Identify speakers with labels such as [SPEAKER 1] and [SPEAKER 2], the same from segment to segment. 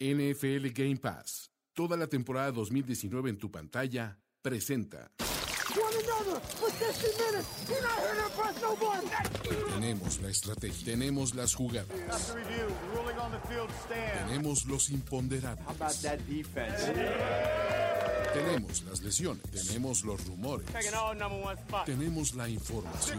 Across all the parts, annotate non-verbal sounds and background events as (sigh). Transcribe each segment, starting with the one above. [SPEAKER 1] NFL Game Pass, toda la temporada 2019 en tu pantalla, presenta. Tenemos la estrategia, tenemos las jugadas, tenemos los imponderables, tenemos las lesiones, tenemos los rumores, tenemos la información,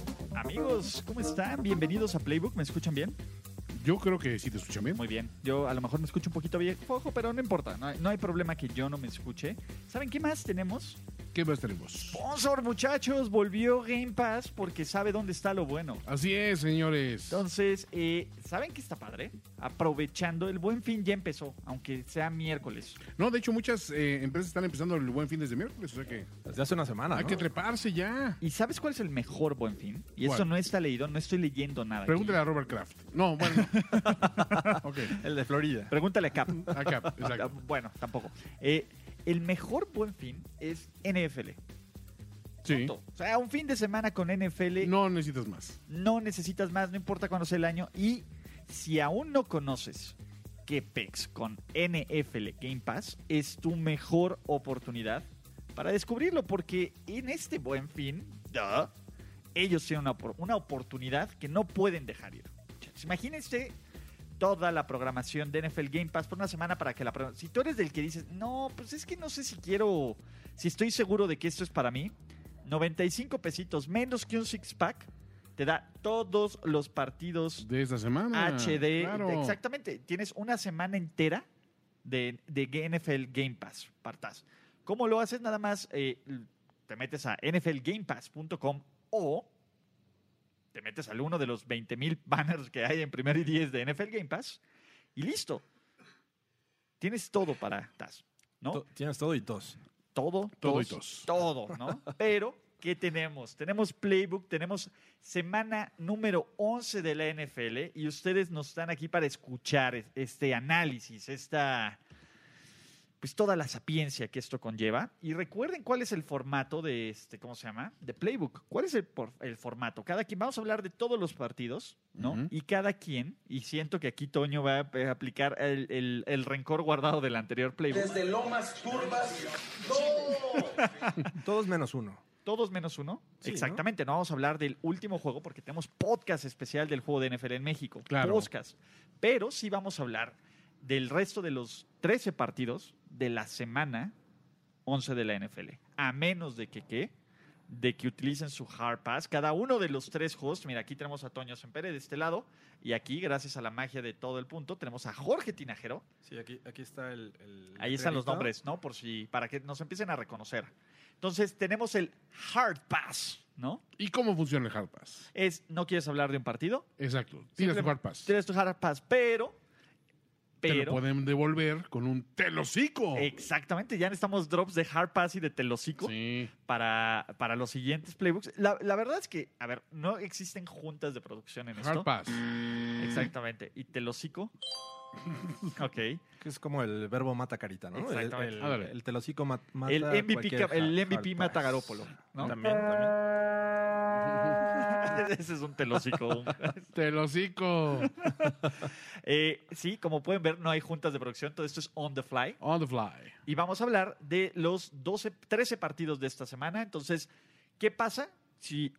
[SPEAKER 2] Amigos, ¿cómo están? Bienvenidos a Playbook. ¿Me escuchan bien?
[SPEAKER 1] Yo creo que sí te escuchan bien.
[SPEAKER 2] Muy bien. Yo a lo mejor me escucho un poquito bien, ojo, pero no importa. No hay, no hay problema que yo no me escuche. ¿Saben qué más tenemos?
[SPEAKER 1] ¿Qué más tenemos?
[SPEAKER 2] Sponsor, muchachos, volvió Game Pass porque sabe dónde está lo bueno.
[SPEAKER 1] Así es, señores.
[SPEAKER 2] Entonces, eh, ¿saben qué está padre? Aprovechando, el buen fin ya empezó, aunque sea miércoles.
[SPEAKER 1] No, de hecho, muchas eh, empresas están empezando el buen fin desde miércoles, o sea que
[SPEAKER 3] Desde hace una semana.
[SPEAKER 1] hay
[SPEAKER 3] Ah, ¿no?
[SPEAKER 1] que treparse ya.
[SPEAKER 2] ¿Y sabes cuál es el mejor buen fin? Y
[SPEAKER 1] ¿Cuál?
[SPEAKER 2] esto no está leído, no estoy leyendo nada. aquí.
[SPEAKER 1] Pregúntale a Robert Kraft. No, bueno. ok,
[SPEAKER 3] El de Florida.
[SPEAKER 2] Pregúntale a Cap.
[SPEAKER 1] acá,
[SPEAKER 2] Ah,
[SPEAKER 1] (laughs) exacto.
[SPEAKER 2] Bueno, tampoco. Eh, el mejor buen fin es NFL.
[SPEAKER 1] Sí.
[SPEAKER 2] Punto. O sea, un fin de semana con NFL
[SPEAKER 1] No
[SPEAKER 2] no.
[SPEAKER 1] necesitas más.
[SPEAKER 2] necesitas más, no importa cuándo sea el año. Y si aún no conoces que PEX con NFL Game Pass es tu mejor oportunidad para descubrirlo, porque en este buen fin, duh, ellos tienen una, opor- una oportunidad que no pueden dejar ir. Muchachos, Imagínense toda la programación de NFL Game Pass por una semana para que la... pro- Si tú eres del que dices, no, pues es que no sé si quiero, si estoy seguro de que esto es para mí, 95 pesitos menos que un six-pack te da todos los partidos
[SPEAKER 1] De esta semana.
[SPEAKER 2] HD.
[SPEAKER 1] Claro.
[SPEAKER 2] Exactamente. Tienes una semana entera de, de NFL Game Pass. Partás. ¿Cómo lo haces? Nada más eh, te metes a nflgamepass.com o te metes al uno de los 20.000 banners que hay en primer y 10 de NFL Game Pass y listo. Tienes todo para TAS, ¿no?
[SPEAKER 3] To- Tienes todo y tos.
[SPEAKER 2] todo,
[SPEAKER 1] Todo
[SPEAKER 2] todo
[SPEAKER 1] y tos. (laughs)
[SPEAKER 2] Todo, ¿no? Pero, ¿qué tenemos? Tenemos Playbook, tenemos semana número 11 de la NFL y ustedes nos están aquí para escuchar es- este análisis, esta. Pues toda la sapiencia que esto conlleva. Y recuerden cuál es el formato de este, ¿cómo se llama? De Playbook. ¿Cuál es el, por- el formato? Cada quien, vamos a hablar de todos los partidos, ¿no?
[SPEAKER 1] Ujú.
[SPEAKER 2] Y cada quien, y siento que aquí Toño va a eh, aplicar el, el- el rencor guardado del anterior Playbook.
[SPEAKER 4] Desde Lomas Turbas.
[SPEAKER 3] Todos menos uno.
[SPEAKER 2] Todos menos uno.
[SPEAKER 3] Sí,
[SPEAKER 2] Exactamente. ¿no? vamos a hablar del último juego porque tenemos podcast especial del juego de NFL en México.
[SPEAKER 1] Claro.
[SPEAKER 2] Podcast. Pero sí vamos a hablar del resto de los 13 partidos de la semana 11 de la NFL. A menos de que qué de que utilicen su hard pass. Cada uno de los tres hosts, mira, aquí tenemos a Toño Sempere de este lado y aquí, gracias a la magia de todo el punto, tenemos a Jorge Tinajero.
[SPEAKER 3] Sí, aquí, aquí está el, el
[SPEAKER 2] Ahí están los
[SPEAKER 3] letrerito.
[SPEAKER 2] nombres, ¿no? Por si, para que nos empiecen a reconocer. Entonces, tenemos el hard pass, ¿no?
[SPEAKER 1] ¿Y cómo funciona el Hard Pass?
[SPEAKER 2] Es, no quieres hablar de un partido,
[SPEAKER 1] Exacto. Tiras tu
[SPEAKER 2] Simplemente-
[SPEAKER 1] Hard Pass.
[SPEAKER 2] tienes tu hard pass, pero,
[SPEAKER 1] Te lo
[SPEAKER 2] pero,
[SPEAKER 1] pueden devolver con un telocico.
[SPEAKER 2] exactamente, ya necesitamos drops de hard pass y de telocico
[SPEAKER 1] Sí.
[SPEAKER 2] para, para los siguientes playbooks. La, la verdad es que, a ver, no existen juntas de producción en esto.
[SPEAKER 1] Hard Pass.
[SPEAKER 2] Exactamente. Y
[SPEAKER 3] (laughs)
[SPEAKER 2] telocico. ok.
[SPEAKER 3] Que es como el verbo mata carita, ¿no? El-
[SPEAKER 2] Exactamente.
[SPEAKER 3] El,
[SPEAKER 1] Ándale.
[SPEAKER 3] el telocico mat- mata
[SPEAKER 2] Ah, El MVP,
[SPEAKER 3] cualquier
[SPEAKER 2] ca- el
[SPEAKER 3] hard-
[SPEAKER 2] MVP
[SPEAKER 3] hard
[SPEAKER 2] mata
[SPEAKER 3] pass.
[SPEAKER 2] Garópolo. ¿no?
[SPEAKER 3] También, también.
[SPEAKER 2] (laughs) Ese es un telocico. un- (laughs)
[SPEAKER 1] Telocico.
[SPEAKER 2] Eh, sí, como pueden ver, no hay juntas de producción, todo esto es on the fly.
[SPEAKER 1] On the fly.
[SPEAKER 2] Y vamos a hablar de los 12, 13 partidos de esta semana. Entonces, ¿qué pasa si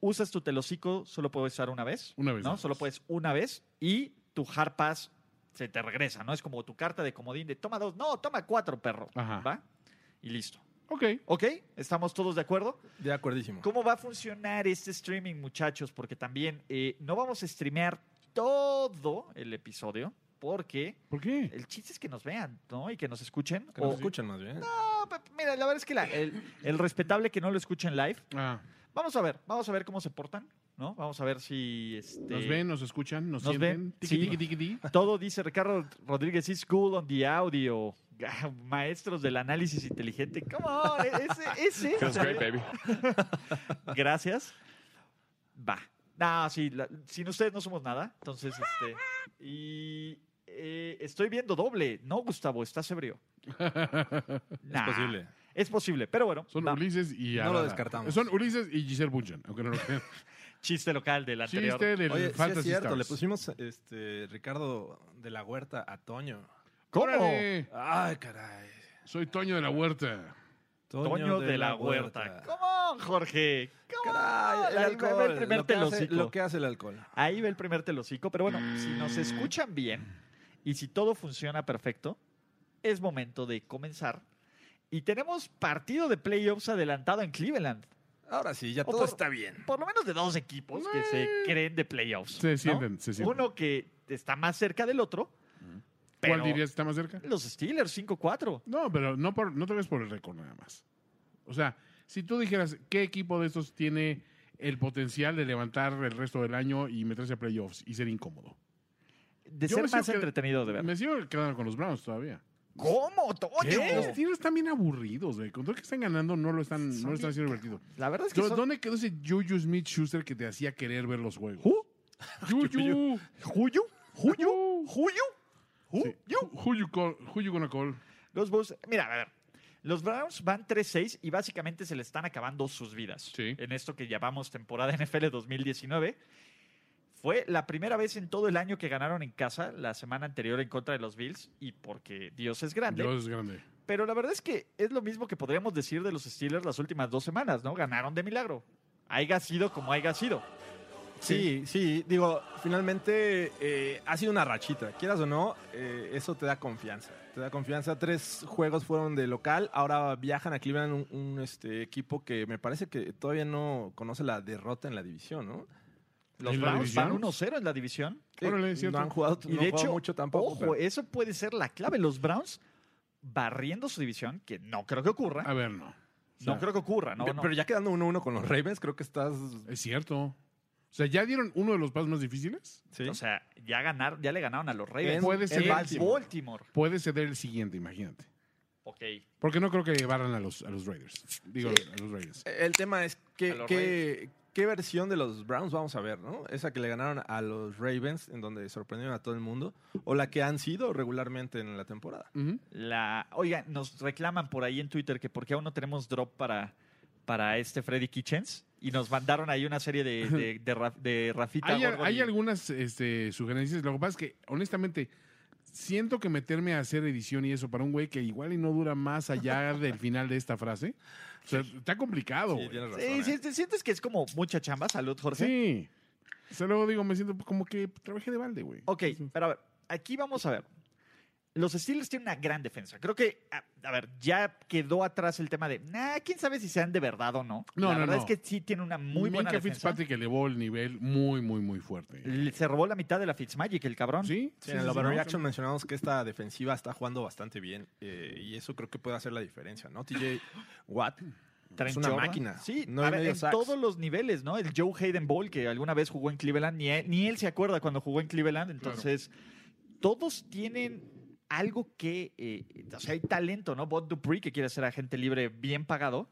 [SPEAKER 2] usas tu telocico? Solo puedes usar una vez.
[SPEAKER 1] Una vez
[SPEAKER 2] ¿no?
[SPEAKER 1] nada
[SPEAKER 2] Solo
[SPEAKER 1] más.
[SPEAKER 2] puedes una vez y tu hard pass se te regresa, ¿no? Es como tu carta de comodín de toma dos, no, toma cuatro, perro.
[SPEAKER 1] Ajá.
[SPEAKER 2] ¿Va? Y listo.
[SPEAKER 1] Ok.
[SPEAKER 2] ¿Ok? ¿Estamos todos de acuerdo?
[SPEAKER 3] De acuerdísimo.
[SPEAKER 2] ¿Cómo va a funcionar este streaming, muchachos? Porque también eh, no vamos a streamear todo el episodio, porque
[SPEAKER 1] ¿Por qué?
[SPEAKER 2] el chiste es que nos vean, ¿no? Y que nos escuchen.
[SPEAKER 3] Que nos
[SPEAKER 2] o-
[SPEAKER 3] escuchan más bien.
[SPEAKER 2] No, pa- mira, la verdad es que la- el, el respetable que no lo escuchen live.
[SPEAKER 1] Ah,
[SPEAKER 2] Vamos a ver, vamos a ver cómo se portan, ¿no? Vamos a ver si este,
[SPEAKER 1] Nos ven, nos escuchan, nos,
[SPEAKER 2] ¿nos
[SPEAKER 1] sienten.
[SPEAKER 2] ven?
[SPEAKER 1] Tiqui,
[SPEAKER 2] Sí.
[SPEAKER 1] tiqui, tiqui, tiqui.
[SPEAKER 2] Todo dice Ricardo Rodríguez, is cool on the audio. (laughs) Maestros del análisis inteligente. Come on, e-, ese,
[SPEAKER 5] Feels great,
[SPEAKER 2] ese.
[SPEAKER 5] baby.
[SPEAKER 2] (laughs) Gracias. Va. No, sí, la- sin ustedes no somos nada. Entonces, este. Y eh, estoy viendo doble. No, Gustavo,
[SPEAKER 1] (laughs)
[SPEAKER 2] estás ebrio. Nah,
[SPEAKER 3] Es posible.
[SPEAKER 2] Es posible, pero bueno.
[SPEAKER 1] Son
[SPEAKER 2] va.
[SPEAKER 1] Ulises y
[SPEAKER 3] No lo
[SPEAKER 1] Arada.
[SPEAKER 3] descartamos.
[SPEAKER 1] Son Ulises y Giselle Bunchen, aunque no lo
[SPEAKER 2] (laughs)
[SPEAKER 1] crean.
[SPEAKER 2] Chiste local del anterior.
[SPEAKER 1] Chiste del
[SPEAKER 3] Oye, sí
[SPEAKER 1] Fantasy
[SPEAKER 3] es cierto,
[SPEAKER 1] Stars.
[SPEAKER 3] le pusimos este Ricardo de la Huerta a Toño.
[SPEAKER 2] ¿Cómo?
[SPEAKER 1] ¡Órale!
[SPEAKER 3] Ay, caray.
[SPEAKER 1] Soy Toño de la Huerta.
[SPEAKER 3] Toño,
[SPEAKER 2] Toño de la huerta. ¿Cómo, Jorge? ¿Cómo?
[SPEAKER 3] Caray,
[SPEAKER 2] Ahí
[SPEAKER 3] el
[SPEAKER 2] va el
[SPEAKER 3] alcohol,
[SPEAKER 2] primer
[SPEAKER 3] lo, que hace,
[SPEAKER 2] telocico.
[SPEAKER 3] lo que hace el alcohol.
[SPEAKER 2] Ahí va el primer telocico, pero bueno, si nos escuchan bien y si todo funciona perfecto, es momento de comenzar. Y tenemos partido de playoffs adelantado en Cleveland.
[SPEAKER 3] Ahora sí, ya
[SPEAKER 2] O
[SPEAKER 3] todo
[SPEAKER 2] por-
[SPEAKER 3] está bien.
[SPEAKER 2] Por lo menos de dos equipos que se creen de playoffs.
[SPEAKER 1] Se
[SPEAKER 2] ¿no?
[SPEAKER 1] sienten, se sienten.
[SPEAKER 2] Uno que está más cerca del otro. Pero
[SPEAKER 1] ¿Cuál dirías que está más cerca?
[SPEAKER 2] Los Steelers, 5-4.
[SPEAKER 1] No, pero no, por, no te ves por el récord nada más. O sea, si tú dijeras qué equipo de estos tiene el potencial de levantar el resto del año y meterse a playoffs y ser incómodo.
[SPEAKER 2] De
[SPEAKER 1] Yo me
[SPEAKER 2] ser
[SPEAKER 1] sigo
[SPEAKER 2] más
[SPEAKER 1] qued-
[SPEAKER 2] entretenido de ver.
[SPEAKER 1] Me sigo quedando con los Browns todavía.
[SPEAKER 2] ¿Cómo, Toño?
[SPEAKER 1] Los Steelers están bien aburridos, güey. Con todo que están ganando, no lo están, no lo están haciendo divertido.
[SPEAKER 2] La verdad es que
[SPEAKER 1] ¿Dó-
[SPEAKER 2] son-
[SPEAKER 1] ¿Dónde quedó ese Juju Smith Schuster que te hacía querer ver los juegos?
[SPEAKER 2] ¿Ju?
[SPEAKER 1] Juju.
[SPEAKER 2] ¿Juyo? ¿Juyo? ¿Juyo?
[SPEAKER 1] Sí. Who you call- who you gonna call?
[SPEAKER 2] Los Bulls, mira, a ver. Los Browns van 3-6 y básicamente se le están acabando sus vidas.
[SPEAKER 1] Sí.
[SPEAKER 2] En esto que llamamos temporada NFL 2019. Fue la primera vez en todo el año que ganaron en casa, la semana anterior en contra de los Bills, y porque Dios es grande.
[SPEAKER 1] Dios es grande.
[SPEAKER 2] Pero la verdad es que es lo mismo que podríamos decir de los Steelers las últimas dos semanas, ¿no? Ganaron de milagro. Haya sido como haya sido.
[SPEAKER 3] Sí, sí, digo, finalmente eh, ha sido una rachita, quieras o no, eh, eso te da confianza. Te da confianza. Tres juegos fueron de local, ahora viajan a Cleveland un, un, este, equipo que me parece que todavía no conoce la derrota en la división, ¿no?
[SPEAKER 2] Los
[SPEAKER 1] ¿En la
[SPEAKER 2] Browns van
[SPEAKER 1] división?
[SPEAKER 2] 1-0 en la división.
[SPEAKER 1] Órale,
[SPEAKER 3] Eh,
[SPEAKER 1] cierto.
[SPEAKER 3] No han jugado,
[SPEAKER 2] Y
[SPEAKER 3] no
[SPEAKER 2] de
[SPEAKER 3] han jugado
[SPEAKER 2] hecho,
[SPEAKER 3] mucho tampoco.
[SPEAKER 2] ojo,
[SPEAKER 3] pero-
[SPEAKER 2] eso puede ser la clave. Los Browns barriendo su división, que no creo que ocurra.
[SPEAKER 1] A ver, no.
[SPEAKER 2] no creo que ocurra, no,
[SPEAKER 3] Pe-
[SPEAKER 2] no.
[SPEAKER 3] Pero ya quedando 1-1 con los Ravens, creo que estás.
[SPEAKER 1] Es cierto. O sea, ¿ya dieron uno de los pasos más difíciles?
[SPEAKER 3] ¿sí?
[SPEAKER 2] O sea, ya ganar, ya le ganaron a los Ravens.
[SPEAKER 1] Puede
[SPEAKER 2] En
[SPEAKER 1] ser
[SPEAKER 2] Baltimore.
[SPEAKER 1] Baltimore.
[SPEAKER 2] Baltimore.
[SPEAKER 1] Puede ceder el siguiente, imagínate.
[SPEAKER 2] Ok.
[SPEAKER 1] Porque no creo que barran a los, a los Raiders. Digo, a los Raiders.
[SPEAKER 3] El tema es
[SPEAKER 5] A
[SPEAKER 3] que,
[SPEAKER 5] los
[SPEAKER 3] qué- qué versión de los Browns vamos a ver, ¿no? Esa que le ganaron a los Ravens, en donde sorprendieron a todo el mundo, o la que han sido regularmente en la temporada.
[SPEAKER 1] Ujú.
[SPEAKER 2] La, oiga, nos reclaman por ahí en Twitter que por qué aún no tenemos drop para, para este Freddy Kitchens. Y nos mandaron ahí una serie de, de, de Raf- de Rafita.
[SPEAKER 1] Hay,
[SPEAKER 2] Gordon
[SPEAKER 1] hay
[SPEAKER 2] y-
[SPEAKER 1] algunas este, sugerencias. Lo que pasa es que, honestamente, siento que meterme a hacer edición y eso para un güey que igual y no dura más allá del final de esta frase. O sea, está complicado.
[SPEAKER 3] Sí,
[SPEAKER 1] güey.
[SPEAKER 3] tienes razón.
[SPEAKER 2] Sí,
[SPEAKER 3] ¿eh?
[SPEAKER 2] sí, te sientes que es como mucha chamba. Salud, Jorge.
[SPEAKER 1] Sí. O sea, luego digo, me siento como que trabajé de balde, güey.
[SPEAKER 2] Ok, pero a ver, aquí vamos a ver. Los Steelers tienen una gran defensa. Creo que, a, a ver, ya quedó atrás el tema de, nah, quién sabe si sean de verdad o no.
[SPEAKER 1] No,
[SPEAKER 2] La
[SPEAKER 1] no,
[SPEAKER 2] verdad
[SPEAKER 1] no.
[SPEAKER 2] es que sí tiene una muy buena
[SPEAKER 1] Minka
[SPEAKER 2] defensa.
[SPEAKER 1] Fitzpatrick elevó el nivel muy, muy, muy fuerte.
[SPEAKER 2] Le- Se robó la mitad de la Fitzmagic, el cabrón.
[SPEAKER 1] ¿Sí?
[SPEAKER 3] Sí, en el overreaction mencionamos que esta defensiva está jugando bastante bien eh, y eso creo que puede hacer la diferencia, ¿no? TJ Watt
[SPEAKER 2] Trent
[SPEAKER 3] es una
[SPEAKER 2] Jordan.
[SPEAKER 3] máquina.
[SPEAKER 2] Sí,
[SPEAKER 3] no
[SPEAKER 2] a
[SPEAKER 3] hay
[SPEAKER 2] ver,
[SPEAKER 3] medio
[SPEAKER 2] en
[SPEAKER 3] sacks.
[SPEAKER 2] todos los niveles, ¿no? El Joe Hayden Bowl, que alguna vez jugó en Cleveland, ni él, ni él se acuerda cuando jugó en Cleveland. Entonces, todos tienen algo que. eh, o sea, hay talento, ¿no? Bob Dupree, que quiere ser agente libre bien pagado.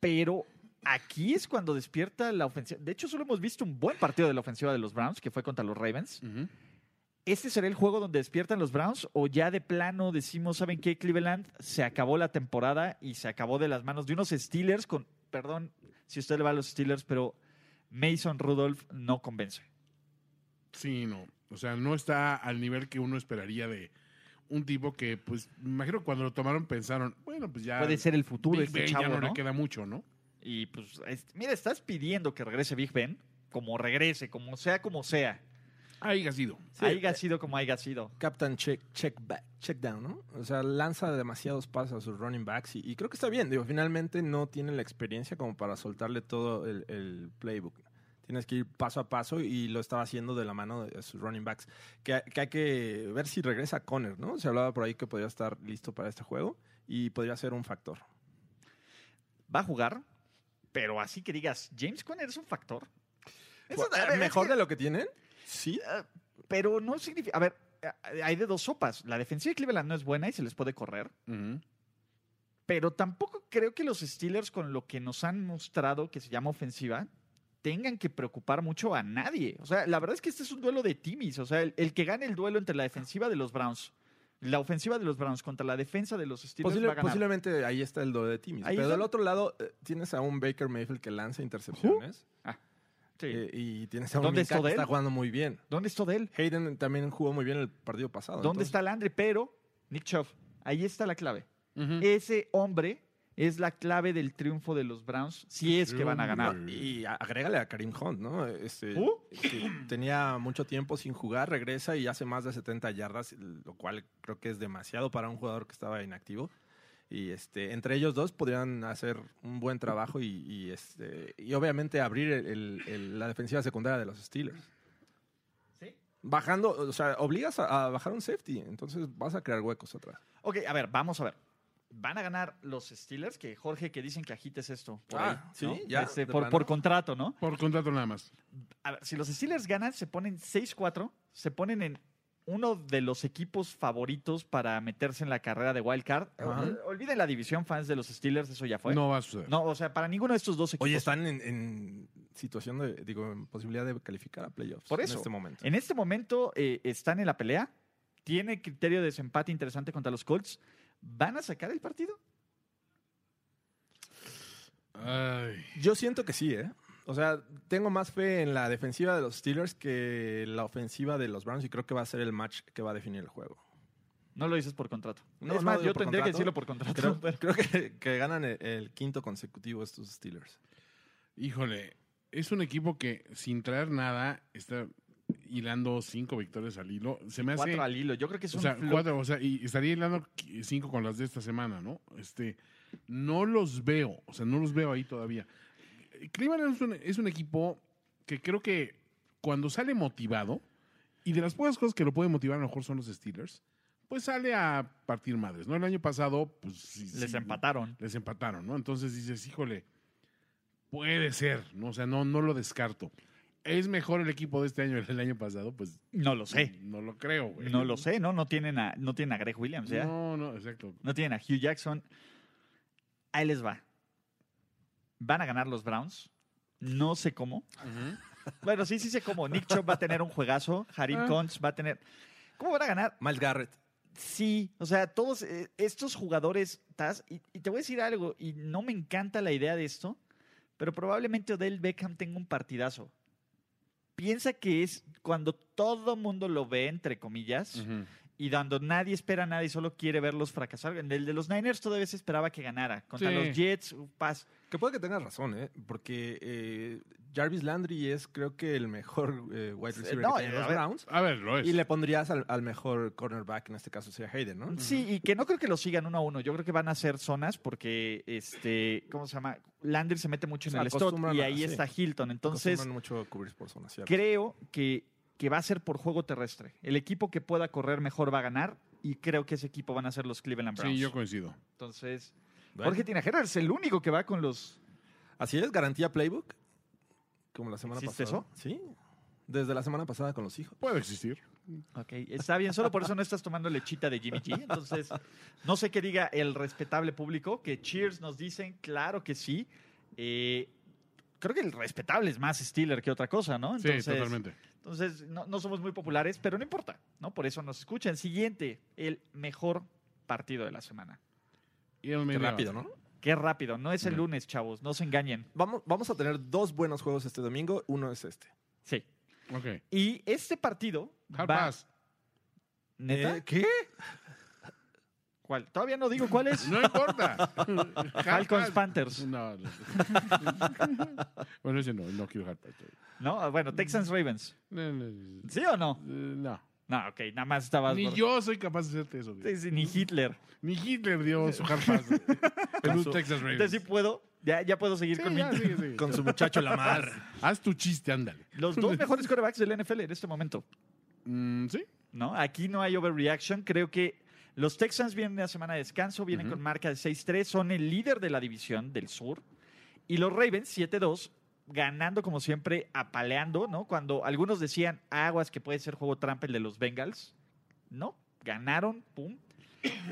[SPEAKER 2] Pero aquí es cuando despierta la ofensiva. De hecho, solo hemos visto un buen partido de la ofensiva de los Browns, que fue contra los Ravens.
[SPEAKER 1] Ujú.
[SPEAKER 2] ¿Este será el juego donde despiertan los Browns o ya de plano decimos, ¿saben qué? Cleveland se acabó la temporada y se acabó de las manos de unos Steelers con, perdón si usted le va a los Steelers, pero Mason Rudolph no convence.
[SPEAKER 1] Sí, no. O sea, no está al nivel que uno esperaría de un tipo que, pues, me imagino cuando lo tomaron pensaron, bueno, pues ya.
[SPEAKER 2] Puede ser el futuro
[SPEAKER 1] Big
[SPEAKER 2] de este
[SPEAKER 1] Ben ya
[SPEAKER 2] chavo,
[SPEAKER 1] no, le
[SPEAKER 2] ¿no?
[SPEAKER 1] queda mucho, ¿no?
[SPEAKER 2] Y pues, es- mira, estás pidiendo que regrese Big Ben, como regrese, como sea, como sea.
[SPEAKER 1] Ahí ha sido.
[SPEAKER 3] Sí,
[SPEAKER 2] haya
[SPEAKER 3] eh.
[SPEAKER 2] sido como haya sido.
[SPEAKER 3] Captain check, check back, check down, ¿no? O sea, lanza demasiados pasos a sus running backs y, y creo que está bien. Digo, finalmente no tiene la experiencia como para soltarle todo el, el playbook. Tienes que ir paso a paso y lo estaba haciendo de la mano de sus running backs. Que, que hay que ver si regresa Conner, ¿no? Se hablaba por ahí que podría estar listo para este juego y podría ser un factor.
[SPEAKER 2] Va a jugar, pero así que digas, James Conner es un factor. Eso- a
[SPEAKER 3] Eh,
[SPEAKER 2] ver, es
[SPEAKER 3] ¿Mejor
[SPEAKER 2] que-
[SPEAKER 3] de lo que tienen? Sí.
[SPEAKER 2] Pero no significa. A ver, eh, hay de dos sopas. La defensiva de Cleveland no es buena y se les puede correr.
[SPEAKER 1] Ujú.
[SPEAKER 2] Pero tampoco creo que los Steelers, con lo que nos han mostrado que se llama ofensiva, tengan que preocupar mucho a nadie. O sea, la verdad es que este es un duelo de timis. O sea, el, el que gane el duelo entre la defensiva de los Browns, la ofensiva de los Browns contra la defensa de los Steelers
[SPEAKER 3] Posible-
[SPEAKER 2] va a ganar.
[SPEAKER 3] posiblemente ahí está el do de Timmy.
[SPEAKER 2] Ahí
[SPEAKER 3] Pero
[SPEAKER 2] es
[SPEAKER 3] del
[SPEAKER 2] donde-
[SPEAKER 3] otro lado eh, tienes a un Baker Mayfield que lanza intercepciones
[SPEAKER 2] Sí.
[SPEAKER 3] eh, y tienes a un
[SPEAKER 2] ¿Dónde
[SPEAKER 3] Minka
[SPEAKER 2] está
[SPEAKER 3] que
[SPEAKER 2] Odell?
[SPEAKER 3] está jugando muy bien.
[SPEAKER 2] ¿Dónde está Odell?
[SPEAKER 3] Hayden también jugó muy bien el partido pasado.
[SPEAKER 2] ¿Dónde
[SPEAKER 3] Ah, entonces-
[SPEAKER 2] está Landry? Pero Nick Chubb, ahí está la clave.
[SPEAKER 1] Ujú.
[SPEAKER 2] Ese hombre es la clave del triunfo de los Browns si es que van a ganar.
[SPEAKER 1] Hombre.
[SPEAKER 3] Y a- agrégale a Karim Hunt, ¿no? Este,
[SPEAKER 2] ¿Uh?
[SPEAKER 3] que tenía mucho tiempo sin jugar, regresa y hace más de 70 yardas, lo cual creo que es demasiado para un jugador que estaba inactivo. Y este, entre ellos dos podrían hacer un buen trabajo y, y, este, y obviamente abrir el- el- el- la defensiva secundaria de los Steelers. Bajando, o sea, obligas a, a bajar un safety, entonces vas a crear huecos atrás.
[SPEAKER 2] Ok, a ver, vamos a ver. ¿Van a ganar los Steelers? Que Jorge, que dicen que agites esto. Por
[SPEAKER 3] Ah,
[SPEAKER 2] ahí,
[SPEAKER 3] sí,
[SPEAKER 2] ¿no?
[SPEAKER 3] ya,
[SPEAKER 2] Este,
[SPEAKER 3] de
[SPEAKER 2] por,
[SPEAKER 3] plano.
[SPEAKER 2] por contrato, ¿no?
[SPEAKER 1] Por contrato nada más.
[SPEAKER 2] A ver, si los Steelers ganan, se ponen 6-4, se ponen en uno de los equipos favoritos para meterse en la carrera de Wild Card.
[SPEAKER 3] Ajá.
[SPEAKER 2] Ol- Olviden la división fans de los Steelers, eso ya fue.
[SPEAKER 1] No va a suceder.
[SPEAKER 2] No, o sea, para ninguno de estos dos equipos.
[SPEAKER 3] Oye, están en, en situación de, digo, en posibilidad de calificar a playoffs
[SPEAKER 2] Por eso.
[SPEAKER 3] en este momento.
[SPEAKER 2] En este momento eh, están en la pelea. Tiene criterio de desempate interesante contra los Colts. ¿Van a sacar el partido?
[SPEAKER 1] Ay.
[SPEAKER 3] Yo siento que sí, ¿eh? O sea, tengo más fe en la defensiva de los Steelers que la ofensiva de los Browns y creo que va a ser el match que va a definir
[SPEAKER 2] (laughs)
[SPEAKER 3] el juego.
[SPEAKER 2] No lo dices por contrato.
[SPEAKER 3] No,
[SPEAKER 2] es
[SPEAKER 3] no
[SPEAKER 2] más,
[SPEAKER 3] digo
[SPEAKER 2] yo
[SPEAKER 3] por
[SPEAKER 2] tendría que
[SPEAKER 3] contrato.
[SPEAKER 2] decirlo por contrato. (laughs)
[SPEAKER 3] Creo,
[SPEAKER 2] pero-
[SPEAKER 3] creo que, que ganan el, el quinto consecutivo estos Steelers.
[SPEAKER 1] Híjole, es un equipo que sin traer nada está hilando cinco victorias al hilo. Se me hace.
[SPEAKER 2] Cuatro al hilo. Yo creo que es
[SPEAKER 1] o
[SPEAKER 2] un
[SPEAKER 1] sea,
[SPEAKER 2] flop.
[SPEAKER 1] cuatro, o sea, y estaría hilando qu- cinco con las de esta semana, ¿no? Este, no los veo, o sea, no los veo ahí todavía. Cleveland es un, es un equipo que creo que cuando sale motivado, y de las pocas cosas que lo pueden motivar a lo mejor son los Steelers, pues sale a partir madres, ¿no? El año pasado, pues sí,
[SPEAKER 2] Les
[SPEAKER 1] sí,
[SPEAKER 2] empataron.
[SPEAKER 1] les empataron, ¿no? Entonces dices, híjole, puede ser, ¿no? O sea, no, no lo descarto. ¿Es mejor el equipo de este año (laughs) que el año pasado? Pues
[SPEAKER 2] No lo sé.
[SPEAKER 1] no lo creo, güey.
[SPEAKER 2] No lo sé, ¿no? No tienen a, no tienen a Greg Williams, ¿ya? No.
[SPEAKER 1] No, no, exacto.
[SPEAKER 2] tienen a Hugh Jackson. Ahí les va. Van a ganar los Browns. No sé cómo. Bueno, sí, sí sé cómo. Nick Chubb va a tener un juegazo. Harim
[SPEAKER 1] Ah.
[SPEAKER 2] Cons va a tener. ¿Cómo van a ganar?
[SPEAKER 3] Miles Garrett.
[SPEAKER 2] Sí, o sea, todos eh, estos jugadores, Taz, y, y te voy a decir algo, y no me encanta la idea de esto, pero probablemente Odell Beckham tenga un partidazo. Piensa que es cuando todo mundo lo ve, entre comillas,
[SPEAKER 1] Ujú.
[SPEAKER 2] y cuando nadie espera a nadie, solo quiere verlos fracasar. En el de los Niners todavía se esperaba que ganara. Contra
[SPEAKER 1] Sí.
[SPEAKER 2] los Jets, un pas.
[SPEAKER 3] Que puede que tengas razón, ¿eh? Porque eh, Jarvis Landry es creo que el mejor eh, wide
[SPEAKER 2] Sí,
[SPEAKER 3] receiver
[SPEAKER 2] no,
[SPEAKER 3] que tienen
[SPEAKER 2] a
[SPEAKER 3] los
[SPEAKER 2] ver.
[SPEAKER 3] Browns.
[SPEAKER 1] A ver, lo es.
[SPEAKER 3] Y le pondrías al, al mejor cornerback, en este caso sería Hayden, ¿no?
[SPEAKER 2] Sí, y que no creo que lo sigan uno a uno. Yo creo que van a hacer zonas porque, este, ¿cómo se llama? Landry se mete mucho en
[SPEAKER 3] Se
[SPEAKER 2] el slot
[SPEAKER 3] acostumbran
[SPEAKER 2] y
[SPEAKER 3] a-
[SPEAKER 2] ahí
[SPEAKER 3] sí.
[SPEAKER 2] está Hilton. Entonces,
[SPEAKER 3] Acostumbran mucho a cubrir por zona, ¿cierto?
[SPEAKER 2] creo que, que va a ser por juego terrestre. El equipo que pueda correr mejor va a ganar y creo que ese equipo van a ser los Cleveland Browns.
[SPEAKER 1] Sí, yo coincido.
[SPEAKER 2] Entonces,
[SPEAKER 3] Bueno.
[SPEAKER 2] Jorge Tinajero es el único que va con los...
[SPEAKER 3] Así es, garantía playbook. Como la semana
[SPEAKER 2] ¿Existe
[SPEAKER 3] pasada. Sí. Desde la semana pasada con los hijos.
[SPEAKER 1] Puede existir.
[SPEAKER 2] Ok, está bien, solo por eso no estás tomando lechita de Jimmy G. Entonces, no sé qué diga el respetable público, que Cheers nos dicen, claro que sí. Eh, creo que el respetable es más Steeler que otra cosa, ¿no?
[SPEAKER 1] sí, totalmente.
[SPEAKER 2] Entonces, no, no somos muy populares, pero no importa, ¿no? Por eso nos escuchan. Siguiente, el mejor partido de la semana.
[SPEAKER 1] Y el
[SPEAKER 3] Qué
[SPEAKER 1] medio-
[SPEAKER 3] rápido, ¿no?
[SPEAKER 2] Qué rápido, no es el
[SPEAKER 1] Ujú.
[SPEAKER 2] lunes, chavos, no se engañen.
[SPEAKER 3] Vamos, vamos a tener dos buenos juegos este domingo. Uno es este.
[SPEAKER 2] Sí.
[SPEAKER 1] Ok.
[SPEAKER 2] Y este partido
[SPEAKER 1] Hard
[SPEAKER 2] va-
[SPEAKER 1] pass.
[SPEAKER 2] ¿Neta?
[SPEAKER 3] Eh, ¿Qué?
[SPEAKER 2] ¿Cuál? Todavía no digo cuál es.
[SPEAKER 1] (laughs) No importa. Hard
[SPEAKER 2] Falcons
[SPEAKER 1] pass.
[SPEAKER 2] Panthers.
[SPEAKER 1] No, no. bueno, ese no, no quiero hard pass.
[SPEAKER 2] ¿No? Ah, Bueno, Texans Ravens.
[SPEAKER 1] No, no, no.
[SPEAKER 2] ¿Sí o no?
[SPEAKER 1] Eh,
[SPEAKER 2] No, ok, nada más estabas.
[SPEAKER 1] no. Ni
[SPEAKER 2] por-
[SPEAKER 1] yo soy capaz de hacerte eso. güey.
[SPEAKER 2] Sí, sí, Ni Hitler.
[SPEAKER 1] Ni Hitler dio su hard pass güey, en un Texas Ravens.
[SPEAKER 2] Entonces sí puedo. Ya, ya puedo seguir
[SPEAKER 1] Sí,
[SPEAKER 2] (laughs) con mi.
[SPEAKER 1] ya, sigue, sigue.
[SPEAKER 3] Con su muchacho Lamar.
[SPEAKER 1] (laughs) Haz tu chiste, ándale.
[SPEAKER 2] Los dos mejores quarterbacks del NFL en este momento.
[SPEAKER 1] Mm, sí,
[SPEAKER 2] ¿no? Aquí no hay overreaction. Creo que los Texans vienen de una semana de descanso, vienen
[SPEAKER 1] Ujú.
[SPEAKER 2] con marca de 6-3, son el líder de la división del sur. Y los Ravens, 7-2, ganando como siempre, apaleando, ¿no? Cuando algunos decían aguas que puede ser juego trampa el de los Bengals, ¿no? Ganaron, pum.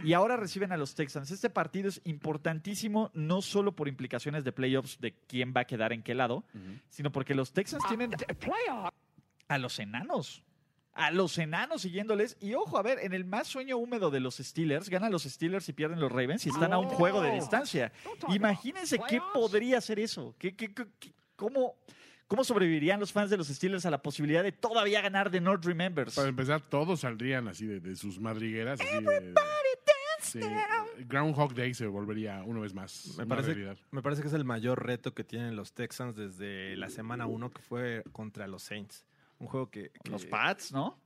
[SPEAKER 2] Y ahora reciben a los Texans. Este partido es importantísimo, no solo por implicaciones de playoffs de quién va a quedar en qué lado, sino porque los Texans tienen a los enanos. A los enanos siguiéndoles. Y ojo, a ver, en el más sueño húmedo de los Steelers, ganan los Steelers y pierden los Ravens y están a un juego de distancia. Imagínense qué podría ser eso. ¿Qué, qué- qué- qué- cómo, ¿Cómo sobrevivirían los fans de los Steelers a la posibilidad de todavía ganar de North Remembers?
[SPEAKER 4] Para empezar, todos saldrían así de, de sus madrigueras. así de- de- Groundhog Day se volvería una vez más.
[SPEAKER 3] Me
[SPEAKER 4] una
[SPEAKER 3] parece,
[SPEAKER 4] realidad.
[SPEAKER 3] me parece que es el mayor reto que tienen los Texans desde la semana 1 que fue contra los Saints. Un juego que... que-
[SPEAKER 2] Los Pats, ¿no?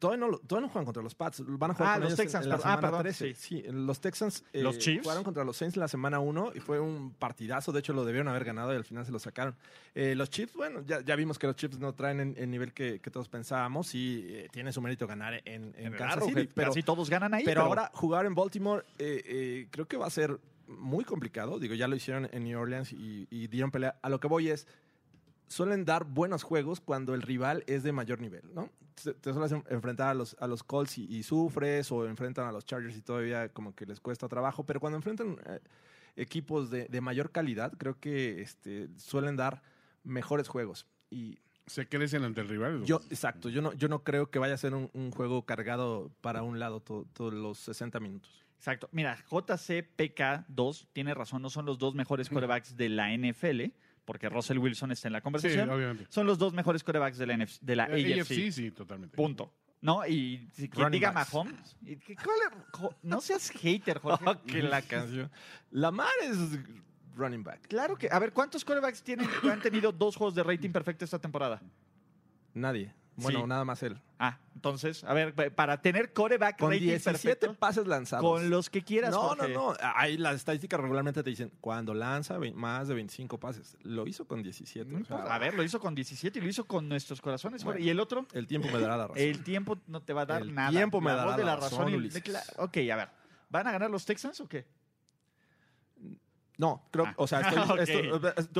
[SPEAKER 3] Todavía no, lo- todavía no juegan contra los Pats. Van a jugar
[SPEAKER 2] Ah,
[SPEAKER 3] con
[SPEAKER 2] los
[SPEAKER 3] ellos en-
[SPEAKER 2] Texans,
[SPEAKER 3] en la
[SPEAKER 2] perdón. Ah,
[SPEAKER 3] semana
[SPEAKER 2] perdón,
[SPEAKER 3] 13. Sí. los Texans eh,
[SPEAKER 2] ¿Los Chiefs?
[SPEAKER 3] jugaron contra los Saints en la semana 1 y fue un partidazo. De hecho, lo debieron haber ganado y al final se lo sacaron. Eh, los Chiefs, bueno, ya, ya vimos que los Chiefs no traen el, el nivel que, que todos pensábamos y eh, tiene su mérito ganar en, en Kansas City,
[SPEAKER 2] Arrowhead,
[SPEAKER 3] pero-
[SPEAKER 2] casi todos ganan ahí.
[SPEAKER 3] pero ahora jugar en Baltimore eh, eh, creo que va a ser muy complicado. Digo, ya lo hicieron en New Orleans y, y dieron pelea. A lo que voy es, suelen dar buenos juegos cuando el rival es de mayor nivel, ¿no? Se- Te suelen en- enfrentar a los, a los Colts y, y sufres, o enfrentan a los Chargers y todavía como que les cuesta trabajo, pero cuando enfrentan eh, equipos de, de mayor calidad, creo que este, suelen dar mejores juegos. Y
[SPEAKER 4] Se crecen ante el rival.
[SPEAKER 3] yo, exacto, yo no, yo no creo que vaya a ser un, un juego cargado para un lado to- todos los 60 minutos.
[SPEAKER 2] Exacto. Mira, JCPK2 tiene razón, no son los dos mejores quarterbacks de la NFL, porque Russell Wilson está en la
[SPEAKER 4] Sí,
[SPEAKER 2] conversación.
[SPEAKER 4] obviamente.
[SPEAKER 2] son los dos mejores quarterbacks de la, NF de la AFC.
[SPEAKER 4] Eh, AFC, sí, totalmente.
[SPEAKER 2] Punto. ¿No? Y si quien
[SPEAKER 3] Running
[SPEAKER 2] diga
[SPEAKER 3] backs.
[SPEAKER 2] Mahomes. y que- ¿cuál es? Jo- No seas hater, Jorge.
[SPEAKER 3] (laughs) que Oh, la canción. Lamar es running back.
[SPEAKER 2] Claro que. A ver, ¿cuántos quarterbacks tienen, han tenido dos juegos de rating perfecto esta temporada?
[SPEAKER 3] Nadie. Bueno,
[SPEAKER 2] Sí.
[SPEAKER 3] nada más él.
[SPEAKER 2] Ah, entonces, a ver, pa- para tener coreback
[SPEAKER 3] Con
[SPEAKER 2] rating
[SPEAKER 3] 17
[SPEAKER 2] perfecto,
[SPEAKER 3] pases lanzados.
[SPEAKER 2] con los que quieras.
[SPEAKER 3] no, no,
[SPEAKER 2] Jorge.
[SPEAKER 3] no. Ahí las estadísticas regularmente te dicen, cuando lanza ve- más de 25 pases. Lo hizo con 17.
[SPEAKER 2] No
[SPEAKER 3] o sea,
[SPEAKER 2] importa. A ver, lo hizo con 17 y lo hizo con nuestros corazones. Jorge.
[SPEAKER 3] Bueno.
[SPEAKER 2] ¿Y el otro?
[SPEAKER 3] El tiempo me dará la razón.
[SPEAKER 2] El tiempo no te va a dar
[SPEAKER 3] El
[SPEAKER 2] nada.
[SPEAKER 3] tiempo me
[SPEAKER 2] La
[SPEAKER 3] dará
[SPEAKER 2] voz de
[SPEAKER 3] la
[SPEAKER 2] la
[SPEAKER 3] razón,
[SPEAKER 2] razón. y-
[SPEAKER 3] Ulises.
[SPEAKER 2] de- cla- ok, a ver. ¿Van a ganar los Texans o qué?
[SPEAKER 3] No, creo,
[SPEAKER 2] Ah.
[SPEAKER 3] o sea, estoy,
[SPEAKER 2] (laughs) Ok.
[SPEAKER 3] estoy-
[SPEAKER 2] Tú-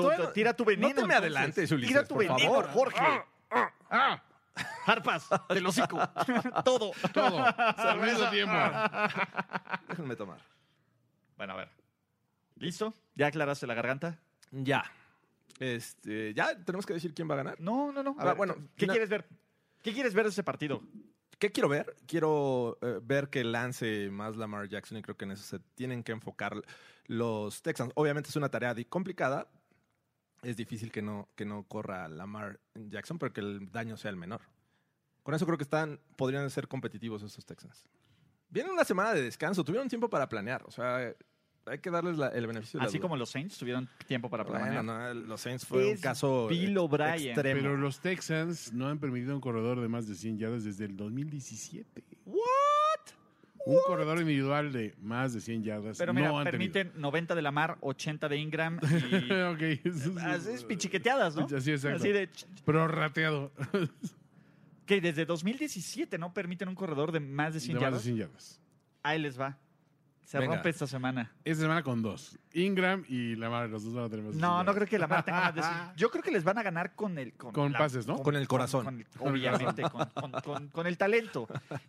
[SPEAKER 3] todavía
[SPEAKER 2] tú-
[SPEAKER 3] no-
[SPEAKER 2] tira tu veneno.
[SPEAKER 3] No te me
[SPEAKER 2] entonces.
[SPEAKER 3] adelantes, Ulises,
[SPEAKER 2] Tira tu
[SPEAKER 3] por
[SPEAKER 2] veneno,
[SPEAKER 3] favor.
[SPEAKER 2] Jorge.
[SPEAKER 4] ¡Ah!
[SPEAKER 2] Harpas, te lo hocico. Todo.
[SPEAKER 4] Todo. Al mismo tiempo.
[SPEAKER 3] Déjenme tomar.
[SPEAKER 2] Bueno, a ver. ¿Listo? ¿Ya aclaraste la garganta?
[SPEAKER 3] Ya. Este, ya tenemos que decir quién va a ganar.
[SPEAKER 2] No, no, no. A
[SPEAKER 3] Ah,
[SPEAKER 2] ver,
[SPEAKER 3] bueno,
[SPEAKER 2] ¿qué
[SPEAKER 3] na-
[SPEAKER 2] quieres ver? ¿Qué quieres ver de ese partido?
[SPEAKER 3] ¿Qué quiero ver? Quiero eh, ver que lance más Lamar Jackson y creo que en eso se tienen que enfocar los Texans. Obviamente es una tarea di- complicada. Es difícil que no, que no corra Lamar Jackson, pero que el daño sea el menor. Con eso creo que están, podrían ser competitivos estos Texans. Vienen una semana de descanso, tuvieron tiempo para planear. O sea, hay que darles la- el beneficio de la
[SPEAKER 2] Así
[SPEAKER 3] duda.
[SPEAKER 2] como los Saints tuvieron tiempo para planear.
[SPEAKER 3] Bueno, no, los Saints fue un
[SPEAKER 2] Es
[SPEAKER 3] caso
[SPEAKER 2] Bill
[SPEAKER 3] ex-
[SPEAKER 2] O'Brien.
[SPEAKER 3] extremo.
[SPEAKER 4] Pero los Texans no han permitido un corredor de más de 100 yardas desde el 2017.
[SPEAKER 2] ¿What?
[SPEAKER 4] Un corredor individual de más de 100 yardas.
[SPEAKER 2] Pero
[SPEAKER 4] no
[SPEAKER 2] mira,
[SPEAKER 4] han
[SPEAKER 2] permiten 90 de Lamar, 80 de Ingram
[SPEAKER 1] (laughs)
[SPEAKER 2] y...
[SPEAKER 4] tenido. (laughs) ok. eso sí.
[SPEAKER 2] Así es, pichiqueteadas, ¿no?
[SPEAKER 4] Así, exacto.
[SPEAKER 2] Así de... ch-
[SPEAKER 4] Pero rateado.
[SPEAKER 2] Que desde 2017 no permiten un corredor de más de 100
[SPEAKER 4] de más de
[SPEAKER 2] yardas.
[SPEAKER 4] 100 yardas.
[SPEAKER 2] Ahí les va. Se
[SPEAKER 3] Venga.
[SPEAKER 2] rompe esta semana.
[SPEAKER 4] Esta semana con dos. Ingram y Lamar, los dos van a tener más
[SPEAKER 1] Pues
[SPEAKER 4] de 100
[SPEAKER 2] No, no
[SPEAKER 4] yardas.
[SPEAKER 2] creo que la Mar tenga más de 100. Yo creo que les van a ganar con el... Con,
[SPEAKER 4] Con
[SPEAKER 2] la-
[SPEAKER 4] pases, ¿no?
[SPEAKER 3] Con el corazón.
[SPEAKER 2] con el- obviamente, con, con- con- con el talento.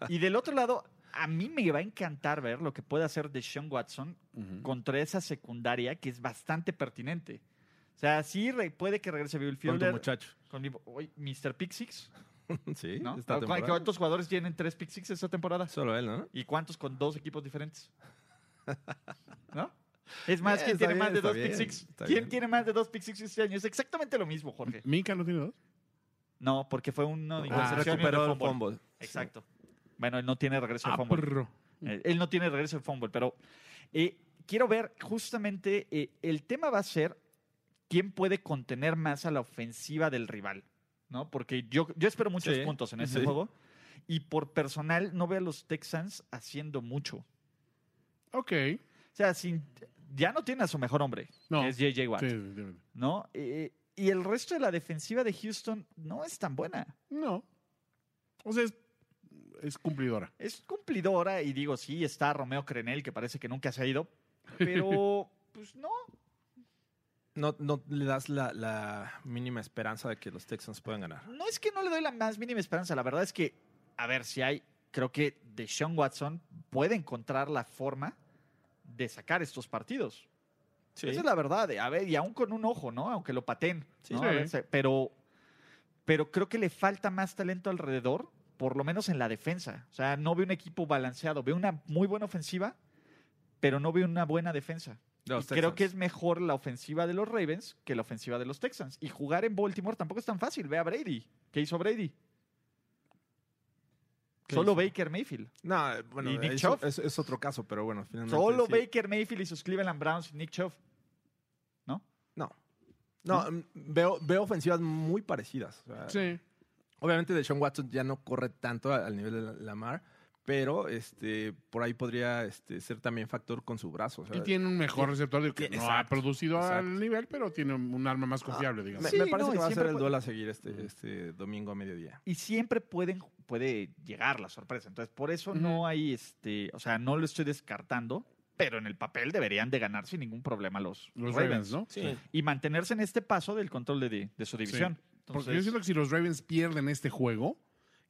[SPEAKER 2] Y del otro lado, a mí me va a encantar ver lo que puede hacer Deshaun Watson
[SPEAKER 4] Ujú.
[SPEAKER 2] contra esa secundaria que es bastante pertinente. O sea, sí re- puede que regrese Bill
[SPEAKER 3] Con tu
[SPEAKER 2] Fielder.
[SPEAKER 3] muchacho.
[SPEAKER 2] Con mi- oye, Mr. Pick Six,
[SPEAKER 3] sí,
[SPEAKER 2] ¿no?
[SPEAKER 3] esta
[SPEAKER 2] ¿Cu-
[SPEAKER 3] temporada.
[SPEAKER 2] ¿Cuántos jugadores tienen tres Pick Six esta temporada?
[SPEAKER 3] Solo él, ¿no?
[SPEAKER 2] ¿Y cuántos con dos equipos
[SPEAKER 3] (laughs)
[SPEAKER 2] diferentes? ¿No? Es más,
[SPEAKER 3] Eh,
[SPEAKER 2] ¿quién
[SPEAKER 3] está
[SPEAKER 2] tiene más
[SPEAKER 3] bien,
[SPEAKER 2] de
[SPEAKER 3] está
[SPEAKER 2] dos
[SPEAKER 3] bien,
[SPEAKER 2] pick six?
[SPEAKER 3] está
[SPEAKER 2] ¿Quién
[SPEAKER 3] bien.
[SPEAKER 2] tiene más de dos pick six este año? Es exactamente lo mismo, Jorge.
[SPEAKER 4] ¿Minka no tiene dos?
[SPEAKER 2] No, porque fue uno de
[SPEAKER 4] Ah,
[SPEAKER 3] se
[SPEAKER 2] intercepción y uno de
[SPEAKER 3] recuperó el
[SPEAKER 2] fumble.
[SPEAKER 3] fumble.
[SPEAKER 2] Exacto. Bueno, él no tiene regreso de
[SPEAKER 4] Ah,
[SPEAKER 2] fumble.
[SPEAKER 4] perro.
[SPEAKER 2] Eh, Él no tiene regreso de fumble, pero eh, quiero ver justamente eh, el tema va a ser quién puede contener más a la ofensiva del rival, ¿no? Porque yo, yo espero muchos
[SPEAKER 3] Sí,
[SPEAKER 2] puntos en este
[SPEAKER 3] sí.
[SPEAKER 2] juego y por personal no veo a los Texans haciendo mucho.
[SPEAKER 4] Ok.
[SPEAKER 2] O sea, sin, ya no tiene a su mejor hombre,
[SPEAKER 4] No.
[SPEAKER 2] que es JJ Watt,
[SPEAKER 4] Sí, definitivamente.
[SPEAKER 2] ¿no? Eh, y el resto de la defensiva de Houston no es tan buena.
[SPEAKER 4] No. O sea, es, es cumplidora.
[SPEAKER 2] Es cumplidora y digo, sí,
[SPEAKER 3] (laughs)
[SPEAKER 2] está Romeo Crenel, que parece que nunca se ha ido, pero pues no.
[SPEAKER 3] No, no le das la, la mínima esperanza de que los Texans puedan ganar.
[SPEAKER 2] No es que no le doy la más mínima esperanza. La verdad es que, a ver, si hay, creo que Deshaun Watson puede encontrar la forma de sacar estos partidos.
[SPEAKER 3] Sí.
[SPEAKER 2] Esa es la verdad. A ver, y aún con un ojo, ¿no? Aunque lo paten.
[SPEAKER 3] Sí.
[SPEAKER 2] ¿no? A
[SPEAKER 1] Sí.
[SPEAKER 2] ver, se- pero, pero creo que le falta más talento alrededor, por lo menos en la defensa. O sea, no veo un equipo balanceado. Veo una muy buena ofensiva, pero no veo una buena defensa.
[SPEAKER 3] Los
[SPEAKER 2] Y creo
[SPEAKER 3] Texans.
[SPEAKER 2] que es mejor la ofensiva de los Ravens que la ofensiva de los Texans. Y jugar en Baltimore tampoco es tan fácil. Ve a Brady. ¿Qué hizo Brady?
[SPEAKER 3] ¿Qué
[SPEAKER 2] Solo
[SPEAKER 3] hizo?
[SPEAKER 2] Baker Mayfield.
[SPEAKER 1] Ah,
[SPEAKER 3] No, eh, bueno,
[SPEAKER 2] ¿Y Nick
[SPEAKER 3] es,
[SPEAKER 2] Chubb?
[SPEAKER 3] es- es otro caso, pero bueno, finalmente.
[SPEAKER 2] Solo
[SPEAKER 3] sí.
[SPEAKER 2] Baker Mayfield y sus Cleveland Browns y Nick Chubb.
[SPEAKER 3] No. No, mm, veo, veo ofensivas muy parecidas. O sea,
[SPEAKER 1] Sí.
[SPEAKER 3] Obviamente Deshaun Watson ya no corre tanto a- al nivel de la- Lamar, pero este por ahí podría este, ser también factor con su brazo. o sea,
[SPEAKER 1] Y tiene un mejor receptor digo, que
[SPEAKER 3] tiene-
[SPEAKER 1] no ha
[SPEAKER 3] exacto,
[SPEAKER 1] producido
[SPEAKER 3] exacto.
[SPEAKER 1] al nivel, pero tiene un arma más confiable,
[SPEAKER 3] me,
[SPEAKER 1] digamos.
[SPEAKER 2] Sí,
[SPEAKER 3] me parece
[SPEAKER 2] no,
[SPEAKER 3] que
[SPEAKER 2] y
[SPEAKER 3] va a ser
[SPEAKER 2] siempre
[SPEAKER 3] el
[SPEAKER 2] pu-
[SPEAKER 3] duelo a seguir
[SPEAKER 2] Mm.
[SPEAKER 3] este, este domingo a mediodía.
[SPEAKER 2] y siempre pueden puede llegar la sorpresa. Entonces, por eso
[SPEAKER 1] Ujú.
[SPEAKER 2] no hay este, o sea, no lo estoy descartando, pero en el papel deberían de ganar sin ningún problema los,
[SPEAKER 1] Los Ravens, ¿no?
[SPEAKER 2] y mantenerse en este paso del control de, di- de su división.
[SPEAKER 1] Porque yo
[SPEAKER 2] Entonces,
[SPEAKER 1] siento que si los Ravens pierden este juego,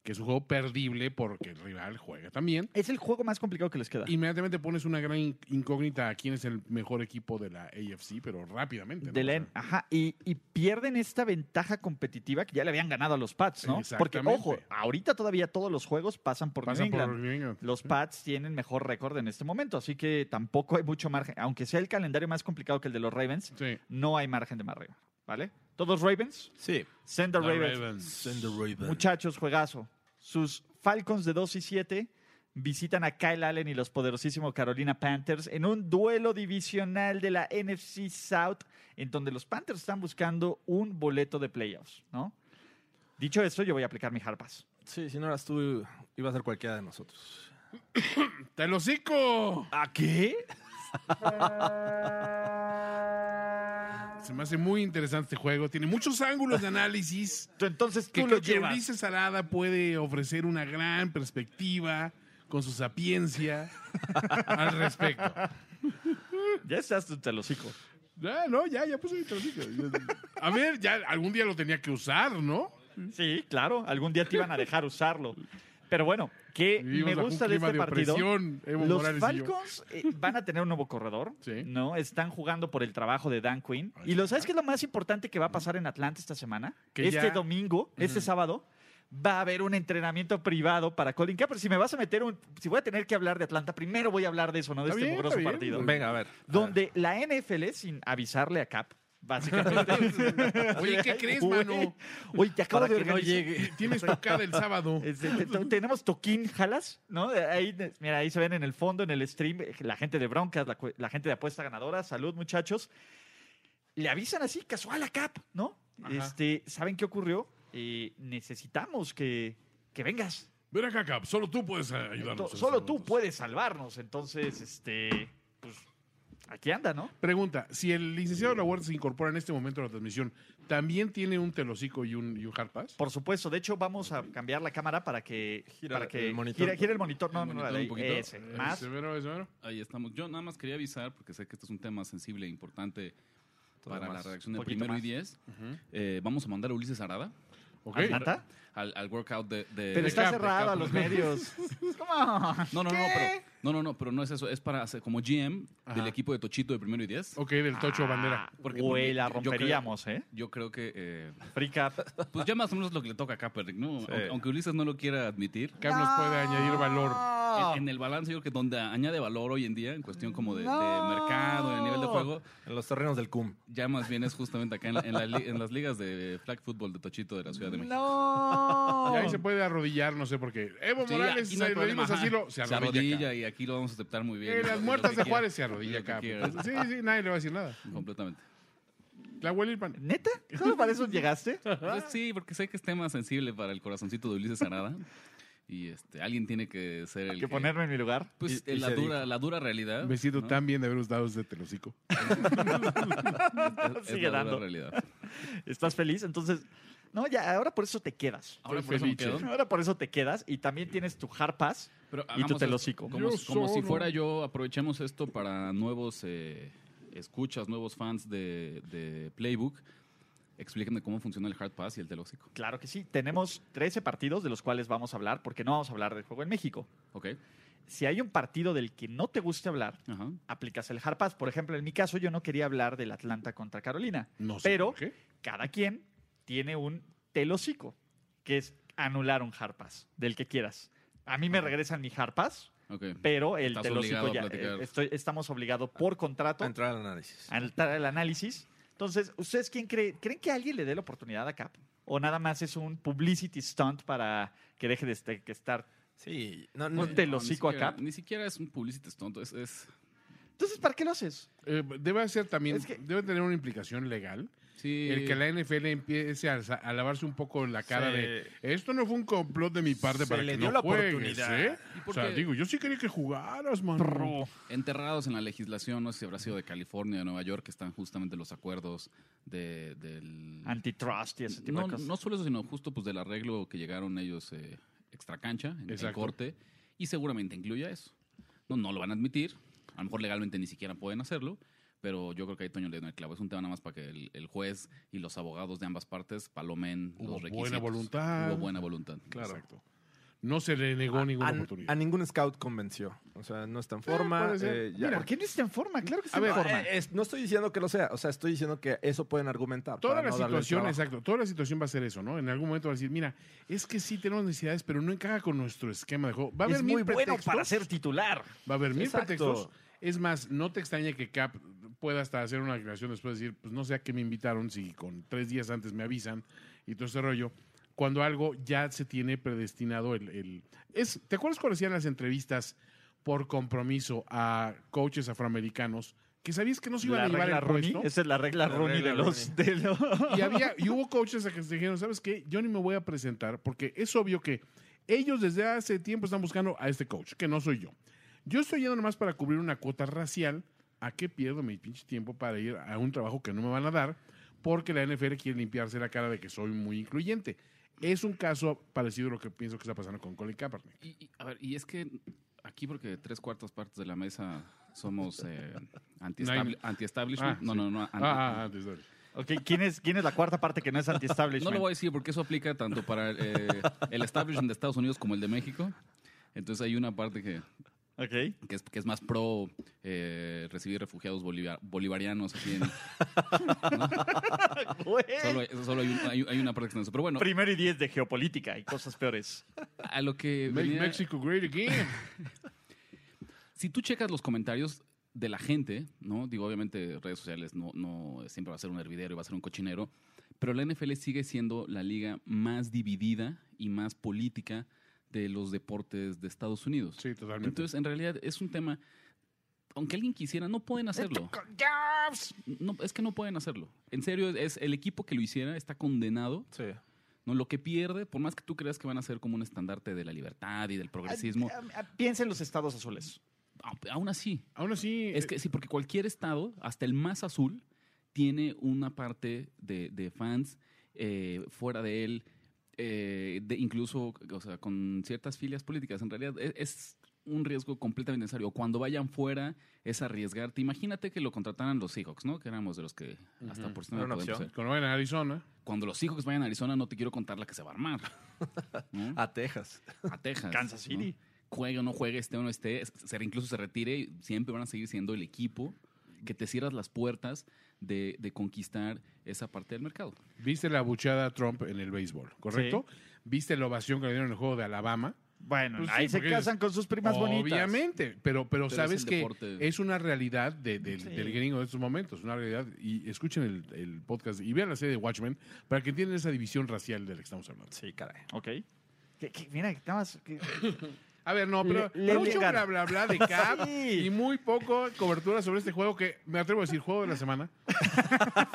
[SPEAKER 1] que es un juego perdible porque el rival juega también,
[SPEAKER 2] es el juego más complicado que les queda.
[SPEAKER 1] inmediatamente pones una gran in- incógnita a quién es el mejor equipo de la AFC, pero rápidamente. ¿no?
[SPEAKER 2] De la
[SPEAKER 1] O
[SPEAKER 2] N-
[SPEAKER 1] sea,
[SPEAKER 2] ajá, y, y pierden esta ventaja competitiva que ya le habían ganado a los Pats, ¿no? Porque,
[SPEAKER 1] Exactamente.
[SPEAKER 2] ojo, ahorita todavía todos los juegos pasan por
[SPEAKER 1] pasan
[SPEAKER 2] New
[SPEAKER 1] por
[SPEAKER 2] England.
[SPEAKER 1] New England.
[SPEAKER 2] Los Pats tienen mejor récord en este momento, así que tampoco hay mucho margen. Aunque sea el calendario más complicado que el de los Ravens,
[SPEAKER 1] Sí.
[SPEAKER 2] no hay margen de margen, ¿vale? Todos Ravens,
[SPEAKER 3] Sí.
[SPEAKER 2] send the
[SPEAKER 1] Los
[SPEAKER 2] Ravens.
[SPEAKER 3] Mucha-
[SPEAKER 2] Muchachos, juegazo. Sus Falcons de 2 y 7 visitan a Kyle Allen y los poderosísimos Carolina Panthers en un duelo divisional de la NFC South, en donde los Panthers están buscando un boleto de playoffs, ¿no? Dicho esto, yo voy a aplicar mi harpas.
[SPEAKER 3] Sí, si no eras tú, iba a ser cualquiera de nosotros.
[SPEAKER 1] ¡Te lo hocico!
[SPEAKER 2] ¿A qué?
[SPEAKER 1] Se me hace muy interesante este juego. Tiene muchos ángulos de
[SPEAKER 2] (laughs)
[SPEAKER 1] análisis.
[SPEAKER 2] Entonces tú
[SPEAKER 1] que
[SPEAKER 2] lo
[SPEAKER 1] creo que
[SPEAKER 2] llevas.
[SPEAKER 1] Ulises Arada puede ofrecer una gran perspectiva con su
[SPEAKER 2] (laughs)
[SPEAKER 1] sapiencia al respecto.
[SPEAKER 2] Ya estás tu telocico.
[SPEAKER 1] Ya, no, ya, ya puse mi trocito. A ver, ya algún día lo tenía que usar, ¿no?
[SPEAKER 2] Sí, claro. Algún día te iban a dejar usarlo. Pero bueno, que
[SPEAKER 1] Vivimos
[SPEAKER 2] me
[SPEAKER 1] bajo un
[SPEAKER 2] gusta de
[SPEAKER 1] clima
[SPEAKER 2] este partido.
[SPEAKER 1] opresión, Evo
[SPEAKER 2] Los
[SPEAKER 1] Morales y yo.
[SPEAKER 2] Falcons eh, van a tener un nuevo corredor,
[SPEAKER 1] (laughs) Sí.
[SPEAKER 2] ¿no? Están jugando por el trabajo de Dan Quinn.
[SPEAKER 1] Ahí
[SPEAKER 2] Y lo
[SPEAKER 1] está.
[SPEAKER 2] sabes que es lo más importante que va a pasar en Atlanta esta semana,
[SPEAKER 1] Que
[SPEAKER 2] este
[SPEAKER 1] ya-
[SPEAKER 2] domingo, este sábado. Va a haber un entrenamiento privado para Colin Kaepernick. Si me vas a meter un, si voy a tener que hablar de Atlanta, primero voy a hablar de eso, no de
[SPEAKER 1] Está
[SPEAKER 2] este
[SPEAKER 1] bien,
[SPEAKER 2] mugroso
[SPEAKER 1] está bien.
[SPEAKER 2] partido.
[SPEAKER 3] Venga, a ver.
[SPEAKER 2] Donde la NFL sin avisarle a Cap, básicamente.
[SPEAKER 1] (laughs) Oye, ¿qué crees,
[SPEAKER 2] Güey,
[SPEAKER 1] mano?
[SPEAKER 2] Oye, te acabo
[SPEAKER 3] Para
[SPEAKER 2] de
[SPEAKER 3] que no
[SPEAKER 2] organizar-
[SPEAKER 3] llegue.
[SPEAKER 1] Tienes tocada el sábado.
[SPEAKER 2] Este, te- to- tenemos toquín, jalas, ¿no? De- Ahí, de- mira, ahí se ven en el fondo, en el stream, eh, la gente de Broncas, la, cu- la gente de Apuesta Ganadora, salud muchachos. Le avisan así, casual a Cap, ¿no?
[SPEAKER 1] Ajá.
[SPEAKER 2] Este, ¿Saben qué ocurrió? Eh, necesitamos que, que vengas.
[SPEAKER 1] Ven acá, Cap, solo tú puedes eh, ayudarnos. en
[SPEAKER 2] To-
[SPEAKER 1] estos
[SPEAKER 2] Solo tú
[SPEAKER 1] momentos.
[SPEAKER 2] puedes salvarnos, entonces, este, pues, aquí anda, ¿no?
[SPEAKER 1] Pregunta, si el licenciado de la Huerta se incorpora en este momento a la transmisión, ¿también tiene un telocico y un, y un hard pass?
[SPEAKER 2] Por supuesto, de hecho vamos a cambiar la cámara para que
[SPEAKER 3] Gira
[SPEAKER 2] para que
[SPEAKER 3] el monitor.
[SPEAKER 2] gira- gira el monitor, no,
[SPEAKER 6] El
[SPEAKER 2] no, no, la
[SPEAKER 6] monitor
[SPEAKER 2] de
[SPEAKER 6] un
[SPEAKER 2] ahí.
[SPEAKER 6] poquito.
[SPEAKER 2] Ese, más.
[SPEAKER 1] Ese mero, ese mero.
[SPEAKER 6] Ahí estamos. Yo nada más quería avisar, porque sé que este es un tema sensible e importante
[SPEAKER 3] Todavía
[SPEAKER 6] para la
[SPEAKER 3] más.
[SPEAKER 6] redacción del
[SPEAKER 2] Poquito
[SPEAKER 6] primero
[SPEAKER 2] más.
[SPEAKER 6] y diez. Eh, vamos a mandar a Ulises Arada
[SPEAKER 1] Ok.
[SPEAKER 2] ¿Atlanta?
[SPEAKER 6] al, al workout de, de-
[SPEAKER 2] Pero
[SPEAKER 1] De
[SPEAKER 2] está
[SPEAKER 1] campo,
[SPEAKER 2] cerrado
[SPEAKER 6] campo.
[SPEAKER 2] a los medios. ¿Cómo?
[SPEAKER 6] No, no, no, pero, no, no, no, pero no es eso. Es para hacer como GM del
[SPEAKER 1] Ajá.
[SPEAKER 6] equipo de Tochito de primero y diez.
[SPEAKER 1] Ok, del Tocho Bandera.
[SPEAKER 6] Ah, porque-
[SPEAKER 2] Güey, la
[SPEAKER 6] yo- yo creo-
[SPEAKER 2] romperíamos, ¿eh?
[SPEAKER 6] Yo creo que. eh,
[SPEAKER 2] Free
[SPEAKER 6] (laughs)
[SPEAKER 2] cap.
[SPEAKER 6] pues ya más o menos lo que le toca a Kaepernick, ¿no? Aunque, aunque Ulises no lo quiera admitir.
[SPEAKER 1] Cap nos puede
[SPEAKER 6] Ah,
[SPEAKER 1] añadir valor.
[SPEAKER 2] No.
[SPEAKER 6] En, en el balance, yo creo que donde añade valor hoy en día, en cuestión como de, de mercado, de nivel de juego,
[SPEAKER 3] En los terrenos del CUM.
[SPEAKER 6] ya más bien es justamente acá en, la- en la li- en las ligas de flag football de Tochito de la Ciudad de México.
[SPEAKER 2] (laughs)
[SPEAKER 1] Y ahí
[SPEAKER 2] No.
[SPEAKER 1] se puede arrodillar, no sé por qué. Evo
[SPEAKER 6] Sí,
[SPEAKER 1] Morales,
[SPEAKER 6] aquí no hay
[SPEAKER 1] le
[SPEAKER 6] problema,
[SPEAKER 1] dimos
[SPEAKER 6] ajá.
[SPEAKER 1] asilo, se arrodilla. acá.
[SPEAKER 6] y aquí lo vamos a aceptar muy bien.
[SPEAKER 1] Eh,
[SPEAKER 6] Lo-
[SPEAKER 1] las
[SPEAKER 6] lo
[SPEAKER 1] muertas
[SPEAKER 6] que
[SPEAKER 1] de
[SPEAKER 6] quiera.
[SPEAKER 1] Juárez se arrodilla
[SPEAKER 6] Lo que
[SPEAKER 1] acá.
[SPEAKER 6] quieras.
[SPEAKER 1] Sí, sí, nadie le va a decir nada.
[SPEAKER 6] Completamente.
[SPEAKER 1] La huele el pan.
[SPEAKER 2] ¿Neta? ¿Solo para eso (laughs) llegaste?
[SPEAKER 6] Pues sí, porque sé que es tema sensible para el corazoncito de Ulises Arada. Y este, alguien tiene que ser el
[SPEAKER 2] Que ponerme en mi lugar.
[SPEAKER 6] Pues
[SPEAKER 3] Y- y
[SPEAKER 6] la,
[SPEAKER 3] se
[SPEAKER 6] dura, la dura realidad.
[SPEAKER 1] Me siento
[SPEAKER 6] ¿no?
[SPEAKER 1] tan bien de haber usado este telocico.
[SPEAKER 6] Es- es
[SPEAKER 2] (laughs) Sigue
[SPEAKER 6] la dura
[SPEAKER 2] dando.
[SPEAKER 6] realidad.
[SPEAKER 2] ¿Estás feliz? Entonces, Ah, no, ya, ahora por eso te quedas.
[SPEAKER 6] Ahora
[SPEAKER 1] Soy
[SPEAKER 6] por eso me
[SPEAKER 1] felice.
[SPEAKER 6] quedo.
[SPEAKER 2] Ahora por eso te quedas y también tienes tu hard pass.
[SPEAKER 6] Pero
[SPEAKER 2] Y tú
[SPEAKER 6] hagamos
[SPEAKER 2] te lo
[SPEAKER 6] esto
[SPEAKER 2] hocico.
[SPEAKER 6] Como,
[SPEAKER 1] Yo
[SPEAKER 6] si- como si
[SPEAKER 1] solo.
[SPEAKER 6] fuera yo, aprovechemos esto para nuevos eh, escuchas, nuevos fans de, de Playbook, explíquenme cómo funciona el Hard Pass y el telóxico.
[SPEAKER 2] Claro que sí. Tenemos 13 partidos de los cuales vamos a hablar, porque no vamos a hablar del juego en México.
[SPEAKER 6] ¿Ok?
[SPEAKER 2] Si hay un partido del que no te guste hablar,
[SPEAKER 6] Ajá.
[SPEAKER 2] aplicas el hard pass. Por ejemplo, en mi caso, yo no quería hablar del Atlanta contra Carolina.
[SPEAKER 1] pues,
[SPEAKER 4] No sé
[SPEAKER 2] Pero-
[SPEAKER 4] por qué.
[SPEAKER 2] Cada quien tiene un telocico, que es anular un hard pass, del que quieras. A mí me regresan mi hard pass,
[SPEAKER 6] Ok. Eh,
[SPEAKER 2] pero el
[SPEAKER 6] Estás
[SPEAKER 2] telocico
[SPEAKER 6] obligado a
[SPEAKER 2] ya.
[SPEAKER 6] platicar.
[SPEAKER 2] eh, estoy- estamos obligados por contrato
[SPEAKER 3] A entrar al análisis.
[SPEAKER 2] al entrar al análisis. Entonces, ¿ustedes quién cree? ¿Creen que alguien le dé la oportunidad a Cap? ¿O nada más es un publicity stunt para que deje de este- que estar?
[SPEAKER 3] Sí, no,
[SPEAKER 2] No
[SPEAKER 3] no,
[SPEAKER 2] te
[SPEAKER 6] No,
[SPEAKER 2] lo
[SPEAKER 6] ni
[SPEAKER 2] cico
[SPEAKER 6] siquiera-
[SPEAKER 2] acá.
[SPEAKER 6] Ni siquiera es un publicista tonto, es, es-
[SPEAKER 2] Entonces, ¿para qué lo haces?
[SPEAKER 4] Eh, debe ser también,
[SPEAKER 2] Es que-
[SPEAKER 4] debe tener una implicación legal.
[SPEAKER 6] sí,
[SPEAKER 4] El que la NFL empiece a, sa- a lavarse un poco la cara
[SPEAKER 3] Se-
[SPEAKER 4] de esto no fue un complot de mi parte
[SPEAKER 3] Se
[SPEAKER 4] para
[SPEAKER 3] le
[SPEAKER 4] que
[SPEAKER 3] dio
[SPEAKER 4] no
[SPEAKER 3] la
[SPEAKER 4] juegues,
[SPEAKER 3] oportunidad.
[SPEAKER 4] ¿eh?
[SPEAKER 6] ¿Y por
[SPEAKER 4] O sea,
[SPEAKER 6] qué?
[SPEAKER 4] digo, yo sí quería que jugaras, mano.
[SPEAKER 6] enterrados en la legislación, no sé si habrá sido de California, de Nueva York, que están justamente los acuerdos de, del...
[SPEAKER 2] Antitrust y ese tipo
[SPEAKER 6] no,
[SPEAKER 2] de cosas.
[SPEAKER 6] no solo eso, sino justo pues del arreglo que llegaron ellos eh, extra cancha, en, en
[SPEAKER 4] Exacto.
[SPEAKER 6] corte, y seguramente incluya eso. No, no lo van a admitir, a lo mejor legalmente ni siquiera pueden hacerlo, pero yo creo que ahí Toño le dio el clavo. Es un tema nada más para que el, el juez y los abogados de ambas partes palomen
[SPEAKER 4] Hubo
[SPEAKER 6] los
[SPEAKER 4] buena
[SPEAKER 6] requisitos.
[SPEAKER 4] voluntad.
[SPEAKER 6] Hubo buena voluntad.
[SPEAKER 4] Claro.
[SPEAKER 6] Exacto.
[SPEAKER 4] No se le negó ninguna
[SPEAKER 3] a,
[SPEAKER 4] oportunidad.
[SPEAKER 3] a ningún scout convenció. O sea, no está en forma.
[SPEAKER 4] puede ser.
[SPEAKER 3] eh, ya-
[SPEAKER 2] ¿Por qué no está en forma? Claro que está
[SPEAKER 4] A
[SPEAKER 2] en
[SPEAKER 4] ver,
[SPEAKER 2] forma.
[SPEAKER 3] Eh, es- no estoy diciendo que lo sea. O sea, estoy diciendo que eso pueden argumentar.
[SPEAKER 4] Toda
[SPEAKER 3] para
[SPEAKER 4] la
[SPEAKER 3] no darle el
[SPEAKER 4] situación,
[SPEAKER 3] trabajo.
[SPEAKER 4] exacto, toda la situación va a ser eso, ¿no? En algún momento va a decir, mira, es que sí tenemos necesidades, pero no encaja con nuestro esquema de juego. Va a haber
[SPEAKER 2] es
[SPEAKER 4] mil
[SPEAKER 2] muy bueno
[SPEAKER 4] pretextos,
[SPEAKER 2] para ser titular.
[SPEAKER 4] Va a haber mil
[SPEAKER 3] Exacto.
[SPEAKER 4] pretextos. Es más, no te extraña que Cap pueda hasta hacer una declaración después de decir, pues no sé a qué me invitaron, si con tres días antes me avisan y todo ese rollo. Cuando algo ya se tiene predestinado el... el- es, ¿Te acuerdas cuando hacían las entrevistas por compromiso a coaches afroamericanos que sabías que no se iban
[SPEAKER 2] La
[SPEAKER 4] a llevar
[SPEAKER 2] regla
[SPEAKER 4] el
[SPEAKER 2] Rooney.
[SPEAKER 4] puesto?
[SPEAKER 2] Esa es la regla
[SPEAKER 3] La
[SPEAKER 2] Rooney
[SPEAKER 3] regla
[SPEAKER 2] de los... De los-
[SPEAKER 4] Y, había, y hubo coaches que se dijeron, ¿sabes qué? Yo ni me voy a presentar porque es obvio que ellos desde hace tiempo están buscando a este coach, que no soy yo. Yo estoy yendo nomás para cubrir una cuota racial. ¿A qué pierdo mi pinche tiempo para ir a un trabajo que no me van a dar? Porque la NFL quiere limpiarse la cara de que soy muy incluyente. Es un caso parecido a lo que pienso que está pasando con Colin Kaepernick.
[SPEAKER 6] Y, y, a ver, y es que aquí, porque tres cuartas partes de la mesa somos eh, anti-establi-
[SPEAKER 4] No
[SPEAKER 6] anti-establishment.
[SPEAKER 4] Ah,
[SPEAKER 6] no,
[SPEAKER 4] sí.
[SPEAKER 6] no, no, anti-
[SPEAKER 4] Ah, ah, antes de-
[SPEAKER 2] (laughs) Ok, ¿quién es, ¿quién es la cuarta parte que no es anti-establishment?
[SPEAKER 6] No lo voy a decir porque eso aplica tanto para eh, el establishment de Estados Unidos como el de México. Entonces hay una parte que,
[SPEAKER 2] Ok.
[SPEAKER 6] que, es, que es más pro eh, recibir refugiados bolivar- bolivarianos. Aquí en- solo, hay, solo hay un- hay- hay una parte que está en eso. Pero bueno,
[SPEAKER 2] Primero y diez de geopolítica y cosas peores.
[SPEAKER 6] a lo que
[SPEAKER 4] Make
[SPEAKER 6] venía-
[SPEAKER 4] Mexico great again.
[SPEAKER 6] si tú checas los comentarios de la gente, ¿no? Digo, obviamente redes sociales no, no siempre va a ser un hervidero y va a ser un cochinero, pero la NFL sigue siendo la liga más dividida y más política de los deportes de Estados Unidos.
[SPEAKER 4] Sí, totalmente.
[SPEAKER 6] Entonces, en realidad es un tema, aunque alguien quisiera, no pueden hacerlo. No, es que no pueden hacerlo. En serio, es el equipo que lo hiciera está condenado.
[SPEAKER 3] Sí.
[SPEAKER 6] ¿no? Lo que pierde, por más que tú creas que van a ser como un estandarte de la libertad y del progresismo,
[SPEAKER 2] Ah, ah, Piensa en los estados azules.
[SPEAKER 6] a- aún así,
[SPEAKER 4] Aún así,
[SPEAKER 6] Es que sí, porque cualquier estado, hasta el más azul, tiene una parte de, de fans eh, fuera de él, eh, de incluso o sea, con ciertas filias políticas. En realidad e- es, un riesgo completamente necesario. Cuando vayan fuera es arriesgarte. Imagínate que lo contrataran los Seahawks, ¿no? Que éramos de los que hasta por si no
[SPEAKER 3] Era una
[SPEAKER 6] podemos
[SPEAKER 3] opción.
[SPEAKER 6] ser.
[SPEAKER 4] cuando vayan eh, a Arizona,
[SPEAKER 6] Cuando los Seahawks vayan a Arizona, no te quiero contar la que se va a armar. (laughs) ¿no?
[SPEAKER 3] A Texas.
[SPEAKER 6] A Texas.
[SPEAKER 2] Kansas
[SPEAKER 6] ¿no?
[SPEAKER 2] City.
[SPEAKER 6] juegue o no juegue, esté o no esté, se- incluso se retire, siempre van a seguir siendo el equipo que te cierras las puertas de, de conquistar esa parte del mercado.
[SPEAKER 4] Viste la buchada a Trump en el béisbol, ¿correcto? Viste la ovación que le dieron en el juego de Alabama.
[SPEAKER 2] Bueno,
[SPEAKER 4] Pues sí,
[SPEAKER 2] ahí se
[SPEAKER 4] porque
[SPEAKER 2] casan con sus primas bonitas.
[SPEAKER 4] Obviamente, pero, pero,
[SPEAKER 6] Pero es
[SPEAKER 4] sabes
[SPEAKER 6] el
[SPEAKER 4] que
[SPEAKER 6] deporte.
[SPEAKER 4] es una realidad de- del,
[SPEAKER 2] Sí.
[SPEAKER 4] del gringo de estos momentos, una realidad. Y escuchen el, el podcast y vean la serie de Watchmen para que entiendan esa división racial de la que estamos hablando.
[SPEAKER 3] Sí, caray.
[SPEAKER 2] Ok. Que- que- mira, nada más. que-
[SPEAKER 4] A ver, no, pero
[SPEAKER 2] Le- le-
[SPEAKER 4] mucho
[SPEAKER 2] le-
[SPEAKER 4] bla bla
[SPEAKER 2] (laughs)
[SPEAKER 4] bla de Cap
[SPEAKER 2] Sí.
[SPEAKER 4] y muy poco cobertura sobre este juego que me atrevo a decir juego de
[SPEAKER 2] (laughs)
[SPEAKER 4] la semana.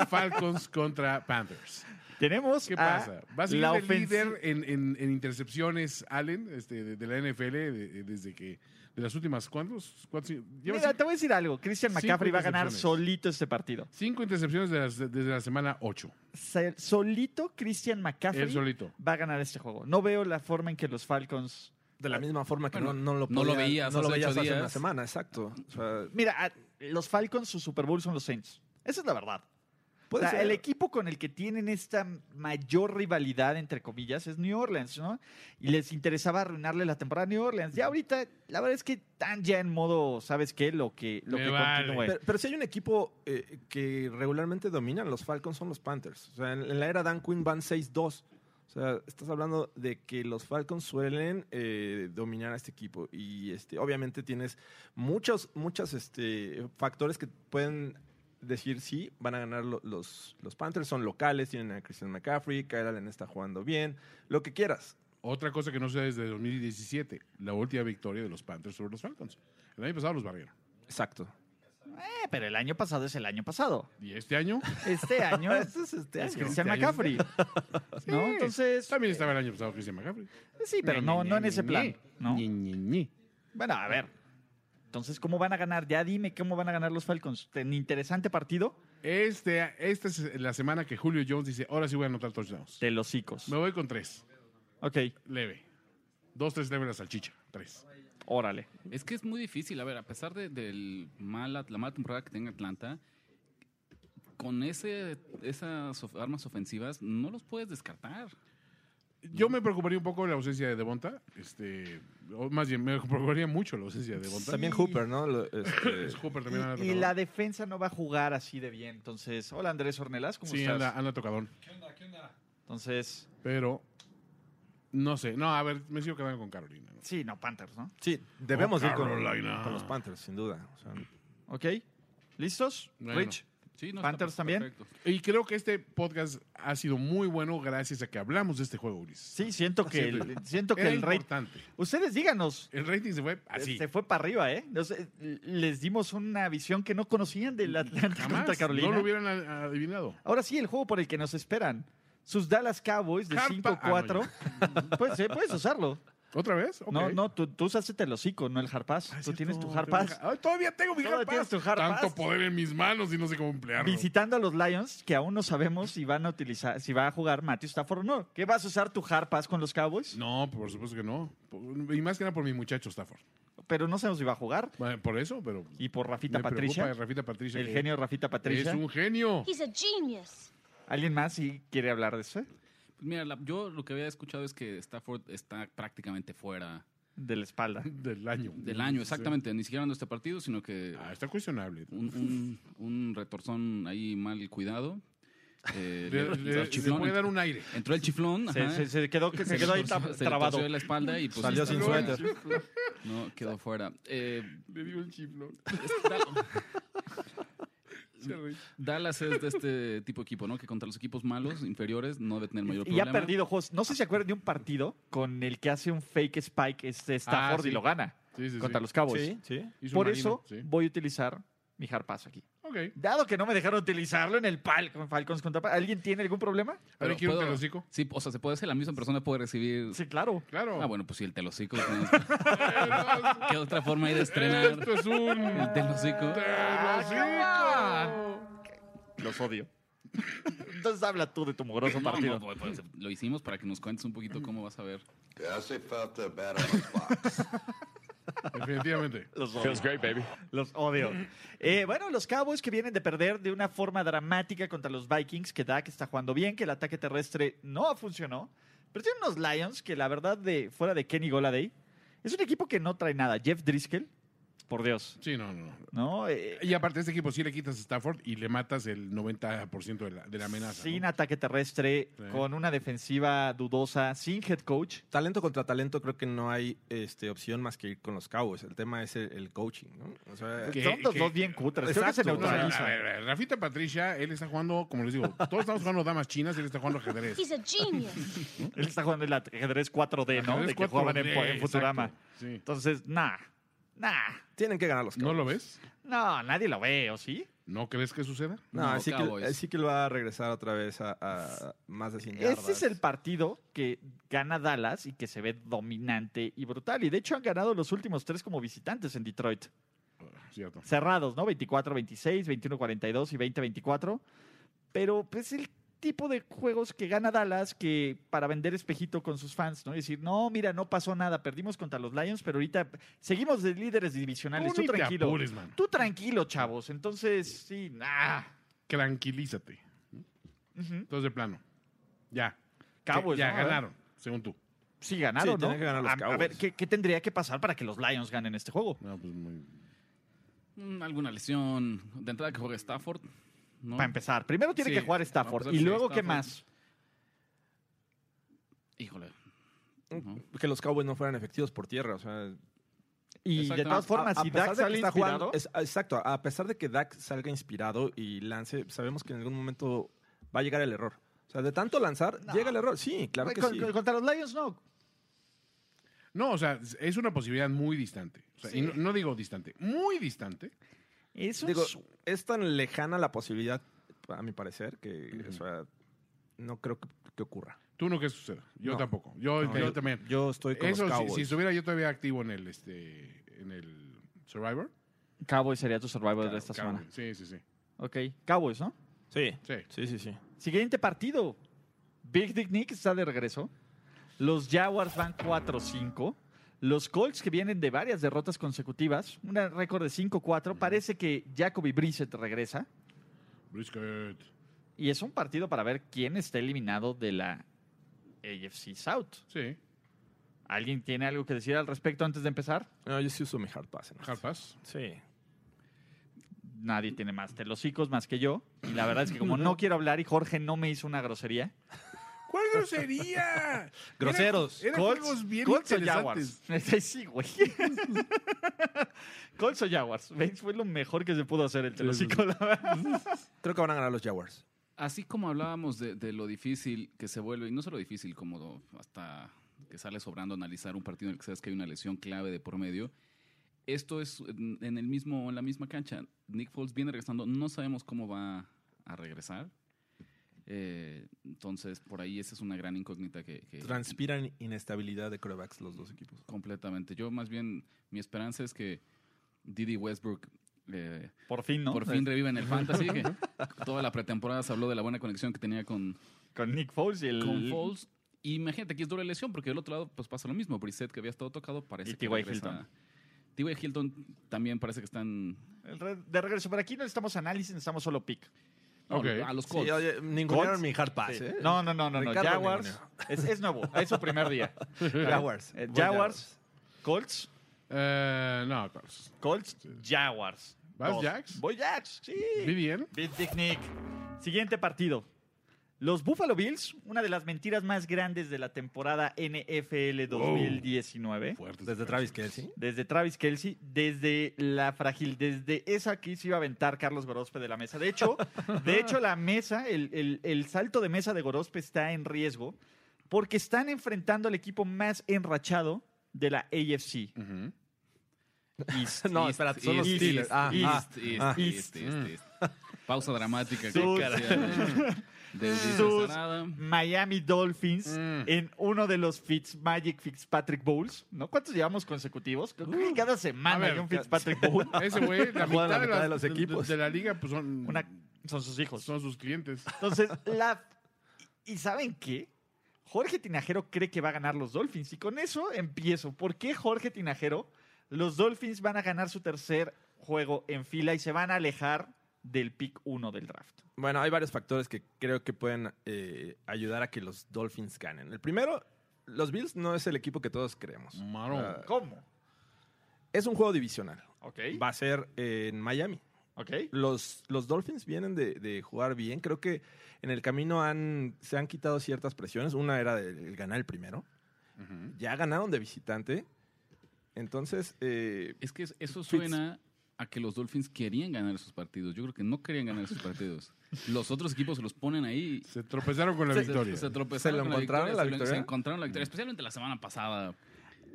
[SPEAKER 4] Falcons contra Panthers.
[SPEAKER 2] (laughs) Tenemos.
[SPEAKER 4] ¿Qué
[SPEAKER 2] a
[SPEAKER 4] pasa? ¿Va a seguir
[SPEAKER 2] Ah, la
[SPEAKER 4] el líder
[SPEAKER 2] ofensi-
[SPEAKER 4] en, en- en intercepciones Allen este, de, de la NFL de- desde que de las últimas cuántos? ¿Cuántos? Lleva
[SPEAKER 2] Mira,
[SPEAKER 4] cinco,
[SPEAKER 2] te voy a decir algo. Christian
[SPEAKER 4] Cinco
[SPEAKER 2] McCaffrey va a ganar
[SPEAKER 4] intercepciones.
[SPEAKER 2] solito este partido.
[SPEAKER 4] cinco intercepciones de las- desde la semana 8.
[SPEAKER 2] Se- Solito Christian McCaffrey
[SPEAKER 4] Él solito.
[SPEAKER 2] va a ganar este juego. No veo la forma en que los Falcons
[SPEAKER 3] De la misma forma que
[SPEAKER 6] Bueno,
[SPEAKER 3] no, no lo
[SPEAKER 6] no lo
[SPEAKER 3] podía-
[SPEAKER 6] veías
[SPEAKER 3] no lo
[SPEAKER 6] hace
[SPEAKER 3] veías
[SPEAKER 6] ocho
[SPEAKER 3] hace una
[SPEAKER 6] días.
[SPEAKER 3] semana, exacto. O sea,
[SPEAKER 2] Mira, a- los Falcons, su Super Bowl son los Saints. Esa es la verdad. O sea, el equipo con el que tienen esta mayor rivalidad, entre comillas, es New Orleans, ¿no? Y les interesaba arruinarle la temporada a New Orleans. Ya ahorita, la verdad es que están ya en modo, ¿sabes qué? Lo que, lo
[SPEAKER 4] Me
[SPEAKER 2] que
[SPEAKER 4] vale.
[SPEAKER 2] continúe.
[SPEAKER 3] Pero, pero si hay un equipo eh, que regularmente dominan los Falcons son los Panthers. O sea, en, en la era Dan Quinn van 6-2. O sea, estás hablando de que los Falcons suelen eh, dominar a este equipo. Y este, obviamente tienes muchos, muchos este, factores que pueden decir sí, van a ganar lo- los, los Panthers. Son locales, tienen a Christian McCaffrey, Kyle Allen está jugando bien, lo que quieras.
[SPEAKER 4] Otra cosa que no sea desde 2017, la última victoria de los Panthers sobre los Falcons. El año pasado los barrieron.
[SPEAKER 3] Exacto.
[SPEAKER 2] Eh, pero el año pasado es el año pasado.
[SPEAKER 4] Y
[SPEAKER 2] (laughs)
[SPEAKER 4] este año
[SPEAKER 3] (laughs)
[SPEAKER 2] Este año es,
[SPEAKER 3] Este es este
[SPEAKER 2] es
[SPEAKER 3] año.
[SPEAKER 2] Christian
[SPEAKER 4] Este año.
[SPEAKER 2] McCaffrey. ¿No?
[SPEAKER 4] Sí.
[SPEAKER 2] Entonces,
[SPEAKER 4] también estaba el año pasado Christian McCaffrey.
[SPEAKER 2] sí, pero no, no en ese plan. ¿no?
[SPEAKER 4] Ñe, Ñe, Ñe.
[SPEAKER 2] Bueno, a ver. Entonces, ¿cómo van a ganar? Ya dime cómo van a ganar los Falcons. Tan interesante partido
[SPEAKER 4] Este, esta es la semana que Julio Jones dice, ahora sí voy a anotar touchdowns.
[SPEAKER 2] de los hicos.
[SPEAKER 4] Me voy con tres,
[SPEAKER 2] Ok,
[SPEAKER 4] leve. Dos, tres, leve la salchicha. Tres.
[SPEAKER 2] órale.
[SPEAKER 6] Es que es muy difícil, a ver, a pesar de del mala, la mala temporada que tenga Atlanta, con ese, esas of- armas ofensivas no los puedes descartar.
[SPEAKER 4] Yo me preocuparía un poco la ausencia de Devonta. Este, o más bien, me preocuparía mucho la ausencia de Devonta.
[SPEAKER 3] También Hooper, ¿no? Lo- este,
[SPEAKER 4] (coughs) Es Hooper también anda
[SPEAKER 2] Y, y
[SPEAKER 4] tocadón.
[SPEAKER 2] la defensa no va a jugar así de bien. Entonces, hola Andrés Ornelas, ¿cómo
[SPEAKER 4] Sí,
[SPEAKER 2] estás?
[SPEAKER 4] anda, anda tocadón.
[SPEAKER 2] Entonces,
[SPEAKER 4] Pero, no sé. No, a ver, me sigo quedando con Carolina. ¿no?
[SPEAKER 2] sí, no, Panthers, ¿no?
[SPEAKER 3] Sí, debemos
[SPEAKER 4] Oh,
[SPEAKER 3] ir con,
[SPEAKER 4] Carolina.
[SPEAKER 3] con los Panthers, sin duda. O sea,
[SPEAKER 2] Ok, ¿listos?
[SPEAKER 4] Bueno.
[SPEAKER 2] Rich.
[SPEAKER 6] Sí, no está
[SPEAKER 2] ¿Panthers
[SPEAKER 6] per-
[SPEAKER 2] también?
[SPEAKER 6] perfecto.
[SPEAKER 4] Y creo que este podcast ha sido muy bueno gracias a que hablamos de este juego, Ulises.
[SPEAKER 2] Sí, siento que,
[SPEAKER 4] Siento-
[SPEAKER 2] el, siento que
[SPEAKER 4] Era
[SPEAKER 2] el rey...
[SPEAKER 4] importante.
[SPEAKER 2] Ustedes díganos.
[SPEAKER 4] El rating se fue así.
[SPEAKER 2] Se fue para arriba, ¿eh? No sé, les dimos una visión que no conocían del Atlanta contra
[SPEAKER 4] Jamás.
[SPEAKER 2] Carolina.
[SPEAKER 4] No lo hubieran a- adivinado.
[SPEAKER 2] Ahora sí, el juego por el que nos esperan. Sus Dallas Cowboys de
[SPEAKER 4] Harpa- Ah,
[SPEAKER 2] 5-4. Pues, eh, puedes usarlo.
[SPEAKER 4] ¿Otra vez? Ok.
[SPEAKER 2] No, no, tú, tú usaste el hocico, no el hard pass.
[SPEAKER 4] Ah, es
[SPEAKER 2] tú tienes tu
[SPEAKER 4] cierto,
[SPEAKER 2] hard
[SPEAKER 4] tengo
[SPEAKER 2] pass.
[SPEAKER 4] ja- Ay, Ah, todavía tengo mi
[SPEAKER 2] Todavía
[SPEAKER 4] hard
[SPEAKER 2] tienes
[SPEAKER 4] pass.
[SPEAKER 2] tu hard
[SPEAKER 4] Tanto
[SPEAKER 2] pass.
[SPEAKER 4] poder en mis manos y no sé cómo emplearlo.
[SPEAKER 2] Visitando a los Lions, que aún no sabemos si van a utilizar, si va a jugar Matthew Stafford o no. ¿Qué vas a usar tu hard pass con los Cowboys?
[SPEAKER 4] No, por supuesto que no. Por- Y más que nada por mi muchacho Stafford.
[SPEAKER 2] Pero no sabemos si va a jugar.
[SPEAKER 4] Bueno, Por eso, pero
[SPEAKER 2] Y por Rafita
[SPEAKER 4] me
[SPEAKER 2] Patricia,
[SPEAKER 4] preocupa Rafita Patricia.
[SPEAKER 2] el
[SPEAKER 4] que
[SPEAKER 2] genio Rafita Patricia.
[SPEAKER 4] Es un genio.
[SPEAKER 7] He's a genius.
[SPEAKER 2] ¿Alguien más si quiere hablar de eso? eh?
[SPEAKER 6] Pues mira, la- yo lo que había escuchado es que Stafford está prácticamente fuera
[SPEAKER 2] De la espalda.
[SPEAKER 4] Del año.
[SPEAKER 6] del año, exactamente. Ni siquiera en este partido, sino que
[SPEAKER 4] Ah, está cuestionable.
[SPEAKER 6] un, un- un retorzón ahí mal
[SPEAKER 2] (laughs)
[SPEAKER 6] cuidado. Eh,
[SPEAKER 4] Le,
[SPEAKER 6] le-
[SPEAKER 4] le-
[SPEAKER 6] entró
[SPEAKER 4] le
[SPEAKER 6] el chiflón,
[SPEAKER 4] puede dar un aire.
[SPEAKER 6] Entró el chiflón.
[SPEAKER 2] Se,
[SPEAKER 6] ajá.
[SPEAKER 2] se- se quedó, se
[SPEAKER 6] le
[SPEAKER 2] quedó ahí
[SPEAKER 6] torció-
[SPEAKER 2] tra-
[SPEAKER 6] se le
[SPEAKER 2] trabado.
[SPEAKER 6] torció la espalda y pues,
[SPEAKER 3] Salió
[SPEAKER 6] está
[SPEAKER 3] sin
[SPEAKER 6] fuera.
[SPEAKER 3] suéter.
[SPEAKER 6] No, quedó fuera. Eh,
[SPEAKER 4] Le digo
[SPEAKER 6] (laughs)
[SPEAKER 4] el chiflón. Se ríe.
[SPEAKER 6] Dallas es de este tipo de equipo, ¿no? Que contra los equipos malos, inferiores, no debe tener mayor
[SPEAKER 2] Y ha
[SPEAKER 6] problema.
[SPEAKER 2] perdido juegos. No sé si se acuerdan de un partido con el que hace un fake spike este Stafford
[SPEAKER 4] sí.
[SPEAKER 2] y lo gana
[SPEAKER 4] Sí, sí,
[SPEAKER 2] contra
[SPEAKER 4] sí.
[SPEAKER 2] los Cowboys.
[SPEAKER 3] sí, Pues, sí.
[SPEAKER 4] Hizo
[SPEAKER 2] Por
[SPEAKER 4] un marino,
[SPEAKER 2] eso
[SPEAKER 4] sí.
[SPEAKER 2] voy a utilizar mi hard pass aquí.
[SPEAKER 4] Ok.
[SPEAKER 2] Dado que no me dejaron utilizarlo en el pal con Falcons contra Pal- ¿Alguien tiene algún problema?
[SPEAKER 4] A ver,
[SPEAKER 6] Pero
[SPEAKER 4] quiero un
[SPEAKER 6] puedo-
[SPEAKER 4] telocico.
[SPEAKER 6] Sí, o sea, se puede hacer la misma persona, puede recibir.
[SPEAKER 2] Sí, claro.
[SPEAKER 4] Claro. Eh,
[SPEAKER 6] Ah, bueno, pues sí, el telocico. ¿Qué otra forma hay de estrenar?
[SPEAKER 2] (laughs)
[SPEAKER 4] Esto es un
[SPEAKER 6] El telocico. Ah,
[SPEAKER 4] telocico.
[SPEAKER 2] Los odio. Entonces habla tú de tu mugroso
[SPEAKER 6] No,
[SPEAKER 2] partido.
[SPEAKER 6] no, pues, lo hicimos para que nos cuentes un poquito cómo vas a ver.
[SPEAKER 8] hace falta ver (laughs) a los Fox.
[SPEAKER 4] Definitivamente.
[SPEAKER 2] Los odio. Los odio. Eh, bueno, los Cowboys que vienen de perder de una forma dramática contra los Vikings, que Dak está jugando bien, que el ataque terrestre no funcionó. Pero tienen unos Lions que la verdad, de fuera de Kenny Goladay, es un equipo que no trae nada. Jeff Driscoll, por Dios,
[SPEAKER 4] Sí, no, no. no.
[SPEAKER 2] ¿no? Eh,
[SPEAKER 4] Y aparte, este equipo sí le quitas a Stafford y le matas el 90% de la, de la amenaza.
[SPEAKER 2] sin
[SPEAKER 4] ¿no?
[SPEAKER 2] ataque terrestre,
[SPEAKER 4] Sí.
[SPEAKER 2] con una defensiva dudosa, sin head coach.
[SPEAKER 3] Talento contra talento, creo que no hay este, opción más que ir con los Cowboys. El tema es el, el coaching, ¿no? O sea,
[SPEAKER 4] ¿Qué?
[SPEAKER 2] Son los
[SPEAKER 4] Eh, que-
[SPEAKER 2] dos bien cutres. Creo que se
[SPEAKER 3] Exacto.
[SPEAKER 4] No, no, a ver,
[SPEAKER 2] neutraliza.
[SPEAKER 4] a ver, Rafita Patricia, él está jugando, como les digo, todos estamos jugando damas chinas, él está jugando ajedrez.
[SPEAKER 7] He's a genius.
[SPEAKER 2] Él está jugando el ajedrez 4D, ¿no?
[SPEAKER 4] Ajedrez
[SPEAKER 2] de que
[SPEAKER 4] 4D,
[SPEAKER 2] jugaban en, en
[SPEAKER 4] exacto.
[SPEAKER 2] Futurama.
[SPEAKER 4] Sí.
[SPEAKER 2] Entonces, nah, nah.
[SPEAKER 3] tienen que ganar los
[SPEAKER 4] ¿No
[SPEAKER 3] Cowboys.
[SPEAKER 4] lo ves?
[SPEAKER 2] No, nadie lo ve, ¿o sí?
[SPEAKER 4] ¿No crees que suceda?
[SPEAKER 3] No,
[SPEAKER 6] No,
[SPEAKER 3] sí,
[SPEAKER 6] Cowboys.
[SPEAKER 3] que, sí que lo va a regresar otra vez a, a más de 100 yardas.
[SPEAKER 2] Ese es el partido que gana Dallas y que se ve dominante y brutal. Y de hecho han ganado los últimos tres como visitantes en Detroit.
[SPEAKER 4] Cierto.
[SPEAKER 2] Cerrados, ¿no? 24-26, 21-42 y 20-24. Pero pues el tipo de juegos que gana Dallas que para vender espejito con sus fans, ¿no? Y decir, no, mira, no pasó nada, perdimos contra los Lions, pero ahorita seguimos de líderes divisionales. Tú
[SPEAKER 4] Tú ni te
[SPEAKER 2] Ah, tranquilo.
[SPEAKER 4] apures, man.
[SPEAKER 2] Tú tranquilo, chavos. Entonces, sí, nah.
[SPEAKER 4] Ah, Tranquilízate.
[SPEAKER 2] Ujú.
[SPEAKER 4] Entonces, de plano. Ya.
[SPEAKER 2] Cowboys,
[SPEAKER 4] ya
[SPEAKER 2] ¿no?
[SPEAKER 4] ganaron, según tú.
[SPEAKER 2] Sí, ganaron,
[SPEAKER 3] Sí,
[SPEAKER 2] ¿no?
[SPEAKER 3] tenían que ganar los
[SPEAKER 2] a, a
[SPEAKER 3] Cowboys.
[SPEAKER 2] ver, ¿qué, qué tendría que pasar para que los Lions ganen este juego?
[SPEAKER 4] No, pues muy-
[SPEAKER 6] Mm, Alguna lesión. De entrada que juega Stafford. ¿no?
[SPEAKER 2] Para empezar, primero tiene
[SPEAKER 6] Sí,
[SPEAKER 2] que jugar
[SPEAKER 3] pues
[SPEAKER 2] Stafford.
[SPEAKER 6] para
[SPEAKER 2] ¿Y
[SPEAKER 6] empezar,
[SPEAKER 2] luego
[SPEAKER 6] sí,
[SPEAKER 2] qué
[SPEAKER 6] Stafford.
[SPEAKER 2] más?
[SPEAKER 6] Híjole. ¿no?
[SPEAKER 3] Que los Cowboys no fueran efectivos por tierra. O sea,
[SPEAKER 2] Y de
[SPEAKER 6] Exacto.
[SPEAKER 2] todas formas,
[SPEAKER 3] a- a
[SPEAKER 2] si
[SPEAKER 3] pesar
[SPEAKER 2] Dak
[SPEAKER 3] de que
[SPEAKER 2] sale
[SPEAKER 3] está jugando-
[SPEAKER 2] inspirado,
[SPEAKER 3] es- exacto, a pesar de que Dak salga inspirado y lance, sabemos que en algún momento va a llegar el error. O sea, de tanto lanzar,
[SPEAKER 2] No.
[SPEAKER 3] llega el error. Sí, claro
[SPEAKER 2] Güey,
[SPEAKER 3] que
[SPEAKER 2] con-
[SPEAKER 3] sí.
[SPEAKER 2] con- contra los Lions no.
[SPEAKER 4] No, o sea, es una posibilidad muy distante. O sea, y no, no digo distante, muy distante.
[SPEAKER 2] Eso
[SPEAKER 3] Digo,
[SPEAKER 2] es-
[SPEAKER 3] es tan lejana la posibilidad, a mi parecer, que o sea, no creo que, que ocurra.
[SPEAKER 4] Tú no crees que suceda. Yo
[SPEAKER 3] No.
[SPEAKER 4] tampoco. Yo,
[SPEAKER 3] No,
[SPEAKER 4] yo también.
[SPEAKER 3] Yo estoy con
[SPEAKER 4] Eso,
[SPEAKER 3] los
[SPEAKER 4] si,
[SPEAKER 3] Cowboys.
[SPEAKER 4] si estuviera yo todavía activo en el, este, en el Survivor.
[SPEAKER 2] Cowboys sería tu survival de
[SPEAKER 4] claro,
[SPEAKER 2] esta
[SPEAKER 4] cabrón.
[SPEAKER 2] semana.
[SPEAKER 4] Sí, sí, sí.
[SPEAKER 2] Ok, Cowboys, ¿no?
[SPEAKER 3] Sí,
[SPEAKER 4] Sí.
[SPEAKER 3] sí, sí, sí.
[SPEAKER 2] Siguiente partido. Big Dick Nick está de regreso. Los Jaguars van 4-5. Los Colts que vienen de varias derrotas consecutivas, un récord de 5-4, parece que Jacoby Brissett regresa
[SPEAKER 4] Brisket.
[SPEAKER 2] y es un partido para ver quién está eliminado de la AFC South.
[SPEAKER 4] Sí.
[SPEAKER 2] ¿Alguien tiene algo que decir al respecto antes de empezar?
[SPEAKER 3] No, yo sí uso mi hard pass. en este.
[SPEAKER 4] Hard
[SPEAKER 3] (laughs)
[SPEAKER 4] pass.
[SPEAKER 3] Sí.
[SPEAKER 2] Nadie tiene más telosicos más que yo. Y la verdad es que como no quiero hablar y Jorge no me hizo una grosería,
[SPEAKER 4] ¿Cuál grosería?
[SPEAKER 3] Groseros.
[SPEAKER 4] Eran
[SPEAKER 2] Colts-
[SPEAKER 4] juegos bien
[SPEAKER 2] Colts o
[SPEAKER 4] interesantes.
[SPEAKER 2] Jaguars. (laughs) sí, güey. Colts o Jaguars. ¿Ves? Fue lo mejor que se pudo hacer el telocico, la verdad.
[SPEAKER 3] Creo que van a ganar los Jaguars.
[SPEAKER 6] Así como hablábamos de, de lo difícil que se vuelve, y no solo difícil, como do- hasta que sale sobrando analizar un partido en el que sabes que hay una lesión clave de por medio, esto es en, en el mismo, en la misma cancha. Nick Foles viene regresando, no sabemos cómo va a regresar. Eh, entonces, por ahí esa es una gran incógnita que, que-
[SPEAKER 3] Transpiran inestabilidad de corebacks los dos equipos.
[SPEAKER 6] completamente. Yo más bien, mi esperanza es que Didi Westbrook... eh,
[SPEAKER 2] Por fin, ¿no?
[SPEAKER 6] Por fin revive en el fantasy. que toda la pretemporada se habló de la buena conexión que tenía con,
[SPEAKER 2] Eh, Con Nick Foles y el...
[SPEAKER 6] con Foles. Y imagínate que es doble lesión, porque del otro lado pues pasa lo mismo. Brissett, que había estado tocado, parece
[SPEAKER 2] Y
[SPEAKER 6] que
[SPEAKER 2] T.Y.
[SPEAKER 6] regresa.
[SPEAKER 2] Hilton.
[SPEAKER 6] T.Y. Hilton también parece que están...
[SPEAKER 2] el re- de regreso. Pero aquí no necesitamos análisis, necesitamos solo pick.
[SPEAKER 6] no,
[SPEAKER 4] Ok.
[SPEAKER 6] A los
[SPEAKER 3] Sí,
[SPEAKER 6] Colts.
[SPEAKER 3] oye,
[SPEAKER 2] Colts.
[SPEAKER 3] ningunearon mi hard
[SPEAKER 6] Ah,
[SPEAKER 3] pass.
[SPEAKER 2] Sí.
[SPEAKER 3] ¿eh?
[SPEAKER 2] No, no, no, no. no.
[SPEAKER 3] Ricardo
[SPEAKER 2] Jaguars.
[SPEAKER 3] Menino.
[SPEAKER 2] Es, es nuevo. Es su primer día.
[SPEAKER 3] Jaguars.
[SPEAKER 2] Eh,
[SPEAKER 3] Voy
[SPEAKER 2] Jaguars, Colts,
[SPEAKER 4] Eh, no, Colts.
[SPEAKER 2] Colts, Jaguars.
[SPEAKER 4] ¿Vas,
[SPEAKER 2] Dos.
[SPEAKER 4] Jags?
[SPEAKER 2] Voy Jags, sí.
[SPEAKER 4] ¿Vi bien?
[SPEAKER 2] Big Dick Nick. Siguiente partido. Los Buffalo Bills, una de las mentiras más grandes de la temporada NFL 2019.
[SPEAKER 4] Fuertes.
[SPEAKER 3] Desde Travis Kelsey.
[SPEAKER 2] Desde Travis Kelsey, desde la frágil, desde esa que se iba a aventar Carlos Gorospe de la mesa. De hecho, de hecho la mesa, el, el- el salto de mesa de Gorospe está en riesgo porque están enfrentando al equipo más enrachado de la AFC.
[SPEAKER 4] Ujú. (laughs)
[SPEAKER 2] East.
[SPEAKER 3] No,
[SPEAKER 6] East,
[SPEAKER 3] espérate, son los
[SPEAKER 6] East,
[SPEAKER 3] Steelers.
[SPEAKER 6] East,
[SPEAKER 3] Ah, ah,
[SPEAKER 6] East, East,
[SPEAKER 3] ah.
[SPEAKER 6] East, East, East. Pausa dramática.
[SPEAKER 2] Sus-
[SPEAKER 6] que hacía de- de Ulises
[SPEAKER 2] Sus-
[SPEAKER 6] Arada.
[SPEAKER 2] Miami Dolphins
[SPEAKER 4] Mm.
[SPEAKER 2] en uno de los Fitzmagic Fitzpatrick Bowls. ¿No? ¿Cuántos llevamos consecutivos? Creo que cada semana
[SPEAKER 4] Uh. A ver,
[SPEAKER 2] hay un Fitzpatrick
[SPEAKER 4] (laughs)
[SPEAKER 2] Bowl.
[SPEAKER 4] Ese güey, la mitad,
[SPEAKER 3] Juegan la
[SPEAKER 4] de,
[SPEAKER 3] mitad
[SPEAKER 4] las-
[SPEAKER 3] de los
[SPEAKER 4] de- de-
[SPEAKER 3] equipos.
[SPEAKER 4] de la liga pues son,
[SPEAKER 2] Una- son sus hijos.
[SPEAKER 4] son sus clientes.
[SPEAKER 2] Entonces, la. ¿Y saben qué? Jorge Tinajero cree que va a ganar los Dolphins. Y con eso empiezo. ¿Por qué Jorge Tinajero? Los Dolphins van a ganar su tercer juego en fila y se van a alejar del pick 1 del draft.
[SPEAKER 3] Bueno, hay varios factores que creo que pueden eh, ayudar a que los Dolphins ganen. El primero, los Bills no es el equipo que todos creemos.
[SPEAKER 4] Marón.
[SPEAKER 3] Ah.
[SPEAKER 2] ¿Cómo?
[SPEAKER 3] Es un juego divisional.
[SPEAKER 2] Ok.
[SPEAKER 3] Va a ser eh, en Miami.
[SPEAKER 2] Ok.
[SPEAKER 3] Los, los Dolphins vienen de, de jugar bien. Creo que en el camino han, se han quitado ciertas presiones. Una era el, el ganar el primero.
[SPEAKER 4] Ujú.
[SPEAKER 3] Ya ganaron de visitante. Entonces, eh,
[SPEAKER 6] Es que eso
[SPEAKER 3] Fitz.
[SPEAKER 6] suena a que los Dolphins querían ganar sus partidos. Yo creo que no querían ganar sus partidos. Los otros equipos se los ponen ahí
[SPEAKER 4] Se tropezaron con la victoria.
[SPEAKER 6] Se
[SPEAKER 3] ¿Se
[SPEAKER 6] tropezaron.
[SPEAKER 3] lo
[SPEAKER 6] con la
[SPEAKER 3] encontraron
[SPEAKER 6] victoria,
[SPEAKER 3] la
[SPEAKER 6] se lo-
[SPEAKER 3] victoria?
[SPEAKER 6] Se encontraron la victoria, especialmente la semana pasada.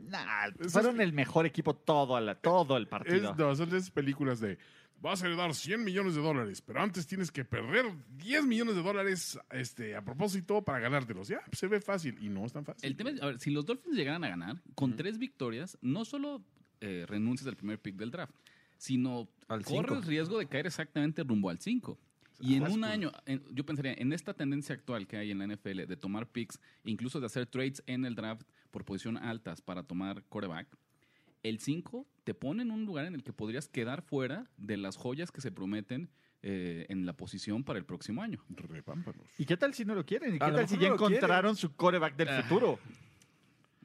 [SPEAKER 2] Nah,
[SPEAKER 3] pues
[SPEAKER 2] fueron el mejor equipo todo, a la- todo el
[SPEAKER 4] Es,
[SPEAKER 2] partido.
[SPEAKER 4] no, son de esas películas de vas a heredar 100 millones de dólares, pero antes tienes que perder 10 millones de dólares este, a propósito para ganártelos. Ya, pues, se ve fácil y no es tan fácil.
[SPEAKER 6] El tema es, a ver, si los Dolphins llegaran a ganar, con tres victorias, no solo eh, renuncias al primer pick del draft, sino
[SPEAKER 3] Al
[SPEAKER 6] corres
[SPEAKER 3] cinco.
[SPEAKER 6] riesgo de caer exactamente rumbo al 5. Y en
[SPEAKER 4] That's
[SPEAKER 6] un
[SPEAKER 4] cool.
[SPEAKER 6] año, en- yo pensaría, en esta tendencia actual que hay en la NFL de tomar picks, incluso de hacer trades en el draft por posición altas para tomar coreback, el 5 te pone en un lugar en el que podrías quedar fuera de las joyas que se prometen eh, en la posición para el próximo año.
[SPEAKER 4] Repámpanos.
[SPEAKER 2] ¿Y qué tal si no lo quieren? ¿Y
[SPEAKER 3] A
[SPEAKER 2] qué
[SPEAKER 3] lo
[SPEAKER 2] tal si
[SPEAKER 3] mejor
[SPEAKER 2] ya
[SPEAKER 3] no lo quieren. Ah.
[SPEAKER 2] encontraron su coreback del
[SPEAKER 3] (laughs)
[SPEAKER 2] futuro?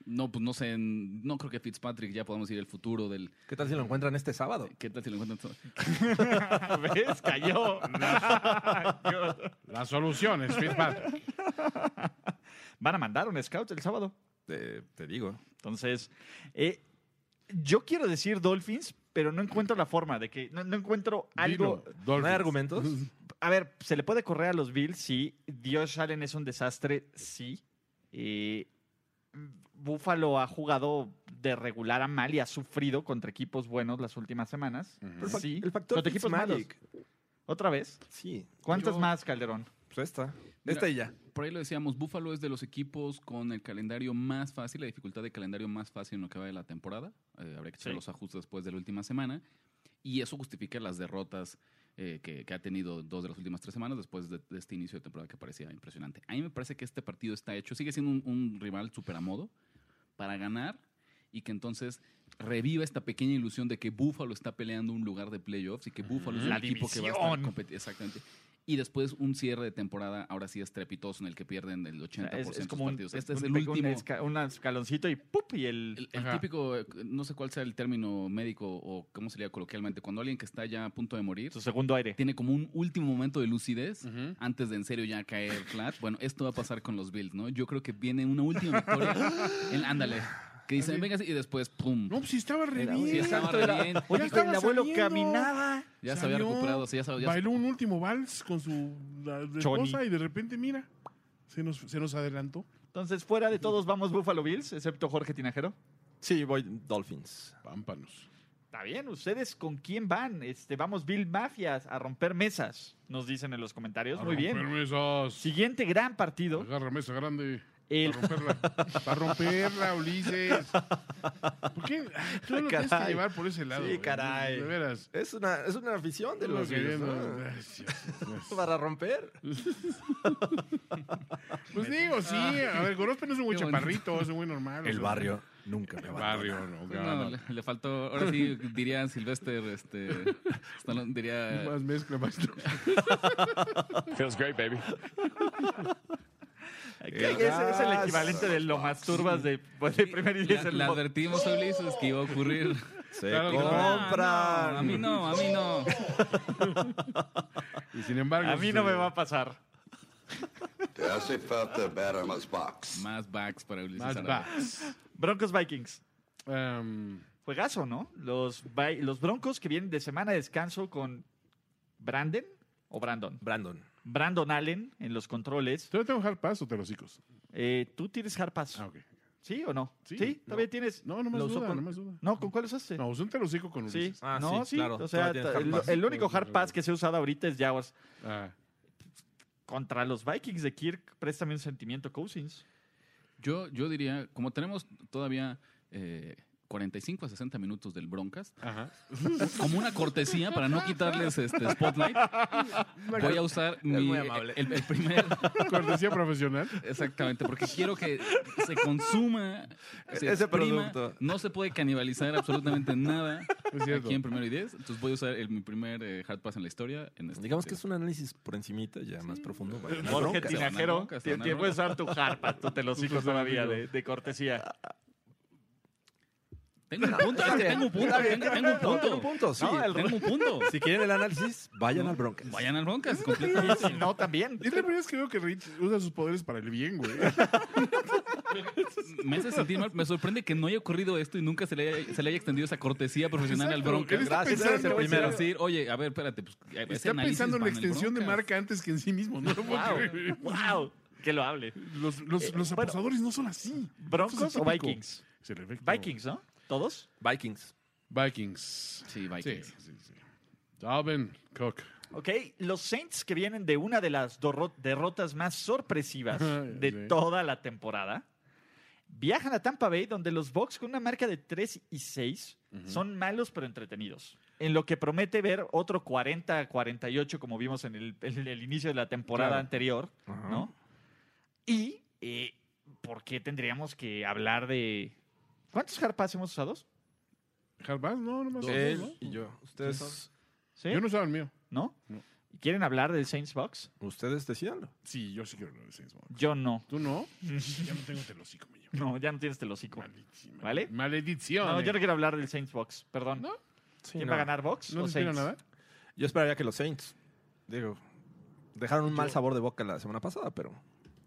[SPEAKER 6] No, pues no sé, n- no creo que Fitzpatrick ya podamos ir el futuro del...
[SPEAKER 3] ¿Qué tal si lo encuentran este sábado?
[SPEAKER 6] ¿Qué tal si lo encuentran?
[SPEAKER 2] ¿Ves? Cayó.
[SPEAKER 4] La solución es Fitzpatrick.
[SPEAKER 2] Van a mandar un scout el sábado.
[SPEAKER 3] Te, te digo.
[SPEAKER 2] Entonces, eh, yo quiero decir Dolphins, pero no encuentro la forma de que. No, no encuentro algo.
[SPEAKER 4] Dilo,
[SPEAKER 3] ¿No
[SPEAKER 4] Dolphins.
[SPEAKER 3] hay argumentos?
[SPEAKER 2] A ver, se le puede correr a los Bills, sí. Dios Allen es un desastre, sí. Eh, Buffalo ha jugado de regular a mal y ha sufrido contra equipos buenos las últimas semanas.
[SPEAKER 4] Mm.
[SPEAKER 3] Pero el fac-
[SPEAKER 2] Sí.
[SPEAKER 3] El factor
[SPEAKER 2] Contra equipos malos.
[SPEAKER 3] Fitzmagic.
[SPEAKER 2] ¿Otra vez?
[SPEAKER 3] Sí.
[SPEAKER 2] ¿Cuántas
[SPEAKER 6] Yo-
[SPEAKER 2] más, Calderón?
[SPEAKER 3] Pues esta.
[SPEAKER 6] Mira.
[SPEAKER 3] Esta y ya.
[SPEAKER 6] Por ahí lo decíamos, Buffalo es de los equipos con el calendario más fácil, la dificultad de calendario más fácil en lo que va de la temporada. Eh, habría que hacer
[SPEAKER 2] Sí.
[SPEAKER 6] los ajustes después de la última semana. Y eso justifica las derrotas eh, que, que ha tenido dos de las últimas tres semanas después de, de este inicio de temporada que parecía impresionante. A mí me parece que este partido está hecho, sigue siendo un, un rival súper a modo para ganar y que entonces reviva esta pequeña ilusión de que Buffalo está peleando un lugar de playoffs y que Buffalo es un
[SPEAKER 2] La
[SPEAKER 6] equipo que va a estar
[SPEAKER 2] división.
[SPEAKER 6] competi- Exactamente. Y después un cierre de temporada, ahora sí estrepitoso, en el que pierden el 80%
[SPEAKER 2] Es,
[SPEAKER 6] de
[SPEAKER 2] es
[SPEAKER 6] los
[SPEAKER 2] como un,
[SPEAKER 6] partidos. Este es
[SPEAKER 2] un-
[SPEAKER 6] el
[SPEAKER 2] un
[SPEAKER 6] último.
[SPEAKER 2] esca- un escaloncito y ¡pup! Y el...
[SPEAKER 6] El, el
[SPEAKER 4] Ajá.
[SPEAKER 6] típico, eh, no sé cuál sea el término médico o cómo sería coloquialmente, cuando alguien que está ya a punto de morir
[SPEAKER 2] su segundo aire.
[SPEAKER 6] tiene como un último momento de lucidez
[SPEAKER 4] Ujú.
[SPEAKER 6] antes de en serio ya caer flat. Bueno, esto va a pasar con los Bills, ¿no? Yo creo que viene una última
[SPEAKER 4] (laughs)
[SPEAKER 6] victoria. el, ándale. Que dicen, venga, y después, ¡pum!
[SPEAKER 4] No, pues si estaba re
[SPEAKER 6] Era-
[SPEAKER 4] bien.
[SPEAKER 6] sí, estaba re
[SPEAKER 4] Ya
[SPEAKER 6] bien.
[SPEAKER 2] Oye,
[SPEAKER 4] estaba
[SPEAKER 2] el abuelo
[SPEAKER 4] saliendo.
[SPEAKER 2] caminaba.
[SPEAKER 6] ya se había
[SPEAKER 4] Salió,
[SPEAKER 6] recuperado, o sea, ya, sabía
[SPEAKER 4] Bailó un último vals con su la- la
[SPEAKER 2] Choni.
[SPEAKER 4] esposa y de repente, mira, se nos, se nos adelantó.
[SPEAKER 2] Entonces, fuera de todos, vamos Buffalo Bills, excepto Jorge Tinajero.
[SPEAKER 3] Sí, voy Dolphins.
[SPEAKER 4] Pámpanos.
[SPEAKER 2] Está bien, ¿ustedes con quién van? Este, vamos Bill Mafias a romper mesas, nos dicen en los comentarios. Muy bien.
[SPEAKER 4] Permisos.
[SPEAKER 2] Siguiente gran partido.
[SPEAKER 4] Agarra mesa grande.
[SPEAKER 2] El,
[SPEAKER 4] Para romperla. Para romperla, Ulises. ¿Por qué? Ay, Tú lo tienes que
[SPEAKER 3] Caray.
[SPEAKER 4] llevar por ese lado.
[SPEAKER 3] Sí,
[SPEAKER 4] güey.
[SPEAKER 3] caray.
[SPEAKER 4] De veras.
[SPEAKER 3] Es una, es una afición de
[SPEAKER 4] Tú lo
[SPEAKER 3] los Bills,
[SPEAKER 4] queriendo.
[SPEAKER 3] ¿no?
[SPEAKER 4] Gracias, gracias.
[SPEAKER 3] (laughs) Para romper.
[SPEAKER 4] Pues digo, sí. A ver, Gorospe no es un güey
[SPEAKER 6] Qué bonito.
[SPEAKER 4] chaparrito, es un
[SPEAKER 3] (laughs)
[SPEAKER 4] güey normal. o sea,
[SPEAKER 3] nunca
[SPEAKER 4] El barrio,
[SPEAKER 6] No,
[SPEAKER 4] no.
[SPEAKER 6] le,
[SPEAKER 4] gana.
[SPEAKER 6] le faltó. Ahora sí diría Sylvester, este. Stallone, diría.
[SPEAKER 4] (laughs) Más mezcla, maestro.
[SPEAKER 9] Feels great, baby.
[SPEAKER 2] (laughs) que es, es el equivalente de lo masturbas de, pues, de primer (laughs) y diez
[SPEAKER 6] Ya,
[SPEAKER 2] en
[SPEAKER 6] le
[SPEAKER 2] Mo-
[SPEAKER 6] advertimos a Ulises que iba a ocurrir. Ah,
[SPEAKER 3] Se
[SPEAKER 4] Claro que no.
[SPEAKER 3] compran.
[SPEAKER 6] No, a mí no, a mí no.
[SPEAKER 4] Y sin embargo.
[SPEAKER 2] A mí no
[SPEAKER 4] se-
[SPEAKER 2] me va a pasar.
[SPEAKER 8] I say felt the bottomless box.
[SPEAKER 6] Más backs para Ulises.
[SPEAKER 4] Más
[SPEAKER 6] Arada.
[SPEAKER 4] va.
[SPEAKER 2] Broncos Vikings.
[SPEAKER 4] Em,
[SPEAKER 2] Juegazo, ¿no? Los, Vi- los Broncos que vienen de semana de descanso con Branden o Brandon.
[SPEAKER 3] Brandon.
[SPEAKER 2] Brandon Allen en los controles.
[SPEAKER 4] ¿Te tengo que dejar paso o te los hocicos?
[SPEAKER 2] Eh, ¿Tú tienes harpas?
[SPEAKER 4] Ah, ok.
[SPEAKER 2] ¿Sí o no?
[SPEAKER 4] Sí,
[SPEAKER 2] ¿Todavía tienes?
[SPEAKER 4] No, no más
[SPEAKER 2] ¿Lo usó
[SPEAKER 4] duda,
[SPEAKER 2] con-
[SPEAKER 4] no más duda.
[SPEAKER 2] No, ¿con cuál usaste?
[SPEAKER 4] No, usé un telocico con
[SPEAKER 2] Sí,
[SPEAKER 4] Ulises.
[SPEAKER 3] Ah,
[SPEAKER 2] no,
[SPEAKER 3] sí,
[SPEAKER 2] sí.
[SPEAKER 3] claro.
[SPEAKER 2] O sea,
[SPEAKER 3] Todavía tienes
[SPEAKER 2] ta- el,
[SPEAKER 3] hard pass.
[SPEAKER 2] el único hard pass que se ha usado ahorita es Jaguars.
[SPEAKER 4] Ah,
[SPEAKER 2] Contra los Vikings de Kirk, préstame un sentimiento, Cousins.
[SPEAKER 6] Yo, yo diría, como tenemos todavía. eh, 45 a 60 minutos del Broncas.
[SPEAKER 4] ajá.
[SPEAKER 6] Como una cortesía para no quitarles este spotlight, voy a usar mi-
[SPEAKER 3] muy amable.
[SPEAKER 6] el- el primer
[SPEAKER 4] Cortesía profesional.
[SPEAKER 6] Exactamente, porque quiero que se consuma se
[SPEAKER 3] Ese
[SPEAKER 6] exprima,
[SPEAKER 3] producto.
[SPEAKER 6] No se puede canibalizar absolutamente nada
[SPEAKER 4] Es cierto.
[SPEAKER 6] aquí en primero y diez. Entonces voy a usar el- mi primer eh, hard pass en la historia. En este
[SPEAKER 3] Pues Digamos que es un análisis por encimita, ya más profundo. vaya, no
[SPEAKER 2] Jorge
[SPEAKER 3] broncas.
[SPEAKER 6] Tina- Se van a
[SPEAKER 2] Tinajero,
[SPEAKER 6] broncas, se
[SPEAKER 2] tie-
[SPEAKER 6] van a
[SPEAKER 2] tie- puedes
[SPEAKER 6] broncas.
[SPEAKER 2] usar tu harpa, tu telocico
[SPEAKER 4] Tus
[SPEAKER 2] todavía de,
[SPEAKER 4] amigos.
[SPEAKER 2] de cortesía.
[SPEAKER 6] Tengo un punto, es que tengo un punto, tengo, tengo un
[SPEAKER 3] No,
[SPEAKER 6] punto.
[SPEAKER 3] un punto, sí.
[SPEAKER 2] No, el-
[SPEAKER 6] Tengo un punto.
[SPEAKER 3] Si quieren el análisis, vayan al Broncas.
[SPEAKER 6] Vayan al broncas completamente.
[SPEAKER 4] (laughs)
[SPEAKER 2] Y si no, también.
[SPEAKER 4] Es la primera vez que veo que Rich usa sus poderes para el bien, güey.
[SPEAKER 6] Me hace sentir mal. Me sorprende que no haya ocurrido esto y nunca se le haya, se le haya extendido esa cortesía profesional
[SPEAKER 4] Exacto,
[SPEAKER 6] al broncas.
[SPEAKER 4] él está
[SPEAKER 3] Gracias,
[SPEAKER 4] pensando-
[SPEAKER 3] eres el
[SPEAKER 6] Primero
[SPEAKER 3] primero.
[SPEAKER 6] decir, oye, a ver, espérate. Pues, ese
[SPEAKER 4] Está
[SPEAKER 6] análisis
[SPEAKER 4] pensando en
[SPEAKER 6] va
[SPEAKER 4] la
[SPEAKER 6] el
[SPEAKER 4] extensión de
[SPEAKER 6] Broncas.
[SPEAKER 4] marca antes que en sí mismo. No lo puedo creer.
[SPEAKER 2] Wow, wow, que lo hable.
[SPEAKER 4] Los, los, los
[SPEAKER 2] bueno.
[SPEAKER 4] aposadores no son así. Esto es
[SPEAKER 2] ¿Broncos o
[SPEAKER 4] atípico.
[SPEAKER 2] Vikings?
[SPEAKER 4] Es el efecto.
[SPEAKER 2] Vikings, ¿no? ¿Todos?
[SPEAKER 3] Vikings.
[SPEAKER 4] Vikings.
[SPEAKER 6] Sí, Vikings.
[SPEAKER 4] Sí, sí, sí. Dalvin Cook.
[SPEAKER 2] Ok, los Saints que vienen de una de las dorro- derrotas más sorpresivas
[SPEAKER 4] Ay,
[SPEAKER 2] de
[SPEAKER 4] (laughs) sí.
[SPEAKER 2] toda la temporada, viajan a Tampa Bay, donde los Bucks con una marca de 3 y 6 son malos pero entretenidos. en lo que promete ver otro 40-48 como vimos en el, en el inicio de la temporada
[SPEAKER 3] Claro.
[SPEAKER 2] anterior,
[SPEAKER 3] Ajá.
[SPEAKER 2] ¿no? Y eh, ¿por qué tendríamos que hablar de cuántos harpas hemos usado?
[SPEAKER 4] Harvard, no, no más.
[SPEAKER 3] Él y yo. Ustedes,
[SPEAKER 2] ¿Sí?
[SPEAKER 4] Yo no usaba el mío.
[SPEAKER 2] ¿No?
[SPEAKER 4] No.
[SPEAKER 2] ¿Quieren hablar del Saints Box?
[SPEAKER 3] ustedes decidanlo.
[SPEAKER 4] Sí, yo sí quiero hablar de Saints Row.
[SPEAKER 2] Yo no.
[SPEAKER 4] ¿Tú no? (laughs) ya no tengo este telocico, mío.
[SPEAKER 2] No, ya no tienes el hocico.
[SPEAKER 4] Maldición.
[SPEAKER 2] ¿Vale?
[SPEAKER 4] Maledición.
[SPEAKER 2] No,
[SPEAKER 4] eh.
[SPEAKER 2] yo no quiero hablar del Saints Box, perdón.
[SPEAKER 4] ¿No?
[SPEAKER 3] Sí,
[SPEAKER 2] ¿Quién
[SPEAKER 3] no.
[SPEAKER 2] va a ganar Box
[SPEAKER 4] ¿No
[SPEAKER 2] o
[SPEAKER 4] te inspira
[SPEAKER 2] Saints?
[SPEAKER 4] nada?
[SPEAKER 3] Yo esperaría que los Saints, digo, dejaron un mal sabor de boca la semana pasada, pero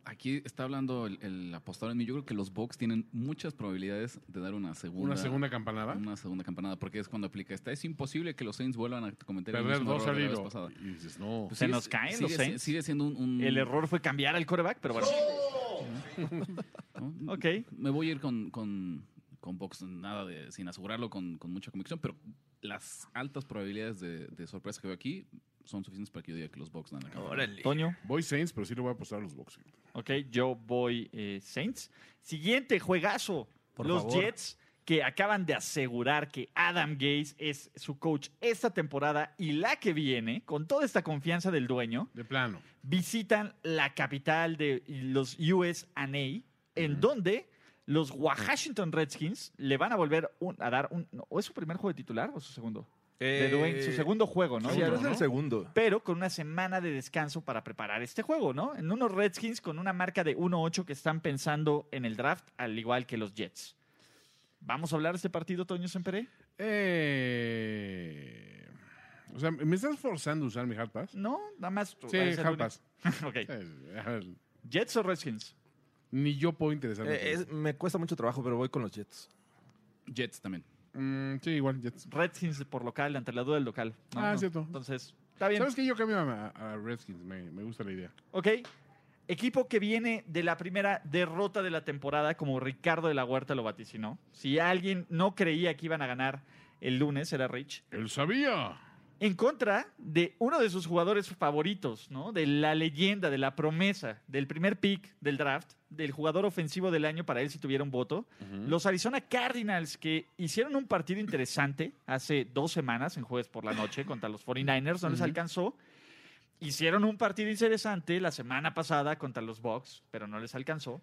[SPEAKER 6] Aquí está hablando el, el apostador en mí. Yo creo que los Bucks tienen muchas probabilidades de dar una segunda.
[SPEAKER 4] Una segunda campanada.
[SPEAKER 6] Una segunda campanada, porque es cuando aplica. Está, es imposible que los Saints vuelvan a cometer el
[SPEAKER 4] Perder
[SPEAKER 6] mismo
[SPEAKER 4] dos
[SPEAKER 6] error
[SPEAKER 4] al
[SPEAKER 6] de la vez
[SPEAKER 4] hilo.
[SPEAKER 6] pasada.
[SPEAKER 4] Y dices, no.
[SPEAKER 6] Pues
[SPEAKER 2] ¿Se
[SPEAKER 6] sigue-
[SPEAKER 2] nos caen
[SPEAKER 6] sigue
[SPEAKER 2] los
[SPEAKER 6] si-
[SPEAKER 2] Saints?
[SPEAKER 6] Sigue siendo un... un-
[SPEAKER 2] El error fue cambiar al coreback, pero bueno.
[SPEAKER 6] ¿no?
[SPEAKER 2] Ok.
[SPEAKER 6] Me voy a ir con, con, con Box, nada de, sin asegurarlo con, con mucha convicción, pero las altas probabilidades de, de sorpresa que veo aquí son suficientes para que yo diga que los Box dan la campanada.
[SPEAKER 2] Toño.
[SPEAKER 4] Voy Saints, pero sí le voy a apostar a los Bucks.
[SPEAKER 2] Ok, yo voy eh, Saints. Siguiente juegazo.
[SPEAKER 3] Por
[SPEAKER 2] los
[SPEAKER 3] favor.
[SPEAKER 2] Jets que acaban de asegurar que Adam Gaze es su coach esta temporada y la que viene, con toda esta confianza del dueño,
[SPEAKER 4] De plano.
[SPEAKER 2] visitan la capital de los USA, en donde los Washington Redskins le van a volver un- a dar un... ¿O es su primer juego de titular o su segundo? De Dwayne, su segundo juego, ¿no?
[SPEAKER 3] eh, Sí, ahora
[SPEAKER 2] Segundo,
[SPEAKER 3] es
[SPEAKER 2] ¿no?
[SPEAKER 3] el segundo.
[SPEAKER 2] pero con una semana de descanso para preparar este juego, ¿no? En unos Redskins con una marca de 1-8 que están pensando en el draft, al igual que los Jets. ¿Vamos a hablar de este partido, Toño Semperé?
[SPEAKER 4] Eh, o sea, ¿me estás forzando a usar mi hard pass?
[SPEAKER 2] No, nada más. tú-
[SPEAKER 4] Sí,
[SPEAKER 2] es el
[SPEAKER 4] hard
[SPEAKER 2] único-
[SPEAKER 4] pass.
[SPEAKER 2] (laughs) Ok.
[SPEAKER 4] Eh, a ver,
[SPEAKER 2] ¿Jets o Redskins?
[SPEAKER 4] Ni yo puedo interesarme.
[SPEAKER 3] Eh,
[SPEAKER 4] por
[SPEAKER 3] es-
[SPEAKER 4] eso.
[SPEAKER 3] me cuesta mucho trabajo, pero voy con los Jets.
[SPEAKER 6] Jets también.
[SPEAKER 4] Mm, sí, igual, Jets.
[SPEAKER 2] Redskins por local, ante la duda del local. No,
[SPEAKER 4] Ah,
[SPEAKER 2] no.
[SPEAKER 4] cierto.
[SPEAKER 2] Entonces, está bien.
[SPEAKER 4] ¿Sabes qué? Yo cambio a, a Redskins. Me, me gusta la idea.
[SPEAKER 2] Ok. Equipo que viene de la primera derrota de la temporada, como Ricardo de la Huerta lo vaticinó. Si alguien no creía que iban a ganar el lunes, era Rich.
[SPEAKER 4] ¡Él sabía!
[SPEAKER 2] en contra de uno de sus jugadores favoritos, ¿no? De la leyenda, de la promesa, del primer pick del draft, del jugador ofensivo del año para él si tuviera un voto. Los Arizona Cardinals que hicieron un partido interesante hace dos semanas, en jueves por la noche, contra los 49ers, no les alcanzó. Hicieron un partido interesante la semana pasada contra los Bucks, pero no les alcanzó.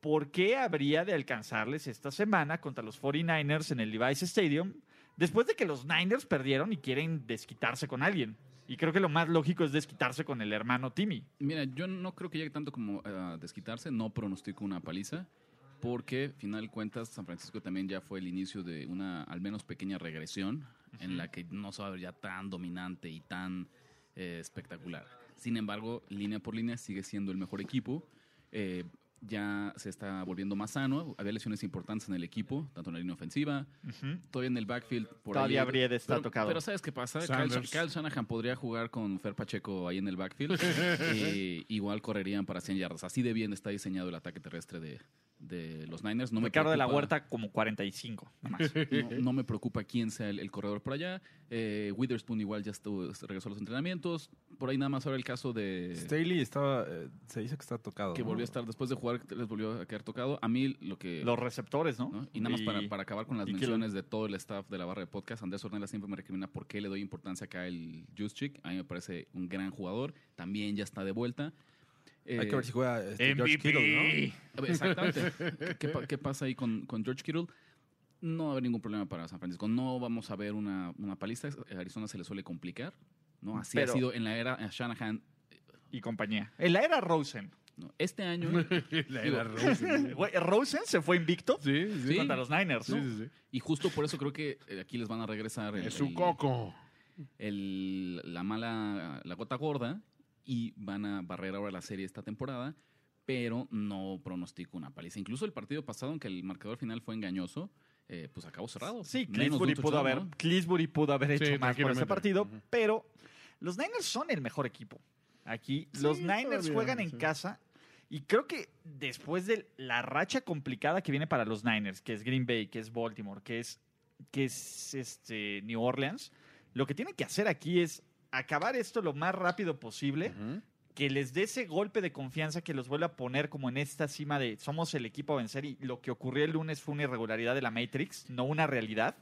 [SPEAKER 2] ¿Por qué habría de alcanzarles esta semana contra los 49ers en el Levi's Stadium después de que los Niners perdieron y quieren desquitarse con alguien. Y creo que lo más lógico es desquitarse con el hermano Timmy.
[SPEAKER 6] Mira, yo no creo que llegue tanto como eh, a desquitarse, no pronostico una paliza, porque final cuentas San Francisco también ya fue el inicio de una al menos pequeña regresión en la que no se va a ver ya tan dominante y tan eh, espectacular. Sin embargo, línea por línea sigue siendo el mejor equipo. Eh, ya se está volviendo más sano. Había lesiones importantes en el equipo, tanto en la línea ofensiva, todavía en el backfield. Por
[SPEAKER 2] Todavía
[SPEAKER 6] ahí-
[SPEAKER 2] Bried está
[SPEAKER 6] pero-
[SPEAKER 2] tocado.
[SPEAKER 6] Pero ¿sabes qué pasa? Kyle,
[SPEAKER 4] Sanders.
[SPEAKER 6] Kyle Shanahan podría jugar con Fer Pacheco ahí en el backfield. y igual correrían para 100 yardas. Así de bien está diseñado el ataque terrestre de, de los Niners. No me
[SPEAKER 2] Ricardo de la
[SPEAKER 6] preocupa-
[SPEAKER 2] Huerta como 45, nomás.
[SPEAKER 6] (laughs) no, no me preocupa quién sea el, el corredor por allá. Eh, Witherspoon igual ya estuvo- regresó a los entrenamientos. Por ahí nada más ahora el caso de...
[SPEAKER 3] Staley estaba, eh, se dice que está tocado.
[SPEAKER 6] que
[SPEAKER 3] ¿no?
[SPEAKER 6] volvió a estar después de jugar, les volvió a quedar tocado. A mí lo que...
[SPEAKER 2] Los receptores, ¿no?
[SPEAKER 6] ¿no? Y nada más para, para acabar con las
[SPEAKER 2] y que lo-
[SPEAKER 6] menciones de todo el staff de la barra de podcast, Andrés Ornella siempre me recrimina por qué le doy importancia acá al Juszczyk. A mí me parece un gran jugador. También ya está de vuelta. Eh,
[SPEAKER 3] Hay que ver si juega este, George Kittle,
[SPEAKER 6] a ver, Exactamente. ¿Qué- ¿Qué, pa- qué pasa ahí con, con George Kittle? No va a haber ningún problema para San Francisco. No vamos a ver una, una paliza. A Arizona se le suele complicar. ¿no? Así
[SPEAKER 2] Pero-
[SPEAKER 6] ha sido en la era Shanahan.
[SPEAKER 2] Y compañía. En la era Rosen.
[SPEAKER 6] (laughs) ¿no? Este año...
[SPEAKER 4] La
[SPEAKER 6] digo,
[SPEAKER 4] era Rosen.
[SPEAKER 2] Güey, Rosen se fue invicto
[SPEAKER 4] Sí, sí.
[SPEAKER 6] Sí.
[SPEAKER 2] contra los Niners, ¿no?
[SPEAKER 4] Sí, sí, sí.
[SPEAKER 6] y justo por eso creo que eh, aquí les van a regresar el-
[SPEAKER 4] Es su
[SPEAKER 6] el-
[SPEAKER 4] coco.
[SPEAKER 6] el- la mala, la gota gorda y van a barrer ahora la serie esta temporada, pero no pronostico una paliza. Incluso el partido pasado, aunque el marcador final fue engañoso, eh, pues acabó cerrado.
[SPEAKER 2] Sí,
[SPEAKER 6] Menos de un
[SPEAKER 2] Clisbury pudo,
[SPEAKER 6] touchdown,
[SPEAKER 2] haber,
[SPEAKER 6] ¿no?
[SPEAKER 2] Cliffsbury pudo haber
[SPEAKER 4] Sí,
[SPEAKER 2] hecho más por ese
[SPEAKER 4] tranquilamente.
[SPEAKER 2] partido,
[SPEAKER 4] Ujú.
[SPEAKER 2] pero los Niners son el mejor equipo. Aquí los Niners
[SPEAKER 4] todavía,
[SPEAKER 2] juegan en
[SPEAKER 4] sí.
[SPEAKER 2] casa y creo que después de la racha complicada que viene para los Niners, que es Green Bay, que es Baltimore, que es, que es este, New Orleans, lo que tienen que hacer aquí es acabar esto lo más rápido posible
[SPEAKER 4] Ujú.
[SPEAKER 2] que les dé ese golpe de confianza que los vuelve a poner como en esta cima de somos el equipo a vencer y lo que ocurrió el lunes fue una irregularidad de la Matrix, no una realidad.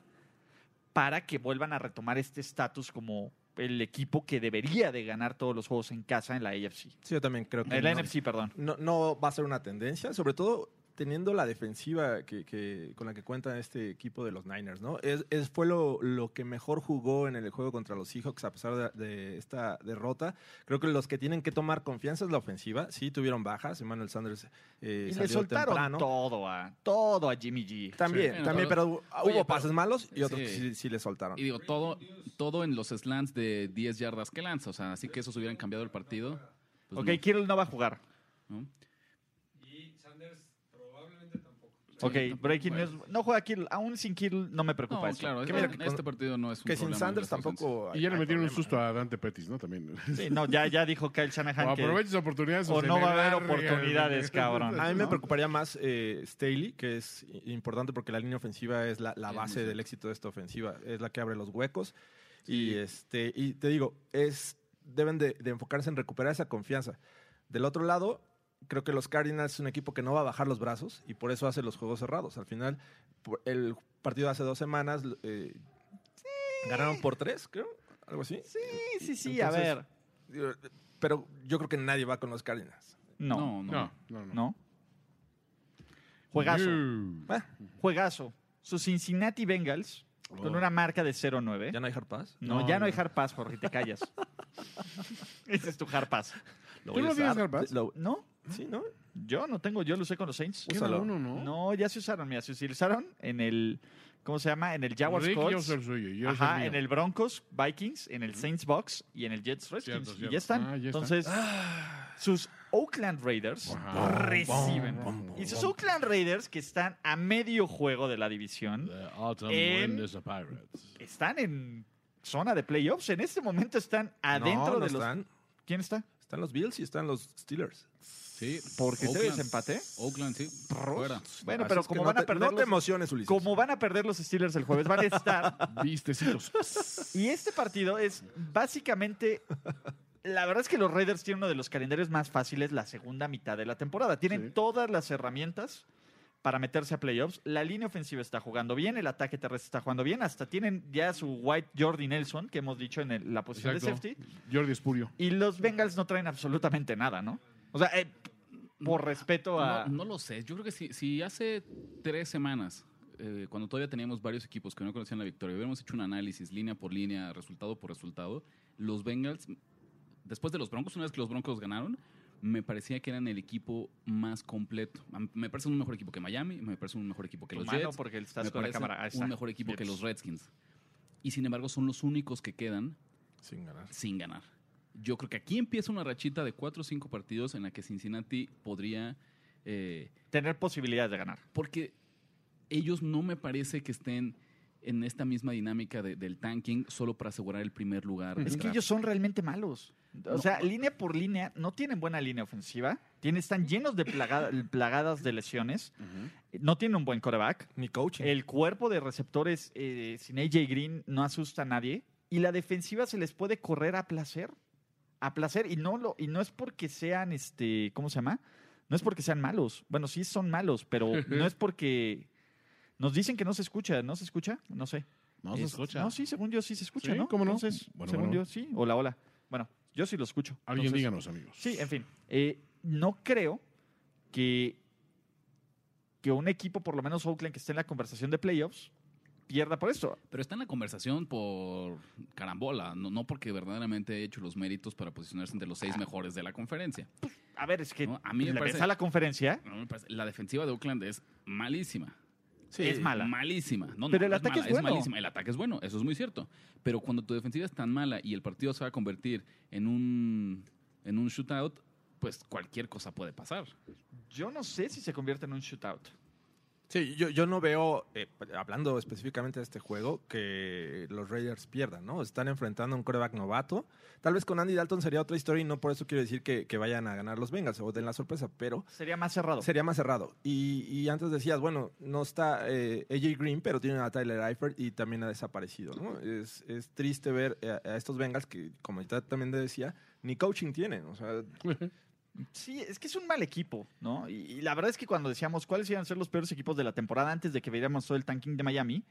[SPEAKER 2] para que vuelvan a retomar este estatus como el equipo que debería de ganar todos los juegos en casa en la AFC.
[SPEAKER 3] Sí, yo también creo que
[SPEAKER 2] En la
[SPEAKER 3] no,
[SPEAKER 2] NFC, perdón.
[SPEAKER 3] no, no va a ser una tendencia, sobre todo teniendo la defensiva que, que- con la que cuenta este equipo de los Niners, ¿no? Es, es- fue lo, lo que mejor jugó en el juego contra los Seahawks a pesar de, de esta derrota. Creo que los que tienen que tomar confianza es la ofensiva. Sí, tuvieron bajas. Emmanuel Sanders eh,
[SPEAKER 2] Y le
[SPEAKER 3] salió
[SPEAKER 2] soltaron
[SPEAKER 3] temprano.
[SPEAKER 2] todo a, todo a Jimmy G.
[SPEAKER 3] También,
[SPEAKER 6] Bueno,
[SPEAKER 3] también, pero,
[SPEAKER 6] pero-
[SPEAKER 3] hubo
[SPEAKER 6] oye, pero-
[SPEAKER 3] pases malos y otros que
[SPEAKER 6] Sí.
[SPEAKER 3] sí, sí le soltaron.
[SPEAKER 6] Y digo, todo, todo en los slants de 10 yardas que lanza. O sea, así que esos hubieran cambiado el partido. pues
[SPEAKER 2] ok,
[SPEAKER 6] no,
[SPEAKER 2] Kittle no va a jugar.
[SPEAKER 6] ¿no?
[SPEAKER 2] Ok,
[SPEAKER 6] tampoco,
[SPEAKER 2] Breaking
[SPEAKER 6] bueno.
[SPEAKER 2] News. No juega Kittle. Aún sin Kittle no me preocupa
[SPEAKER 6] No,
[SPEAKER 2] eso.
[SPEAKER 6] claro,
[SPEAKER 3] Que
[SPEAKER 6] que
[SPEAKER 3] mira que
[SPEAKER 6] este
[SPEAKER 3] con-
[SPEAKER 6] partido no es un
[SPEAKER 3] que sin
[SPEAKER 6] problema
[SPEAKER 3] Sanders
[SPEAKER 6] de las defensas.
[SPEAKER 3] tampoco. hay-
[SPEAKER 4] Y ya le
[SPEAKER 3] hay
[SPEAKER 4] metieron un
[SPEAKER 3] problema.
[SPEAKER 4] susto a Dante Pettis, ¿no? También.
[SPEAKER 2] Sí, no, ya, ya dijo Kyle Shanahan
[SPEAKER 4] O (laughs)
[SPEAKER 2] que
[SPEAKER 4] aproveches oportunidades.
[SPEAKER 2] o
[SPEAKER 4] se
[SPEAKER 2] no
[SPEAKER 4] me
[SPEAKER 2] va a haber
[SPEAKER 4] larga.
[SPEAKER 2] oportunidades,
[SPEAKER 4] (laughs)
[SPEAKER 2] cabrón.
[SPEAKER 3] A mí me
[SPEAKER 2] ¿no?
[SPEAKER 3] preocuparía más eh, Staley, que es i- importante porque la línea ofensiva es la, la
[SPEAKER 6] Es
[SPEAKER 3] base
[SPEAKER 6] muy
[SPEAKER 3] del
[SPEAKER 6] fuerte.
[SPEAKER 3] éxito de esta ofensiva, es la que abre los huecos. Y este y te digo, es deben de, de enfocarse en recuperar esa confianza. Del otro lado, creo que los Cardinals es un equipo que no va a bajar los brazos y por eso hace los juegos cerrados. Al final, por- el partido de hace dos semanas eh, ganaron por tres, creo, algo así.
[SPEAKER 2] Sí, sí, sí, a
[SPEAKER 3] Entonces,
[SPEAKER 2] ver.
[SPEAKER 3] Digo, Pero yo creo que nadie va con los Cardinals.
[SPEAKER 2] No,
[SPEAKER 6] No, no.
[SPEAKER 4] No, no, no.
[SPEAKER 2] no. Juegazo,
[SPEAKER 4] No.
[SPEAKER 3] Ah,
[SPEAKER 2] juegazo. Sus Cincinnati Bengals con
[SPEAKER 4] Oh.
[SPEAKER 2] una marca de 0-9.
[SPEAKER 3] ¿Ya no hay hard pass?
[SPEAKER 2] No,
[SPEAKER 4] No,
[SPEAKER 2] ya no
[SPEAKER 4] no.
[SPEAKER 2] hay hard pass, Jorge, te callas. Ese es tu hard pass.
[SPEAKER 3] Lo
[SPEAKER 4] ¿Tú
[SPEAKER 3] voy a
[SPEAKER 4] no tienes
[SPEAKER 3] usar.
[SPEAKER 4] hard pass?
[SPEAKER 3] Lo-
[SPEAKER 2] ¿No?
[SPEAKER 3] Sí, ¿no?
[SPEAKER 2] Yo no tengo, yo lo usé con los Saints.
[SPEAKER 4] Queda
[SPEAKER 3] Úsalo.
[SPEAKER 4] uno, ¿no?
[SPEAKER 2] No, ya se usaron, mira, se utilizaron en el, ¿cómo se llama? En el Jaguars
[SPEAKER 4] Rick, yo
[SPEAKER 2] Colts.
[SPEAKER 4] soy el suyo. Yo soy
[SPEAKER 2] Ajá,
[SPEAKER 4] mío.
[SPEAKER 2] en el Broncos, Vikings, en el Saints Box y en el Jets Redskins.
[SPEAKER 4] Cierto,
[SPEAKER 2] Y
[SPEAKER 4] cierto.
[SPEAKER 2] ya están.
[SPEAKER 4] Ah, ya están.
[SPEAKER 2] Entonces, sus Oakland Raiders
[SPEAKER 4] Ajá.
[SPEAKER 2] reciben.
[SPEAKER 4] Bom, bom,
[SPEAKER 2] y sus Oakland Raiders, que están a medio juego de la división, En- wind is (laughs) están en zona de playoffs. En este momento están adentro
[SPEAKER 3] No, no
[SPEAKER 2] de los.
[SPEAKER 3] están.
[SPEAKER 2] ¿Quién está?
[SPEAKER 3] Están los Bills y están los Steelers.
[SPEAKER 6] Sí.
[SPEAKER 2] ¿Por
[SPEAKER 6] Oakland-
[SPEAKER 2] criterios de empate?
[SPEAKER 6] Oakland, sí. Fuera.
[SPEAKER 2] Bueno,
[SPEAKER 3] Así
[SPEAKER 2] pero
[SPEAKER 3] es que
[SPEAKER 2] como
[SPEAKER 3] no
[SPEAKER 2] van a
[SPEAKER 3] te-
[SPEAKER 2] perder.
[SPEAKER 3] No te
[SPEAKER 2] los-
[SPEAKER 3] emociones, Ulises.
[SPEAKER 2] como van a perder los Steelers el jueves, van a estar
[SPEAKER 4] Vistecitos.
[SPEAKER 2] Y este partido es básicamente. La verdad es que los Raiders tienen uno de los calendarios más fáciles la segunda mitad de la temporada. Tienen
[SPEAKER 4] Sí.
[SPEAKER 2] todas las herramientas para meterse a playoffs. La línea ofensiva está jugando bien, el ataque terrestre está jugando bien. Hasta tienen ya su White Jordi Nelson, que hemos dicho en el- la posición
[SPEAKER 4] Exacto.
[SPEAKER 2] de safety.
[SPEAKER 4] Jordi Espurio.
[SPEAKER 2] Y los Bengals no traen absolutamente nada, ¿no? O sea, eh, por respeto a.
[SPEAKER 6] No, no lo sé. Yo creo que si, si hace tres semanas, eh, cuando todavía teníamos varios equipos que no conocían la victoria, hubiéramos hecho un análisis línea por línea, resultado por resultado, los Bengals, después de los Broncos, una vez que los Broncos ganaron, me parecía que eran el equipo más completo. A mí Me parece un mejor equipo que Miami, me parece un mejor equipo que
[SPEAKER 2] Tu
[SPEAKER 6] los
[SPEAKER 2] mano,
[SPEAKER 6] Jets,
[SPEAKER 2] porque estás
[SPEAKER 6] me
[SPEAKER 2] con la
[SPEAKER 6] parece
[SPEAKER 2] cámara. Ahí está.
[SPEAKER 6] un mejor equipo que
[SPEAKER 2] Jets.
[SPEAKER 6] los Redskins. Y sin embargo, son los únicos que quedan
[SPEAKER 3] Sin ganar.
[SPEAKER 6] sin ganar. Yo creo que aquí empieza una rachita de cuatro o cinco partidos en la que Cincinnati podría eh,
[SPEAKER 2] Tener posibilidades de ganar.
[SPEAKER 6] porque ellos no me parece que estén en esta misma dinámica de- del tanking solo para asegurar el primer lugar. del
[SPEAKER 2] Es que
[SPEAKER 6] draft.
[SPEAKER 2] ellos son realmente malos. O
[SPEAKER 6] No.
[SPEAKER 2] sea, línea por línea, no tienen buena línea ofensiva. Tienen, están llenos de plaga- plagadas de lesiones. No tienen un buen coreback.
[SPEAKER 3] Ni coaching.
[SPEAKER 2] El cuerpo de receptores eh, sin AJ Green no asusta a nadie. Y la defensiva se les puede correr a placer. A placer. Y no, lo, y no es porque sean, este, ¿cómo se llama? No es porque sean malos. Bueno, sí son malos, pero no es porque... Nos dicen que no se escucha, ¿no se escucha? No sé.
[SPEAKER 4] No se
[SPEAKER 2] Es-
[SPEAKER 4] escucha.
[SPEAKER 2] No, sí, según yo sí se escucha,
[SPEAKER 4] Sí,
[SPEAKER 2] ¿no?
[SPEAKER 4] ¿cómo no?
[SPEAKER 2] Entonces,
[SPEAKER 4] Bueno,
[SPEAKER 2] según
[SPEAKER 4] bueno.
[SPEAKER 2] yo sí. Hola, hola. Bueno, yo sí lo escucho.
[SPEAKER 4] Alguien
[SPEAKER 2] Entonces,
[SPEAKER 4] díganos, amigos.
[SPEAKER 2] Sí, en fin. Eh, no creo que, que un equipo, por lo menos Oakland, que esté en la conversación de playoffs, pierda por esto.
[SPEAKER 6] Pero está en la conversación por carambola, no, no porque verdaderamente he hecho los méritos para posicionarse entre los
[SPEAKER 2] Ah.
[SPEAKER 6] seis mejores de la conferencia.
[SPEAKER 2] A ver, es que
[SPEAKER 6] No, a mí me
[SPEAKER 2] le
[SPEAKER 6] parece-
[SPEAKER 2] ves a la conferencia,
[SPEAKER 6] No me parece- La defensiva de Oakland es malísima.
[SPEAKER 3] Sí.
[SPEAKER 2] es mala.
[SPEAKER 6] Malísima. No, no,
[SPEAKER 2] Pero el
[SPEAKER 6] no
[SPEAKER 2] ataque
[SPEAKER 6] mala,
[SPEAKER 2] es bueno.
[SPEAKER 6] malísima. El ataque es bueno, eso es muy cierto. Pero cuando tu defensiva es tan mala y el partido se va a convertir en un, en un shootout, pues cualquier cosa puede pasar.
[SPEAKER 2] Yo no sé si se convierte en un shootout.
[SPEAKER 3] Sí, yo, yo no veo, eh, hablando específicamente de este juego, que los Raiders pierdan, ¿no? Están enfrentando a un coreback novato. Tal vez con Andy Dalton sería otra historia y no por eso quiero decir que, que vayan a ganar los Bengals o den la sorpresa, pero
[SPEAKER 2] Sería más cerrado.
[SPEAKER 3] sería más cerrado. Y, y antes decías, bueno, no está eh, AJ Green, pero tienen a Tyler Eifert y también ha desaparecido, ¿no? Es, es triste ver eh, a, estos Bengals que, como ya también te decía, ni coaching tienen. O sea,
[SPEAKER 2] Sí, es que es un mal equipo, ¿no? Y, y la verdad es que cuando decíamos cuáles iban a ser los peores equipos de la temporada antes de que veíamos todo el tanking de Miami,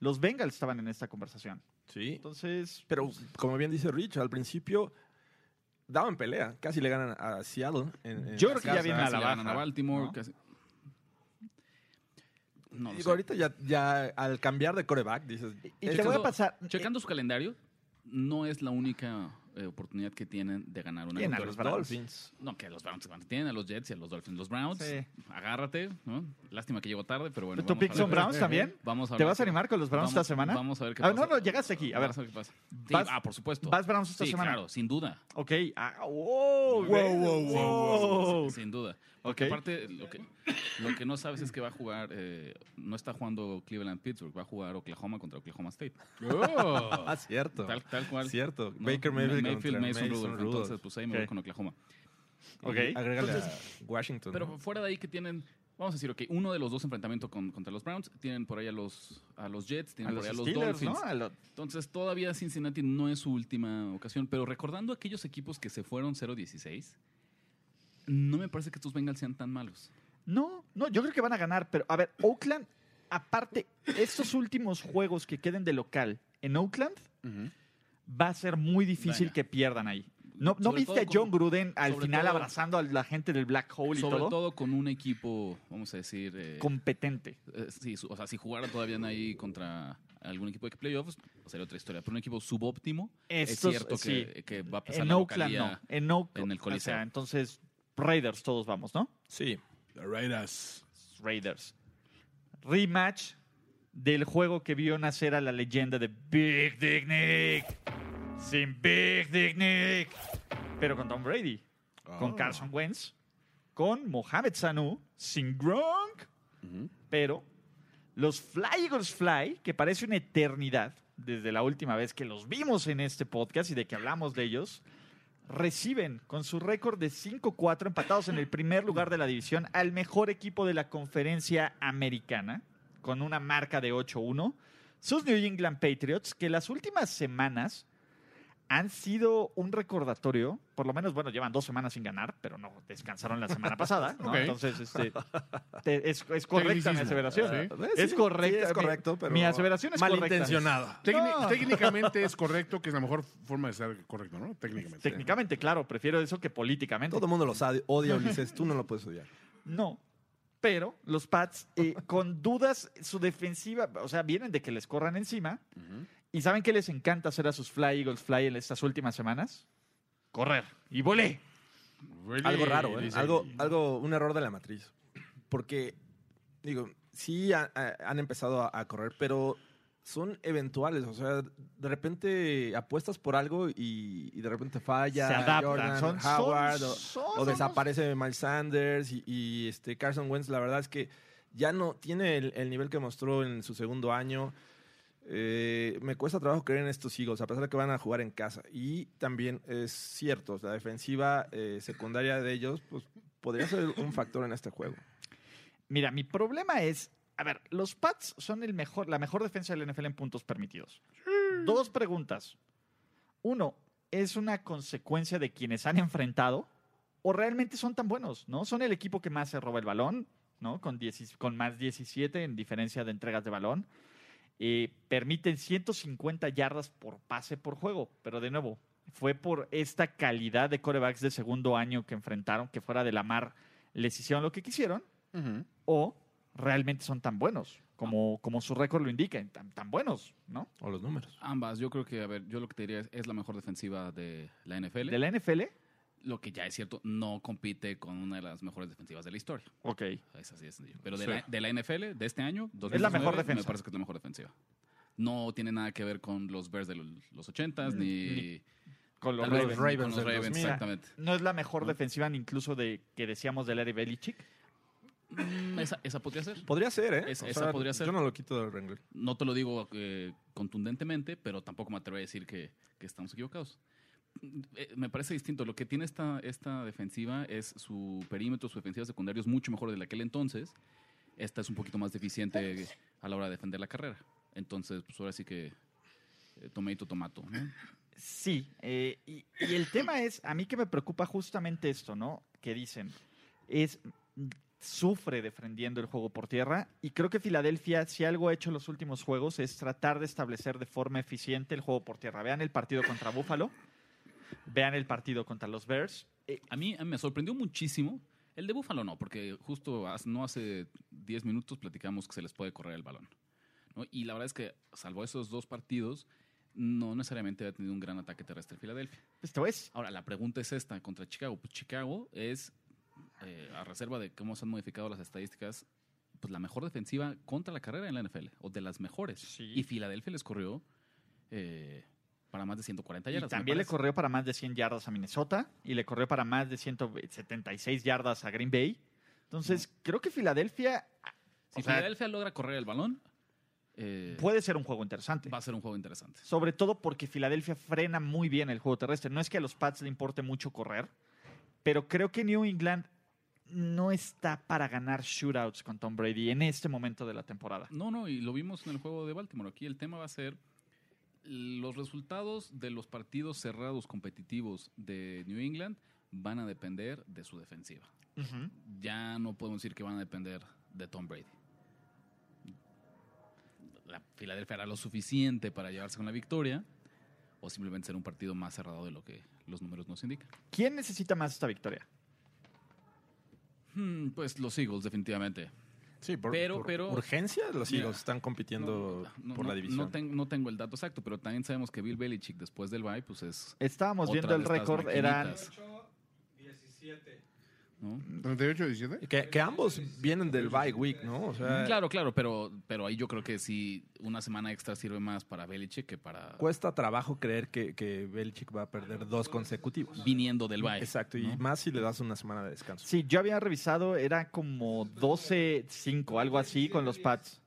[SPEAKER 2] Los Bengals estaban en esta conversación.
[SPEAKER 3] Sí.
[SPEAKER 2] Entonces, pues,
[SPEAKER 3] Pero como bien dice Rich, al principio daban pelea. Casi le ganan a Seattle. en- en
[SPEAKER 2] Yo
[SPEAKER 3] la
[SPEAKER 2] creo que ya
[SPEAKER 3] casa.
[SPEAKER 2] viene a la
[SPEAKER 6] Casi le ganan
[SPEAKER 2] baja,
[SPEAKER 6] a Baltimore,
[SPEAKER 2] ¿no?
[SPEAKER 6] casi- No lo
[SPEAKER 3] Digo,
[SPEAKER 6] sé.
[SPEAKER 3] ahorita ya, ya al cambiar de coreback, dices.
[SPEAKER 2] y
[SPEAKER 3] "Es
[SPEAKER 2] te voy a
[SPEAKER 6] Checando-
[SPEAKER 2] pasar. eh,
[SPEAKER 6] Checando su calendario, no es la única eh, oportunidad que tienen de ganar una
[SPEAKER 2] Bien, a los
[SPEAKER 6] victoria.
[SPEAKER 3] los Dolphins.
[SPEAKER 6] No, que los Browns cuando tienen a los Jets y a los Dolphins. Los Browns,
[SPEAKER 2] Sí.
[SPEAKER 6] agárrate, ¿no? Lástima que llegó tarde, pero bueno.
[SPEAKER 2] ¿Tu
[SPEAKER 6] vamos
[SPEAKER 2] pick
[SPEAKER 6] a
[SPEAKER 2] son
[SPEAKER 6] ver-
[SPEAKER 2] Browns también?
[SPEAKER 6] Vamos a
[SPEAKER 2] ¿Te
[SPEAKER 6] ver
[SPEAKER 2] vas a
[SPEAKER 6] qué-
[SPEAKER 2] animar con los Browns esta
[SPEAKER 6] vamos-
[SPEAKER 2] semana?
[SPEAKER 6] Vamos a ver qué
[SPEAKER 2] Ah,
[SPEAKER 6] pasa.
[SPEAKER 2] no, no, llegaste aquí, a ver.
[SPEAKER 6] Vamos ver qué pasa. Sí,
[SPEAKER 2] Vas-
[SPEAKER 6] ah, por supuesto.
[SPEAKER 2] ¿Vas Browns esta
[SPEAKER 6] sí,
[SPEAKER 2] semana?
[SPEAKER 6] claro, sin duda.
[SPEAKER 2] Ok. Ah, wow, wow,
[SPEAKER 6] Sin- Sin duda. Porque aparte, lo que, lo que no sabes es que va a jugar, eh, no está jugando Cleveland-Pittsburgh, va a jugar Oklahoma contra Oklahoma State.
[SPEAKER 3] Ah, cierto.
[SPEAKER 6] Tal, tal cual.
[SPEAKER 3] Cierto.
[SPEAKER 6] ¿no?
[SPEAKER 3] Baker Mayfield,
[SPEAKER 6] Mayfield
[SPEAKER 3] contra
[SPEAKER 6] Mason Rudolph.
[SPEAKER 3] Rudolph.
[SPEAKER 6] Entonces, pues ahí me voy
[SPEAKER 2] Ok.
[SPEAKER 6] con Oklahoma.
[SPEAKER 2] Ok.
[SPEAKER 3] Y Agrégale a Washington.
[SPEAKER 6] Pero
[SPEAKER 3] ¿no?
[SPEAKER 6] fuera de ahí que tienen, vamos a decir, ok, uno de los dos enfrentamientos con- contra los Browns, tienen por ahí a los, a los Jets, tienen
[SPEAKER 2] A
[SPEAKER 6] por
[SPEAKER 2] los
[SPEAKER 6] ahí a los
[SPEAKER 2] Steelers,
[SPEAKER 6] Dolphins.
[SPEAKER 2] ¿no? A lo-
[SPEAKER 6] Entonces todavía Cincinnati no es su última ocasión, pero recordando aquellos equipos que se fueron 0-16, no me parece que estos Bengals sean tan malos.
[SPEAKER 2] No, no, yo creo que van a ganar, pero a ver, Oakland, aparte, estos últimos juegos que queden de local en Oakland,
[SPEAKER 4] Ujú.
[SPEAKER 2] va a ser muy difícil
[SPEAKER 6] Vaya.
[SPEAKER 2] que pierdan ahí. ¿No, ¿no
[SPEAKER 6] Sobre
[SPEAKER 2] viste a
[SPEAKER 6] todo
[SPEAKER 2] John
[SPEAKER 6] con-
[SPEAKER 2] Gruden al
[SPEAKER 6] sobre
[SPEAKER 2] final
[SPEAKER 6] todo-
[SPEAKER 2] abrazando a la gente del Black Hole y
[SPEAKER 6] Sobre
[SPEAKER 2] todo?
[SPEAKER 6] todo, con un equipo, vamos a decir, eh,
[SPEAKER 2] Competente.
[SPEAKER 6] eh, sí, su- o sea, si jugara todavía ahí contra algún equipo de playoffs, pues, sería otra historia. Pero un equipo subóptimo,
[SPEAKER 2] Estos,
[SPEAKER 6] es cierto
[SPEAKER 2] sí.
[SPEAKER 6] que, que va a pesar
[SPEAKER 2] En
[SPEAKER 6] la
[SPEAKER 2] Oakland no,
[SPEAKER 6] localía.
[SPEAKER 2] en Oakland.
[SPEAKER 6] en el
[SPEAKER 2] o
[SPEAKER 6] Coliseo.
[SPEAKER 2] sea, entonces, Raiders todos vamos, ¿no?
[SPEAKER 3] Sí.
[SPEAKER 4] The Raiders.
[SPEAKER 2] Raiders. Rematch del juego que vio nacer a la leyenda de Big Dick Nick. Sin Big Dick Nick. Pero con Tom Brady. Con Carson Wentz. Con Mohamed Sanu. Sin Gronk. Pero los Fly Eagles Fly, que parece una eternidad desde la última vez que los vimos en este podcast y de que hablamos de ellos, reciben con su récord de 5-4 empatados en el primer lugar de la división al mejor equipo de la conferencia americana, con una marca de 8-1, sus New England Patriots, que las últimas semanas han sido un recordatorio, por lo menos, bueno, llevan dos semanas sin ganar, pero no descansaron la semana pasada, ¿no?
[SPEAKER 4] Ok.
[SPEAKER 2] Entonces, este, te- es, es correcta mi
[SPEAKER 4] Tecnicismo.
[SPEAKER 2] aseveración.
[SPEAKER 3] Eh, sí,
[SPEAKER 2] es
[SPEAKER 3] sí,
[SPEAKER 2] correcta.
[SPEAKER 3] es
[SPEAKER 2] mi-
[SPEAKER 3] correcto, pero.
[SPEAKER 2] Mi aseveración es correcta.
[SPEAKER 3] malintencionada.
[SPEAKER 4] Técni-
[SPEAKER 2] No.
[SPEAKER 4] Técnicamente es correcto, que es la mejor forma de ser correcto, ¿no? Técnicamente.
[SPEAKER 2] Técnicamente, claro, prefiero eso que políticamente.
[SPEAKER 3] Todo el mundo los ad- odia, Ulises. Tú no lo puedes odiar.
[SPEAKER 2] No. Pero los Pats,
[SPEAKER 3] (laughs)
[SPEAKER 2] eh, con dudas, su defensiva, o sea, vienen de que les corran encima. ¿Y saben qué les encanta hacer a sus Fly Eagles Fly en estas últimas semanas? Correr. Y volé.
[SPEAKER 3] Algo raro, ¿eh?
[SPEAKER 4] Dice-
[SPEAKER 3] Algo, algo, un error de la matriz. Porque, digo, sí ha- ha- han empezado a, a correr, pero son eventuales. O sea, de repente apuestas por algo y, y de repente falla.
[SPEAKER 2] Se adaptan.
[SPEAKER 3] Jordan,
[SPEAKER 2] Son- son-
[SPEAKER 3] Howard, o-
[SPEAKER 2] son-
[SPEAKER 3] o,
[SPEAKER 2] son-
[SPEAKER 3] desaparece Miles Sanders y, y, este Carson Wentz. La verdad es que ya no tiene el, el nivel que mostró en su segundo año. Eh, me cuesta trabajo creer en estos Eagles, a pesar de que van a jugar en casa. Y también es cierto, la defensiva eh, secundaria de ellos pues, podría ser un factor en este juego.
[SPEAKER 2] Mira, mi problema es, a ver, los Pats son el mejor, la mejor defensa del NFL en puntos permitidos. Dos preguntas. Uno, ¿es una consecuencia de quienes han enfrentado? ¿O realmente son tan buenos? ¿No? Son el equipo que más se roba el balón, ¿no? Con, 10 con más 17 en diferencia de entregas de balón. Eh, permiten 150 yardas por pase por juego, pero de nuevo, fue por esta calidad de corebacks de segundo año que enfrentaron, que fuera de la mar, les hicieron lo que quisieron,
[SPEAKER 4] Ujú.
[SPEAKER 2] o realmente son tan buenos, como, como su récord lo indica, tan, tan buenos, ¿no?
[SPEAKER 3] O los números.
[SPEAKER 6] Ambas, yo creo que, a ver, yo lo que te diría es, es la mejor defensiva de la NFL.
[SPEAKER 2] De la NFL,
[SPEAKER 6] Lo que ya es cierto, no compite con una de las mejores defensivas de la historia.
[SPEAKER 2] ok.
[SPEAKER 6] Es así de sencillo. Pero de,
[SPEAKER 4] Sí.
[SPEAKER 6] la, de la NFL, de este año,
[SPEAKER 2] Es la mejor
[SPEAKER 6] 2019,
[SPEAKER 2] defensa.
[SPEAKER 6] Me parece que es la mejor defensiva. No tiene nada que ver con los Bears de los los 80s, ni,
[SPEAKER 2] Con Mm, los
[SPEAKER 6] tal vez
[SPEAKER 2] Ravens.
[SPEAKER 6] ni con
[SPEAKER 3] Ravens
[SPEAKER 6] los
[SPEAKER 3] del
[SPEAKER 6] Ravens,
[SPEAKER 3] 2000.
[SPEAKER 6] exactamente.
[SPEAKER 2] No es la mejor defensiva ni incluso de que decíamos del Larry Belichick.
[SPEAKER 6] Mm, Esa, esa podría ser.
[SPEAKER 3] Podría ser, ¿eh?
[SPEAKER 6] Es- esa podría ser.
[SPEAKER 3] Yo no lo quito del Wrangler.
[SPEAKER 6] No te lo digo eh, contundentemente, pero tampoco me atrevo a decir que, que estamos equivocados. Eh, Me parece distinto. Lo que tiene esta, esta defensiva es su perímetro, su defensiva secundaria es mucho mejor de la que aquel entonces. Esta es un poquito más deficiente a la hora de defender la carrera. Entonces, pues ahora sí que eh, tomato, tomato. ¿no?
[SPEAKER 2] Sí, eh, y, y el tema es, a mí que me preocupa justamente esto, ¿no? Que dicen, es, mm, sufre defendiendo el juego por tierra y creo que Filadelfia, si algo ha hecho en los últimos juegos, es tratar de establecer de forma eficiente el juego por tierra. Vean el partido contra Buffalo, vean el partido contra los Bears. Eh,
[SPEAKER 6] A mí a mí me sorprendió muchísimo. El de Búfalo no, porque justo hace- no hace 10 minutos platicamos que se les puede correr el balón. ¿no? Y la verdad es que, salvo esos dos partidos, no necesariamente ha tenido un gran ataque terrestre Filadelfia.
[SPEAKER 2] Esto es,
[SPEAKER 6] Ahora, la pregunta es esta contra Chicago. Pues Chicago es, eh, a reserva de cómo se han modificado las estadísticas, pues la mejor defensiva contra la carrera en la NFL, o de las mejores.
[SPEAKER 2] Sí.
[SPEAKER 6] Y Filadelfia les corrió eh, para más de 140
[SPEAKER 2] Y
[SPEAKER 6] yardas. me
[SPEAKER 2] también le
[SPEAKER 6] parece.
[SPEAKER 2] corrió para más de 100 yardas a Minnesota y le corrió para más de 176 yardas a Green Bay. Entonces, creo que Filadelfia ah,
[SPEAKER 6] Si
[SPEAKER 2] o sea,
[SPEAKER 6] Filadelfia logra correr el balón, eh,
[SPEAKER 2] puede ser un juego interesante.
[SPEAKER 6] va a ser un juego interesante.
[SPEAKER 2] Sobre todo porque Filadelfia frena muy bien el juego terrestre. No es que a los Pats le importe mucho correr, pero creo que New England no está para ganar shootouts con Tom Brady en este momento de la temporada.
[SPEAKER 6] No, no, y lo vimos en el juego de Baltimore. Aquí el tema va a ser los resultados de los partidos cerrados competitivos de New England van a depender de su defensiva.
[SPEAKER 2] Ujú.
[SPEAKER 6] Ya no podemos decir que van a depender de Tom Brady. La Filadelfia hará lo suficiente para llevarse con la victoria o simplemente será un partido más cerrado de lo que los números nos indican.
[SPEAKER 2] ¿Quién necesita más esta victoria?
[SPEAKER 6] Hmm, pues los Eagles definitivamente.
[SPEAKER 3] Sí, por,
[SPEAKER 6] Pero-
[SPEAKER 3] por
[SPEAKER 6] pero-
[SPEAKER 3] urgencia los
[SPEAKER 6] Mira,
[SPEAKER 3] Eagles están compitiendo por la división.
[SPEAKER 6] No, ten- no tengo el dato exacto, pero también sabemos que Bill Belichick después del bye, pues es.
[SPEAKER 2] Estábamos
[SPEAKER 6] otra
[SPEAKER 2] viendo
[SPEAKER 6] de
[SPEAKER 2] el
[SPEAKER 6] estas
[SPEAKER 2] récord, eran
[SPEAKER 6] maquinitas, ¿no?
[SPEAKER 4] ¿38 17?
[SPEAKER 3] que, que ambos vienen del bye week, ¿no? O sea,
[SPEAKER 6] Claro, claro, pero, pero ahí yo creo que sí, una semana extra sirve más para Belichick que para
[SPEAKER 2] Pues,
[SPEAKER 3] cuesta trabajo creer que, que Belichick va a perder dos consecutivos.
[SPEAKER 6] viniendo del bye.
[SPEAKER 3] Exacto, y
[SPEAKER 6] ¿no?
[SPEAKER 3] más si le das una semana de descanso.
[SPEAKER 2] Sí, yo había revisado, era como 12-5, algo así, con los Pats.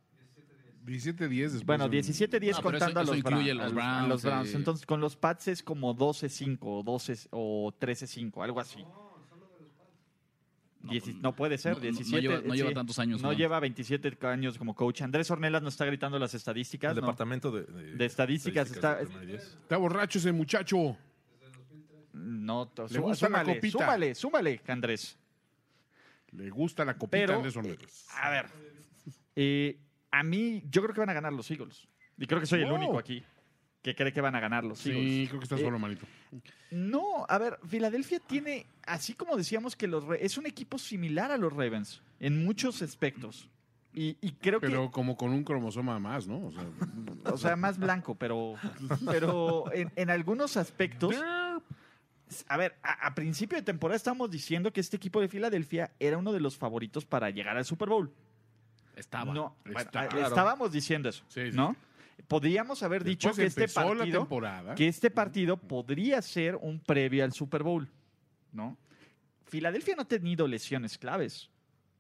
[SPEAKER 4] 17 10 después.
[SPEAKER 2] Bueno,
[SPEAKER 4] en-
[SPEAKER 2] 17-10
[SPEAKER 6] No, pero
[SPEAKER 2] contando
[SPEAKER 6] eso-
[SPEAKER 2] a,
[SPEAKER 6] eso
[SPEAKER 2] los Bra-
[SPEAKER 6] incluye los
[SPEAKER 2] a los- a
[SPEAKER 6] Browns,
[SPEAKER 2] los Browns.
[SPEAKER 6] eh.
[SPEAKER 2] Entonces, con los Pats es como 12-5 o 12 o 13-5, algo así.
[SPEAKER 6] No,
[SPEAKER 2] Dieci-
[SPEAKER 6] pues,
[SPEAKER 2] No, puede ser,
[SPEAKER 6] no- no- no
[SPEAKER 2] 17.
[SPEAKER 6] lleva- no lleva
[SPEAKER 2] sí.
[SPEAKER 6] tantos años
[SPEAKER 2] No
[SPEAKER 6] jugando.
[SPEAKER 2] lleva 27 años como coach. Andrés Ornelas nos está gritando las estadísticas.
[SPEAKER 3] El
[SPEAKER 2] ¿no?
[SPEAKER 3] departamento de,
[SPEAKER 2] De estadísticas está-
[SPEAKER 3] del primer 10.
[SPEAKER 4] Está borracho ese muchacho.
[SPEAKER 2] No, to-
[SPEAKER 4] Le
[SPEAKER 2] sú-
[SPEAKER 4] gusta la
[SPEAKER 2] súmale,
[SPEAKER 4] copita.
[SPEAKER 2] súmale, súmale, Andrés.
[SPEAKER 4] Le gusta la copita
[SPEAKER 2] Pero-
[SPEAKER 4] Andrés Ornelas.
[SPEAKER 2] A ver. Eh, a mí, yo creo que van a ganar los Eagles. Y creo que soy el
[SPEAKER 4] Wow.
[SPEAKER 2] único aquí que cree que van a ganar los Eagles.
[SPEAKER 4] Oh. Sí, creo que está
[SPEAKER 2] Eh,
[SPEAKER 4] solo, manito.
[SPEAKER 2] No, a ver, Filadelfia tiene, así como decíamos que los Ra- es un equipo similar a los Ravens en muchos aspectos. Y, y creo
[SPEAKER 4] Pero como con un cromosoma más, ¿no? O sea,
[SPEAKER 2] que, o sea, más blanco, pero, pero en, en algunos aspectos. A ver, a, a principio de temporada estábamos diciendo que este equipo de Filadelfia era uno de los favoritos para llegar al Super Bowl.
[SPEAKER 6] Estaba.
[SPEAKER 2] No, bueno,
[SPEAKER 4] Está
[SPEAKER 2] a-
[SPEAKER 4] claro.
[SPEAKER 2] estábamos diciendo eso,
[SPEAKER 4] Sí, sí.
[SPEAKER 2] ¿no? Podríamos haber dicho
[SPEAKER 4] después
[SPEAKER 2] que este
[SPEAKER 4] empezó la
[SPEAKER 2] partido
[SPEAKER 4] temporada.
[SPEAKER 2] que este partido podría ser un previo al Super Bowl, ¿no? Filadelfia no ha tenido lesiones claves.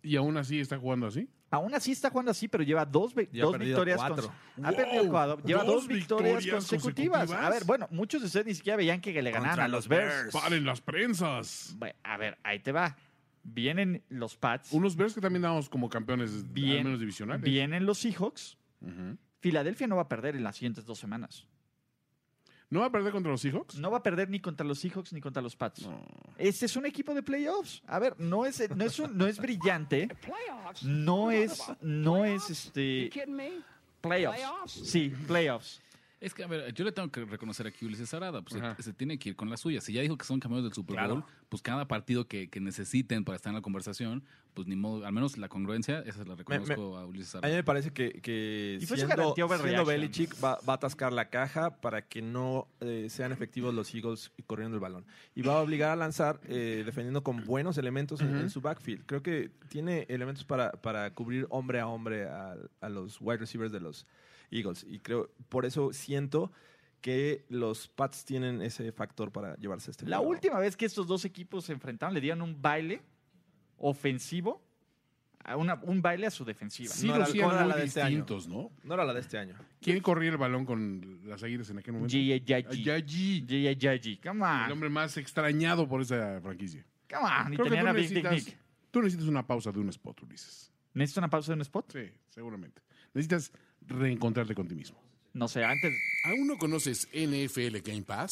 [SPEAKER 4] Y aún así está jugando así.
[SPEAKER 2] Aún así está jugando así, pero lleva dos, ve-
[SPEAKER 3] Y ha
[SPEAKER 2] dos
[SPEAKER 3] perdido
[SPEAKER 2] victorias
[SPEAKER 3] cuatro.
[SPEAKER 2] cons- ha perdido
[SPEAKER 4] ¡Wow!
[SPEAKER 2] cuatro- lleva
[SPEAKER 4] ¿Dos
[SPEAKER 2] dos, victorias,
[SPEAKER 4] victorias
[SPEAKER 2] consecutivas. A
[SPEAKER 4] consecutivas?
[SPEAKER 2] ver, bueno, muchos de ustedes ni siquiera veían que le ganaban
[SPEAKER 3] Contra
[SPEAKER 2] a los
[SPEAKER 3] los
[SPEAKER 2] Bears.
[SPEAKER 3] Bears.
[SPEAKER 4] ¡Paren las prensas!
[SPEAKER 2] Bueno, a ver, ahí te va. Vienen los Pats,
[SPEAKER 4] Unos Bears que también damos como campeones,
[SPEAKER 2] Bien,
[SPEAKER 4] al menos divisionales.
[SPEAKER 2] vienen los Seahawks.
[SPEAKER 4] Ujú.
[SPEAKER 2] Filadelfia no va a perder en las siguientes dos semanas.
[SPEAKER 4] ¿No va a perder contra los Seahawks?
[SPEAKER 2] No va a perder ni contra los Seahawks ni contra los Pats.
[SPEAKER 4] No.
[SPEAKER 2] Este es un equipo de playoffs. A ver, no es, eh, no es, un- no es brillante. No es, no es este. Playoffs. Sí, playoffs.
[SPEAKER 6] Es que, a ver, yo le tengo que reconocer aquí a Ulises Arada. Pues
[SPEAKER 4] Ajá.
[SPEAKER 6] se, se tiene que ir con la suya. Si ya dijo que son campeones del Super
[SPEAKER 3] Claro.
[SPEAKER 6] Bowl, pues cada partido que, que necesiten para estar en la conversación, pues ni modo, al menos la congruencia, esa la reconozco a Ulises
[SPEAKER 3] A mí
[SPEAKER 6] Arada.
[SPEAKER 3] me parece que, que
[SPEAKER 2] Y fue su
[SPEAKER 3] siendo,
[SPEAKER 2] garantía overreaction.
[SPEAKER 3] siendo Belichick va, va a atascar la caja para que no eh, sean efectivos los Eagles corriendo el balón. Y va a obligar a lanzar eh, defendiendo con buenos elementos en, en su backfield. Creo que tiene elementos para, para cubrir hombre a hombre a, a los wide receivers de los Eagles. Y creo, por eso siento que los Pats tienen ese factor para llevarse este
[SPEAKER 2] La
[SPEAKER 3] juego.
[SPEAKER 2] última vez que estos dos equipos se enfrentaron, le dieron un baile ofensivo, a una- un baile a su defensiva.
[SPEAKER 4] Sí,
[SPEAKER 3] No era-
[SPEAKER 4] los
[SPEAKER 3] no era
[SPEAKER 4] hacían
[SPEAKER 3] la
[SPEAKER 4] muy
[SPEAKER 3] de este año.
[SPEAKER 4] distintos, ¿no?
[SPEAKER 3] No era la de este año.
[SPEAKER 4] ¿Quién corría el balón con las águilas en aquel momento?
[SPEAKER 2] G.A. Yaji.
[SPEAKER 4] Ayayi,
[SPEAKER 2] G.A. Yaji. Come
[SPEAKER 4] El
[SPEAKER 2] on.
[SPEAKER 4] hombre más extrañado por esa franquicia.
[SPEAKER 2] Come on. Y
[SPEAKER 4] Creo que
[SPEAKER 2] tenían
[SPEAKER 4] tú
[SPEAKER 2] a Big Dick
[SPEAKER 4] necesitas-
[SPEAKER 2] Nick.
[SPEAKER 4] Tú necesitas una pausa de un spot, Ulises.
[SPEAKER 2] ¿Necesito una pausa de un spot?
[SPEAKER 4] Sí, seguramente. Necesitas reencontrarte con ti mismo.
[SPEAKER 2] no sé, antes.
[SPEAKER 1] ¿Aún no conoces NFL Game Pass?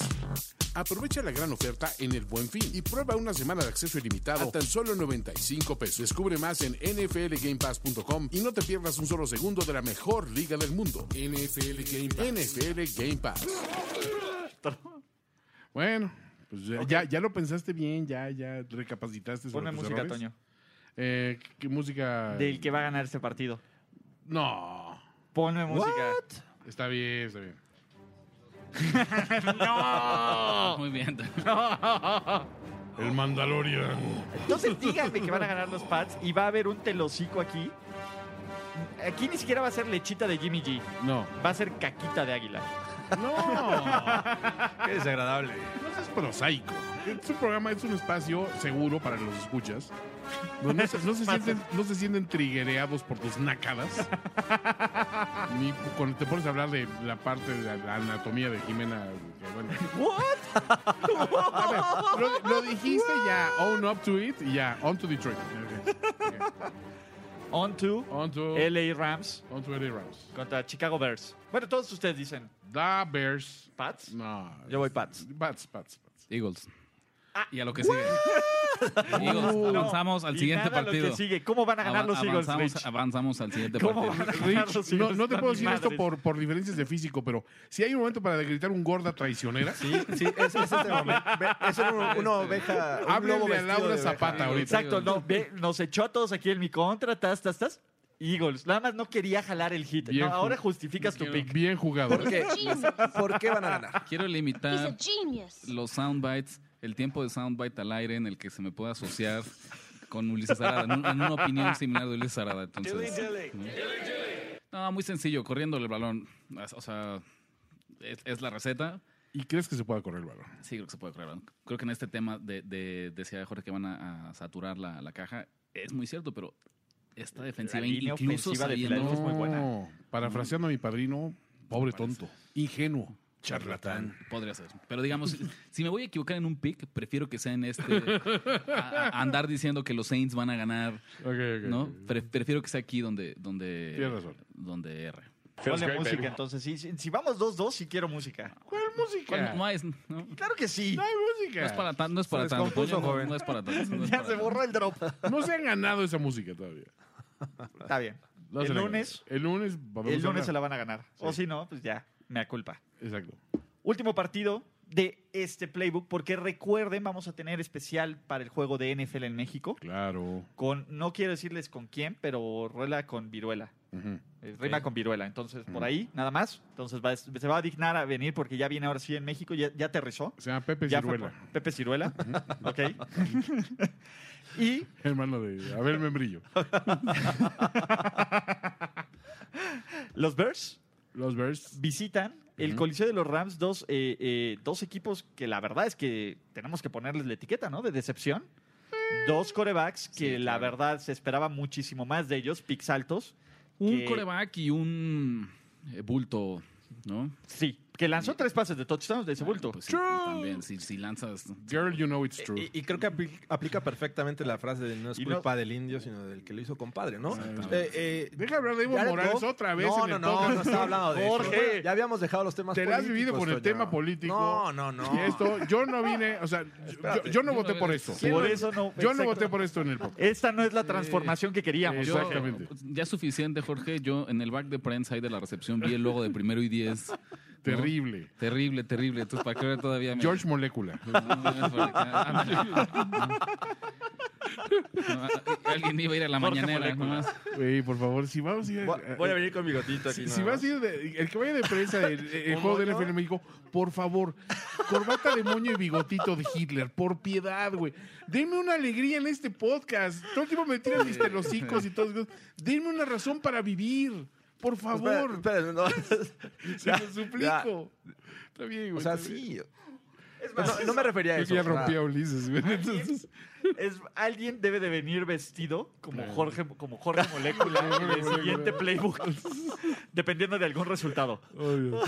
[SPEAKER 1] Aprovecha la gran oferta en el Buen Fin y prueba una semana de acceso ilimitado a tan solo 95 pesos. Descubre más en nflgamepass.com y no te pierdas un solo segundo de la mejor liga del mundo. NFL Game Pass. NFL Game Pass.
[SPEAKER 4] (laughs) Bueno, pues ya, ya, ya lo pensaste bien, ya, ya recapacitaste sobre
[SPEAKER 2] Ponme
[SPEAKER 4] tus
[SPEAKER 2] música,
[SPEAKER 4] errores.
[SPEAKER 2] Toño.
[SPEAKER 4] Eh, ¿Qué música?
[SPEAKER 2] Del que va a ganar este partido.
[SPEAKER 4] No,
[SPEAKER 2] Ponme música.
[SPEAKER 4] está bien, está bien.
[SPEAKER 6] Ah, muy
[SPEAKER 2] (laughs)
[SPEAKER 6] bien.
[SPEAKER 4] El Mandalorian.
[SPEAKER 2] Entonces díganme que van a ganar los Pats y va a haber un telocico aquí. Aquí ni siquiera va a ser lechita de Jimmy G.
[SPEAKER 4] No,
[SPEAKER 2] Va a ser caquita de águila.
[SPEAKER 4] (laughs)
[SPEAKER 3] (laughs)
[SPEAKER 4] no,
[SPEAKER 3] Qué desagradable.
[SPEAKER 4] no seas prosaico. Es un programa, es un espacio seguro para los escuchas. No, no se, no se sienten, no se sienten triguereados por tus (laughs) nácadas. Ni cuando te pones a hablar de la parte de la, la anatomía de Jimena. que bueno. A ver, lo, lo dijiste ya. Own up to it y ya. On to Detroit. Ok, ok.
[SPEAKER 2] On to
[SPEAKER 4] On to,
[SPEAKER 2] LA Rams
[SPEAKER 4] on to LA Rams.
[SPEAKER 2] contra Chicago Bears. Bueno, todos ustedes dicen
[SPEAKER 4] Da Bears.
[SPEAKER 2] Pats.
[SPEAKER 4] No.
[SPEAKER 2] Yo voy Pats.
[SPEAKER 4] Pats, Pats, Pats.
[SPEAKER 6] Eagles. y a lo
[SPEAKER 2] (laughs)
[SPEAKER 6] que sigue. Eagles, avanzamos al
[SPEAKER 2] Y
[SPEAKER 6] siguiente
[SPEAKER 2] nada lo que
[SPEAKER 6] partido.
[SPEAKER 2] sigue. ¿Cómo van a ganar
[SPEAKER 6] Ava-
[SPEAKER 2] los Eagles,
[SPEAKER 6] avanzamos,
[SPEAKER 2] Rich?
[SPEAKER 6] avanzamos al siguiente
[SPEAKER 2] ¿Cómo
[SPEAKER 6] partido.
[SPEAKER 2] van a ganar los
[SPEAKER 4] No,
[SPEAKER 2] Eagles?
[SPEAKER 4] no te
[SPEAKER 2] Está
[SPEAKER 4] puedo
[SPEAKER 2] mi
[SPEAKER 4] decir esto
[SPEAKER 2] madre.
[SPEAKER 4] por, por diferencias de físico, pero si hay un momento para gritar un gorda traicionera,
[SPEAKER 3] Sí, sí,
[SPEAKER 10] Es, es este momento. Ve- Es una,
[SPEAKER 2] Este-
[SPEAKER 10] una oveja. (laughs) un
[SPEAKER 4] háblenle
[SPEAKER 10] lobo vestido
[SPEAKER 4] a
[SPEAKER 10] de
[SPEAKER 4] Laura
[SPEAKER 10] oveja.
[SPEAKER 4] Zapata ahorita.
[SPEAKER 2] Exacto, no, ve, nos echó a todos aquí en mi contra, tas, tas, tas. Eagles, nada más no quería jalar el hit.
[SPEAKER 4] Bien
[SPEAKER 2] No, ahora
[SPEAKER 4] ju-
[SPEAKER 2] justificas tu pick.
[SPEAKER 10] (laughs)
[SPEAKER 4] Bien jugado.
[SPEAKER 10] ¿Por qué?
[SPEAKER 7] Genius.
[SPEAKER 10] ¿Por qué van a ganar?
[SPEAKER 6] Quiero
[SPEAKER 7] He's a
[SPEAKER 6] limitar
[SPEAKER 7] genius.
[SPEAKER 6] los soundbites, el tiempo de soundbite al aire en el que se me pueda asociar con Ulises Arada, en, un- en una opinión similar de Ulises Arada. Entonces, no, muy sencillo, corriendo el balón. O sea, es- es la receta,
[SPEAKER 4] ¿Y crees que se pueda correr el balón?
[SPEAKER 6] Sí, creo que se puede correr. balón. Creo que en este tema de, de- decía Jorge que van a, a saturar la, la caja. Es muy cierto, pero esta defensiva,
[SPEAKER 2] La línea
[SPEAKER 6] incluso
[SPEAKER 2] ofensiva de
[SPEAKER 6] sabiendo-
[SPEAKER 2] Filadelfia. es muy buena.
[SPEAKER 4] No, Parafraseando a mi padrino, pobre tonto, ingenuo, charlatán.
[SPEAKER 6] podría ser. Pero digamos, si- si me voy a equivocar en un pick, prefiero que sea en este. a- a andar diciendo que los Saints van a ganar, ¿no? Pre- prefiero que sea aquí donde. donde
[SPEAKER 4] Tienes razón.
[SPEAKER 6] Donde R.
[SPEAKER 9] Feels
[SPEAKER 2] Ponle
[SPEAKER 9] great,
[SPEAKER 2] música,
[SPEAKER 9] baby.
[SPEAKER 2] entonces. Si, si- si vamos 2-2, sí quiero música.
[SPEAKER 4] ¿Cuál música?
[SPEAKER 6] No, es, no,
[SPEAKER 2] Claro que sí.
[SPEAKER 4] No hay
[SPEAKER 6] no es para
[SPEAKER 4] música.
[SPEAKER 6] tanto. No es para
[SPEAKER 10] Se
[SPEAKER 6] tanto.
[SPEAKER 10] descompuso,
[SPEAKER 6] Toño, No,
[SPEAKER 10] joven.
[SPEAKER 6] no es para
[SPEAKER 4] (laughs)
[SPEAKER 6] tanto. no
[SPEAKER 4] Pues
[SPEAKER 6] es
[SPEAKER 2] ya
[SPEAKER 6] para
[SPEAKER 2] se
[SPEAKER 6] tanto.
[SPEAKER 2] borró el drop.
[SPEAKER 4] No se han ganado esa música todavía.
[SPEAKER 2] Está bien.
[SPEAKER 4] No se
[SPEAKER 2] el
[SPEAKER 4] la-
[SPEAKER 2] lunes,
[SPEAKER 4] El lunes.
[SPEAKER 2] el lunes se la
[SPEAKER 4] la...
[SPEAKER 2] van a ganar. O si no, pues ya, me culpa.
[SPEAKER 4] Exacto.
[SPEAKER 2] Último partido de este playbook, porque recuerden, vamos a tener especial para el juego de NFL en México.
[SPEAKER 4] Claro.
[SPEAKER 2] Con, no quiero decirles con quién, pero ruela con viruela.
[SPEAKER 4] Ujú.
[SPEAKER 2] Eh, Rima con viruela, entonces por
[SPEAKER 4] Mm.
[SPEAKER 2] ahí, nada más. Entonces va- se va a dignar a venir porque ya viene ahora sí en México, ya, ya aterrizó.
[SPEAKER 4] Se llama Pepe
[SPEAKER 2] Ya fue
[SPEAKER 4] Ciruela,
[SPEAKER 2] por- Pepe Ciruela. ok. (laughs) y
[SPEAKER 4] (laughs) hermano de Abel Membrillo.
[SPEAKER 2] los Bears
[SPEAKER 4] Los Bears.
[SPEAKER 2] visitan el
[SPEAKER 4] Ujú.
[SPEAKER 2] Coliseo de los Rams, dos, eh, eh, dos equipos que la verdad es que tenemos que ponerles la etiqueta, ¿no? De decepción. Dos corebacks que la verdad se esperaba muchísimo más de ellos, picks altos.
[SPEAKER 6] Un
[SPEAKER 2] que-
[SPEAKER 6] coreback y un eh, bulto, ¿no?
[SPEAKER 2] Sí, que lanzó tres pases de touchdowns de ese bulto.
[SPEAKER 6] Pues sí, también, si, si lanzas.
[SPEAKER 4] Girl, you know it's true.
[SPEAKER 10] Y, y creo que apli- aplica perfectamente la frase de no es
[SPEAKER 2] Y no-
[SPEAKER 10] culpa del indio, sino del que lo hizo compadre, ¿no?
[SPEAKER 6] Exactamente.
[SPEAKER 10] Eh, eh,
[SPEAKER 4] Deja hablar de Evo
[SPEAKER 10] Jared
[SPEAKER 4] Morales
[SPEAKER 10] Goff-
[SPEAKER 4] otra vez.
[SPEAKER 10] No,
[SPEAKER 4] en
[SPEAKER 10] no,
[SPEAKER 4] el
[SPEAKER 10] no,
[SPEAKER 4] podcast.
[SPEAKER 10] no estaba hablando de eso.
[SPEAKER 2] Jorge.
[SPEAKER 10] Ya habíamos dejado los temas
[SPEAKER 4] Te la has vivido
[SPEAKER 10] políticos,
[SPEAKER 4] con el
[SPEAKER 10] Toño.
[SPEAKER 4] tema político.
[SPEAKER 10] No, no, no.
[SPEAKER 4] Esto, yo no vine, o sea, yo- yo, yo no voté por esto.
[SPEAKER 2] Por eso no.
[SPEAKER 4] Yo
[SPEAKER 2] exacto.
[SPEAKER 4] no voté por esto en el podcast.
[SPEAKER 2] Esta no es la transformación que queríamos.
[SPEAKER 6] Yo-
[SPEAKER 4] Exactamente.
[SPEAKER 6] ya es suficiente, Jorge. Yo en el back de prensa ahí de la recepción vi el logo de primero y diez.
[SPEAKER 4] Terrible.
[SPEAKER 6] Terrible, terrible. Entonces, para que ahora todavía me.
[SPEAKER 4] George Molecula.
[SPEAKER 6] No, no, no, no, ándale. (laughs) No, alguien iba a ir a la
[SPEAKER 2] Jorge
[SPEAKER 6] mañanera.
[SPEAKER 2] Molécula.
[SPEAKER 6] nomás.
[SPEAKER 4] Güey, por favor, si vamos a ir.
[SPEAKER 10] Eh,
[SPEAKER 4] eh,
[SPEAKER 10] Voy- Voy a venir con mi gotito aquí.
[SPEAKER 4] Si,
[SPEAKER 10] nada
[SPEAKER 4] si vas
[SPEAKER 10] más.
[SPEAKER 4] a ir de- el que vaya de prensa
[SPEAKER 10] (laughs)
[SPEAKER 4] del el juego de
[SPEAKER 10] moño?
[SPEAKER 4] NFL en México, por favor, corbata de moño y bigotito de Hitler, por piedad, güey. Denme una alegría en este podcast. Todo el tiempo me tiran mis telocicos y todo. Denme una razón para vivir, por
[SPEAKER 10] Espera,
[SPEAKER 4] favor.
[SPEAKER 10] espera, no.
[SPEAKER 4] (laughs) Se
[SPEAKER 10] Ya,
[SPEAKER 4] lo
[SPEAKER 10] ya.
[SPEAKER 4] suplico. Está bien, güey.
[SPEAKER 10] O sea,
[SPEAKER 4] está bien.
[SPEAKER 10] sí. No, no me refería a
[SPEAKER 4] Yo
[SPEAKER 10] eso.
[SPEAKER 4] ya
[SPEAKER 10] o sea,
[SPEAKER 4] rompí a Ulises, güey. Entonces,
[SPEAKER 2] Es, alguien debe de venir vestido como Jorge, como Jorge Molécula en
[SPEAKER 4] (laughs)
[SPEAKER 2] el siguiente playbook, dependiendo de algún resultado.
[SPEAKER 4] obvio.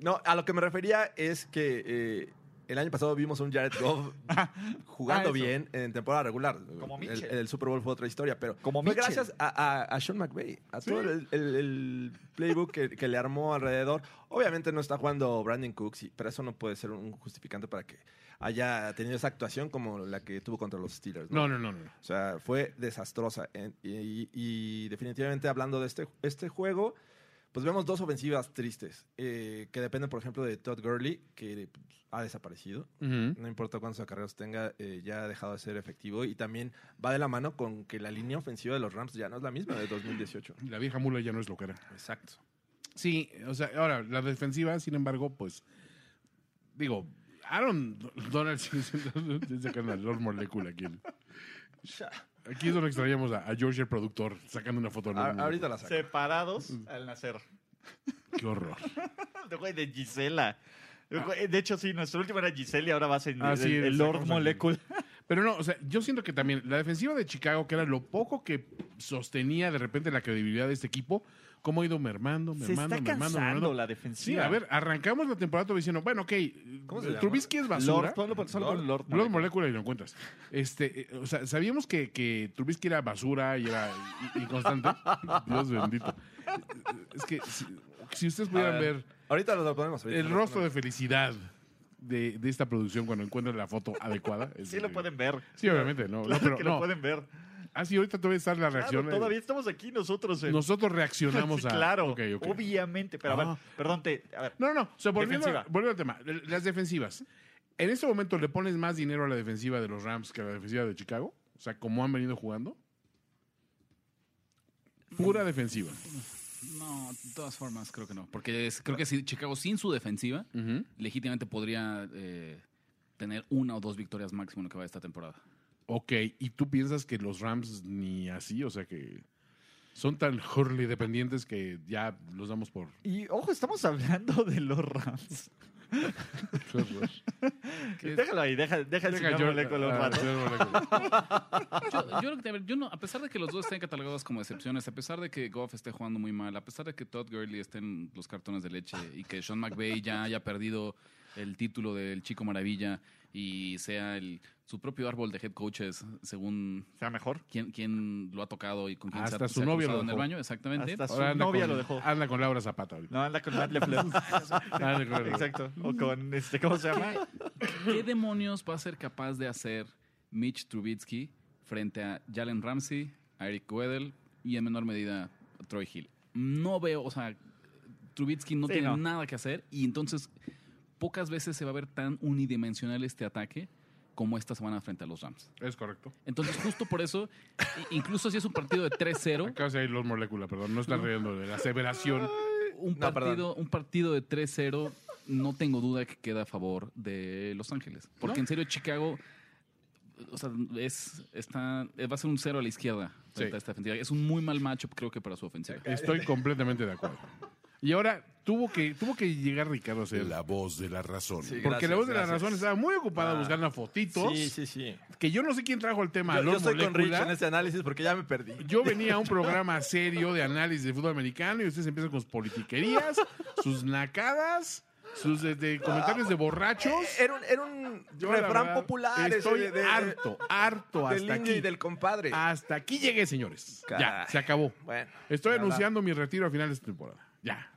[SPEAKER 10] No, a lo que me refería es que eh,
[SPEAKER 3] el año pasado vimos un Jared
[SPEAKER 2] (laughs)
[SPEAKER 3] Goff jugando
[SPEAKER 2] Ah, eso.
[SPEAKER 3] bien en temporada regular.
[SPEAKER 2] Como
[SPEAKER 3] El-
[SPEAKER 2] Mitchell.
[SPEAKER 3] El, Super Bowl fue otra historia, pero
[SPEAKER 2] Como
[SPEAKER 3] fue
[SPEAKER 2] Mitchell.
[SPEAKER 3] gracias a, a- a Sean McVay, a todo el, el- el playbook que, que le armó alrededor. Obviamente no está jugando Brandon Cooks, y- pero eso no puede ser un justificante para que haya tenido esa actuación como la que tuvo contra los Steelers.
[SPEAKER 4] No, no, no, no.
[SPEAKER 3] O sea, fue desastrosa. En- Y, y- y definitivamente hablando de este, este juego, pues vemos dos ofensivas tristes, eh, que dependen, por ejemplo, de Todd Gurley, que pues, ha desaparecido.
[SPEAKER 4] Ujú.
[SPEAKER 3] No importa cuántos acarreos tenga, eh, ya ha dejado de ser efectivo. Y también va de la mano con que la línea ofensiva de los Rams ya no es la misma de 2018.
[SPEAKER 4] La vieja mula ya no es lo que era.
[SPEAKER 3] Exacto.
[SPEAKER 4] Sí, o sea, ahora, la defensiva, sin embargo, pues, digo, Aaron Donald (laughs) dice que Lord Molecule aquí. Aquí es donde extrañamos a, a George el productor sacando una foto.
[SPEAKER 3] A- ahorita la saco.
[SPEAKER 2] Separados
[SPEAKER 4] Mm.
[SPEAKER 2] al nacer.
[SPEAKER 4] Qué horror.
[SPEAKER 2] De güey de Gisela. Güey, De hecho, sí, nuestro último era Gisela y ahora va a ser
[SPEAKER 4] Ah,
[SPEAKER 2] el,
[SPEAKER 4] sí,
[SPEAKER 2] el
[SPEAKER 4] exacto,
[SPEAKER 2] Lord
[SPEAKER 4] vamos a-
[SPEAKER 2] Molecule.
[SPEAKER 4] Pero no, o sea, yo siento que también la defensiva de Chicago, que era lo poco que sostenía de repente la credibilidad de este equipo, cómo ha ido mermando,
[SPEAKER 2] Se
[SPEAKER 4] mermando,
[SPEAKER 2] está
[SPEAKER 4] mermando, mermando.
[SPEAKER 2] cansando la
[SPEAKER 4] Sí,
[SPEAKER 2] defensiva.
[SPEAKER 4] a ver, arrancamos la temporada todo diciendo, bueno, ok, eh,
[SPEAKER 3] ¿Cómo se llama?
[SPEAKER 4] Trubisky es basura.
[SPEAKER 2] Lord, ponlo por- solo con Lord.
[SPEAKER 4] Blood Molecule y lo encuentras. Este, eh, o sea, sabíamos que, que Trubisky era basura y era i- inconstante. Dios bendito. Es que si, si ustedes pudieran ver
[SPEAKER 3] Ahorita lo ponemos. ahorita
[SPEAKER 4] el
[SPEAKER 3] pues, lo
[SPEAKER 4] rostro de
[SPEAKER 3] ponemos.
[SPEAKER 4] felicidad de, de esta producción cuando encuentran la foto adecuada. es
[SPEAKER 2] Sí lo
[SPEAKER 4] increíble.
[SPEAKER 2] pueden ver.
[SPEAKER 4] Sí, obviamente,
[SPEAKER 2] (laughs)
[SPEAKER 4] no.
[SPEAKER 2] Claro
[SPEAKER 4] no, pero
[SPEAKER 2] que lo
[SPEAKER 4] no.
[SPEAKER 2] pueden ver.
[SPEAKER 4] Ah, sí, ahorita todavía está la
[SPEAKER 2] Claro,
[SPEAKER 4] reacción. eh,
[SPEAKER 2] todavía estamos aquí nosotros. en-
[SPEAKER 4] Nosotros
[SPEAKER 2] Sí,
[SPEAKER 4] reaccionamos a.
[SPEAKER 2] claro,
[SPEAKER 4] Ok, ok.
[SPEAKER 2] obviamente. Pero a
[SPEAKER 4] Ah.
[SPEAKER 2] ver, perdón, te, a ver.
[SPEAKER 4] No, no, no. O sea, volviendo,
[SPEAKER 2] Defensiva.
[SPEAKER 4] volviendo al tema. l- Las defensivas. ¿En este momento le pones más dinero a la defensiva de los Rams que a la defensiva de Chicago? O sea, ¿cómo han venido jugando? Pura defensiva.
[SPEAKER 6] No, de todas formas, creo que no. Porque es- creo que si Chicago sin su defensiva,
[SPEAKER 4] Ujú.
[SPEAKER 6] legítimamente podría eh, tener una o dos victorias máximo en lo que va esta temporada.
[SPEAKER 4] Ok, ¿y tú piensas que los Rams ni así? O sea, que son tan Hurley dependientes que ya los damos por...
[SPEAKER 2] Y ojo, estamos hablando de los
[SPEAKER 4] (laughs)
[SPEAKER 2] Rams. Déjalo ahí, deja, deja el
[SPEAKER 4] Deja
[SPEAKER 2] señor
[SPEAKER 4] yo-
[SPEAKER 2] Molecule un
[SPEAKER 4] ah,
[SPEAKER 2] rato.
[SPEAKER 4] señor Molecule.
[SPEAKER 6] Yo, yo, creo que- a ver, yo no, a pesar de que los dos estén catalogados como excepciones, a pesar de que Goff esté jugando muy mal, a pesar de que Todd Gurley esté en los cartones de leche y que Sean McVay ya haya perdido el título del Chico Maravilla y sea el, su propio árbol de head coaches según
[SPEAKER 2] sea mejor.
[SPEAKER 6] quién, quién lo ha tocado y con quién
[SPEAKER 4] Ah, Hasta
[SPEAKER 6] se ha,
[SPEAKER 4] su
[SPEAKER 6] se ha
[SPEAKER 4] novio
[SPEAKER 6] cruzado
[SPEAKER 4] lo
[SPEAKER 6] en el
[SPEAKER 4] dejó.
[SPEAKER 6] baño, exactamente.
[SPEAKER 2] Hasta su
[SPEAKER 4] Ahora anda
[SPEAKER 2] novia
[SPEAKER 4] con- Ah.
[SPEAKER 2] lo dejó.
[SPEAKER 4] Anda con Laura
[SPEAKER 3] (laughs)
[SPEAKER 4] Zapata. ahorita.
[SPEAKER 2] No, anda con
[SPEAKER 4] (laughs)
[SPEAKER 2] Matt LeFleur.
[SPEAKER 4] Anda con Laura.
[SPEAKER 2] Exacto. O con este, ¿cómo se (laughs) llama?
[SPEAKER 6] ¿Qué demonios va a ser capaz de hacer Mitch Trubisky frente a Jalen Ramsey, a Eric Weddle y en menor medida a Troy Hill? No veo, o sea, Trubisky no
[SPEAKER 2] Sí,
[SPEAKER 6] tiene
[SPEAKER 2] no.
[SPEAKER 6] nada que hacer y entonces pocas veces se va a ver tan unidimensional este ataque como esta semana frente a los Rams.
[SPEAKER 4] Es correcto.
[SPEAKER 6] Entonces, justo por eso, i- incluso si es un partido de 3-0,
[SPEAKER 4] Acabas de ir los moléculas, perdón. No están riendo de la aseveración.
[SPEAKER 6] un
[SPEAKER 3] No, perdón.
[SPEAKER 6] partido, un partido de 3-0, no tengo duda que queda a favor de Los Ángeles. Porque en serio, Chicago. O sea, es, está, va a ser un cero a la izquierda frente
[SPEAKER 4] Sí. Eh,
[SPEAKER 6] a esta defensiva. Es un muy mal matchup, creo que, para su ofensiva.
[SPEAKER 4] Estoy completamente de acuerdo. Y ahora tuvo que, tuvo que llegar Ricardo a hacer.
[SPEAKER 1] La voz de la razón.
[SPEAKER 3] Sí,
[SPEAKER 4] porque
[SPEAKER 3] gracias,
[SPEAKER 4] la voz de la
[SPEAKER 3] gracias.
[SPEAKER 4] razón estaba muy ocupada
[SPEAKER 3] Ah.
[SPEAKER 4] buscando fotitos.
[SPEAKER 3] Sí, sí, sí.
[SPEAKER 4] Que yo no sé quién trajo el tema.
[SPEAKER 3] Yo, yo
[SPEAKER 4] Lord
[SPEAKER 3] estoy con Rich
[SPEAKER 4] Molecula.
[SPEAKER 3] en este análisis porque ya me perdí.
[SPEAKER 4] Yo venía a un programa serio de análisis de fútbol americano y ustedes empiezan con sus politiquerías, sus nacadas, sus de- de comentarios de borrachos.
[SPEAKER 3] Era un, era un
[SPEAKER 4] Yo, la
[SPEAKER 3] refrán
[SPEAKER 4] verdad,
[SPEAKER 3] popular. ese
[SPEAKER 4] Estoy
[SPEAKER 3] de- de- de-
[SPEAKER 4] harto, harto
[SPEAKER 3] del
[SPEAKER 4] hasta
[SPEAKER 3] niño
[SPEAKER 4] aquí.
[SPEAKER 3] y del compadre.
[SPEAKER 4] Hasta aquí llegué, señores. Ya,
[SPEAKER 3] Caray.
[SPEAKER 4] se acabó.
[SPEAKER 3] Bueno,
[SPEAKER 4] Estoy
[SPEAKER 3] nada.
[SPEAKER 4] anunciando mi retiro a final de esta temporada. Ya.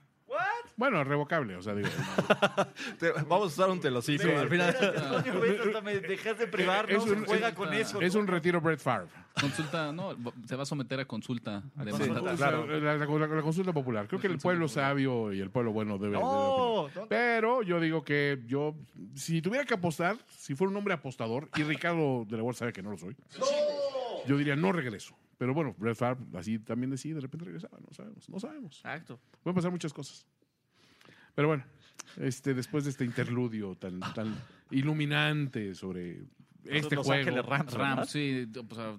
[SPEAKER 4] Bueno, revocable, o
[SPEAKER 3] (laughs)
[SPEAKER 4] sea, digo.
[SPEAKER 3] Te- vamos a usar un telocito al final.
[SPEAKER 2] Coño, güey, hasta me dejas de privar,
[SPEAKER 4] Es
[SPEAKER 2] no se
[SPEAKER 4] un-
[SPEAKER 2] juega
[SPEAKER 6] es-
[SPEAKER 2] con eso.
[SPEAKER 4] es un retiro Brett Favre.
[SPEAKER 6] Consulta, no, va- se va a someter a consulta de
[SPEAKER 2] consulta.
[SPEAKER 6] mandato.
[SPEAKER 4] O sea, la, la- la- la consulta popular. Creo que el pueblo sabio y el pueblo bueno debe. debe
[SPEAKER 2] No,
[SPEAKER 4] opinar. Pero yo digo que yo, si tuviera que apostar, si fuera un hombre apostador, y Ricardo de la Bolsa sabe que no lo soy, yo diría no regreso. Pero bueno, Brett Favre así también decide, de repente regresaba, no sabemos, no sabemos.
[SPEAKER 2] Exacto.
[SPEAKER 4] Pueden pasar muchas cosas. Pero bueno, este, después de este interludio tan, tan iluminante sobre este
[SPEAKER 2] Los
[SPEAKER 4] juego.
[SPEAKER 2] Ángeles Rams.
[SPEAKER 6] Rams, sí, o sea,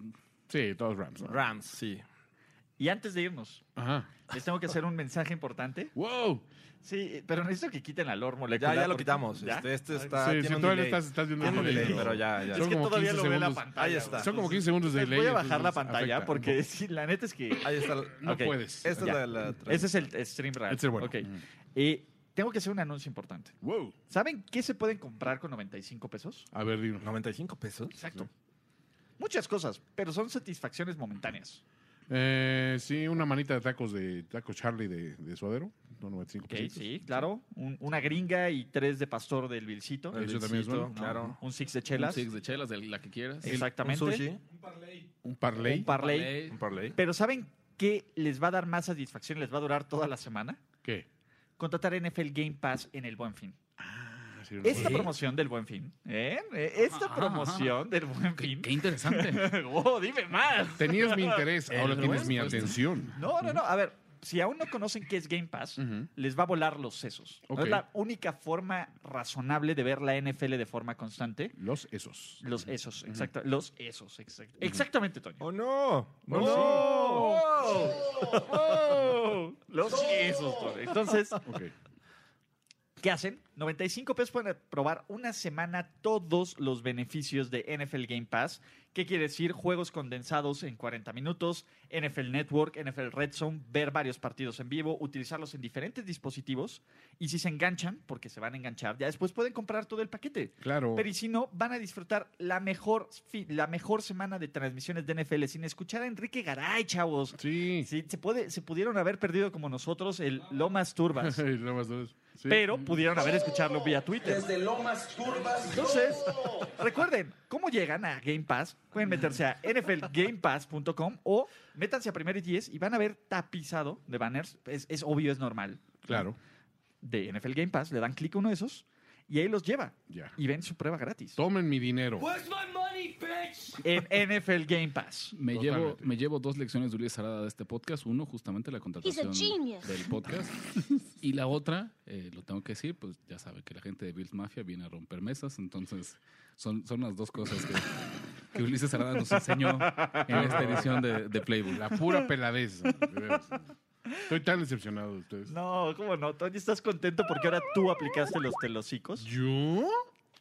[SPEAKER 4] Sí, todos Rams. ¿no?
[SPEAKER 3] Rams, sí.
[SPEAKER 2] Y antes de irnos,
[SPEAKER 4] Ajá.
[SPEAKER 2] les tengo que hacer un mensaje importante.
[SPEAKER 4] ¡Wow!
[SPEAKER 2] Sí, pero necesito que quiten la lor
[SPEAKER 3] Ya,
[SPEAKER 2] molecular.
[SPEAKER 3] ya lo
[SPEAKER 2] porque-
[SPEAKER 3] quitamos.
[SPEAKER 2] ¿Ya?
[SPEAKER 3] Este, este
[SPEAKER 4] Sí,
[SPEAKER 3] está. tiene
[SPEAKER 4] sí,
[SPEAKER 3] un
[SPEAKER 4] todavía
[SPEAKER 3] delay.
[SPEAKER 4] estás, estás viendo
[SPEAKER 3] Tiene
[SPEAKER 4] un
[SPEAKER 3] un delay,
[SPEAKER 4] delay.
[SPEAKER 3] pero ya, ya.
[SPEAKER 2] Es que
[SPEAKER 4] como
[SPEAKER 2] todavía
[SPEAKER 4] 15
[SPEAKER 2] lo ve la
[SPEAKER 4] segundos.
[SPEAKER 2] pantalla.
[SPEAKER 3] Ahí
[SPEAKER 2] güey.
[SPEAKER 3] está.
[SPEAKER 4] Son como 15 segundos de
[SPEAKER 2] Les
[SPEAKER 4] delay.
[SPEAKER 2] voy a bajar la
[SPEAKER 4] entonces afecta
[SPEAKER 2] pantalla
[SPEAKER 4] un
[SPEAKER 2] porque (laughs) sí, la neta es que
[SPEAKER 3] Ahí está.
[SPEAKER 4] poco. No
[SPEAKER 2] Ok.
[SPEAKER 4] puedes.
[SPEAKER 3] Esta
[SPEAKER 2] Ya.
[SPEAKER 3] es la, la
[SPEAKER 2] ese es el stream real.
[SPEAKER 4] Este es bueno.
[SPEAKER 2] Ok.
[SPEAKER 4] Mm.
[SPEAKER 2] Eh, Tengo que hacer un anuncio importante.
[SPEAKER 4] Wow.
[SPEAKER 2] ¿Saben qué se pueden comprar con 95 pesos?
[SPEAKER 4] A ver, dime.
[SPEAKER 10] 95 pesos.
[SPEAKER 2] Exacto. Muchas cosas, pero son satisfacciones momentáneas.
[SPEAKER 4] Eh, sí, una manita de tacos de Taco Charlie de, de suadero. No, 95
[SPEAKER 2] Ok,
[SPEAKER 4] pesitos.
[SPEAKER 2] sí, claro. Un- una gringa y tres de pastor del Vilcito.
[SPEAKER 4] El Eso también es
[SPEAKER 10] Vilcito,
[SPEAKER 4] bueno.
[SPEAKER 2] No,
[SPEAKER 10] Claro.
[SPEAKER 2] Un six de
[SPEAKER 6] Un
[SPEAKER 2] chelas.
[SPEAKER 6] six de chelas, de la que quieras.
[SPEAKER 2] Exactamente.
[SPEAKER 10] Un sushi.
[SPEAKER 4] Un parlay.
[SPEAKER 2] Un parlay.
[SPEAKER 6] Parlay.
[SPEAKER 10] Un parlay.
[SPEAKER 2] Pero ¿saben qué les va a dar más satisfacción? ¿Les va a durar toda la semana?
[SPEAKER 4] ¿Qué?
[SPEAKER 2] Contratar NFL Game Pass en el Buen Fin.
[SPEAKER 4] Ah, sí,
[SPEAKER 2] Esta
[SPEAKER 4] no.
[SPEAKER 2] promoción del Buen Fin. ¿eh? Eh, Esta
[SPEAKER 6] Ajá.
[SPEAKER 2] promoción del Buen
[SPEAKER 6] Qué,
[SPEAKER 2] Fin.
[SPEAKER 6] qué interesante.
[SPEAKER 2] (laughs) ¡Oh, dime más! (laughs)
[SPEAKER 4] Tenías mi interés,
[SPEAKER 6] El
[SPEAKER 4] ahora tienes mi
[SPEAKER 6] respuesta.
[SPEAKER 4] atención.
[SPEAKER 2] No, no, no. A ver, si aún no conocen qué es Game Pass,
[SPEAKER 4] Ujú.
[SPEAKER 2] les va a volar los sesos. No
[SPEAKER 4] Ok.
[SPEAKER 2] es la única forma razonable de ver la NFL de forma constante.
[SPEAKER 4] Los esos.
[SPEAKER 2] Los esos, exacto. Los esos, exacto. Exactamente, Toño.
[SPEAKER 10] ¡Oh, no!
[SPEAKER 4] No.
[SPEAKER 2] ¡Oh! Los esos, Toño. (laughs) Entonces,
[SPEAKER 4] Ok.
[SPEAKER 2] Ah, ¿qué hacen? 95 pesos pueden probar una semana todos los beneficios de NFL Game Pass. ¿Qué quiere decir? Juegos condensados en 40 minutos, NFL Network, NFL Red Zone, ver varios partidos en vivo, utilizarlos en diferentes dispositivos. Y si se enganchan, porque se van a enganchar, ya después pueden comprar todo el paquete.
[SPEAKER 4] Claro.
[SPEAKER 2] Pero y si no, van a disfrutar la mejor, fi- la mejor semana de transmisiones de NFL sin escuchar a Enrique Garay, chavos. (laughs)
[SPEAKER 4] Sí.
[SPEAKER 2] Sí, se, puede, se pudieron haber perdido como nosotros el Lomas
[SPEAKER 4] (laughs)
[SPEAKER 2] Turbas,
[SPEAKER 4] Nada más dos. Sí.
[SPEAKER 2] pero pudieron haber escucharlo vía Twitter. Desde Lomas Turbas. Entonces, recuerden, ¿cómo llegan a Game Pass? Pueden meterse a nflgamepass.com o métanse a Primero y 10 y van a ver tapizado de banners. Es, es obvio, es normal.
[SPEAKER 4] Claro.
[SPEAKER 2] De NFL Game Pass, le dan clic a uno de esos y ahí los lleva.
[SPEAKER 4] Ya.
[SPEAKER 2] Y ven su prueba gratis.
[SPEAKER 4] Tomen mi dinero.
[SPEAKER 2] en NFL Game Pass.
[SPEAKER 6] Me llevo,
[SPEAKER 4] Totalmente.
[SPEAKER 6] me llevo dos lecciones de Ulises Arada de este podcast. Uno, justamente la contratación
[SPEAKER 7] He's a genius.
[SPEAKER 6] del podcast. Y la otra, eh, lo tengo que decir, pues ya sabe que la gente de Bills Mafia viene a romper mesas. Entonces, son, son las dos cosas que, que Ulises Arada nos enseñó en
[SPEAKER 2] (laughs)
[SPEAKER 6] esta edición de, de Playbook.
[SPEAKER 4] La pura peladez. de veras. Estoy tan decepcionado de ustedes.
[SPEAKER 2] No, ¿cómo no? Tony, ¿estás contento porque ahora tú aplicaste los telocicos
[SPEAKER 4] ¿Yo?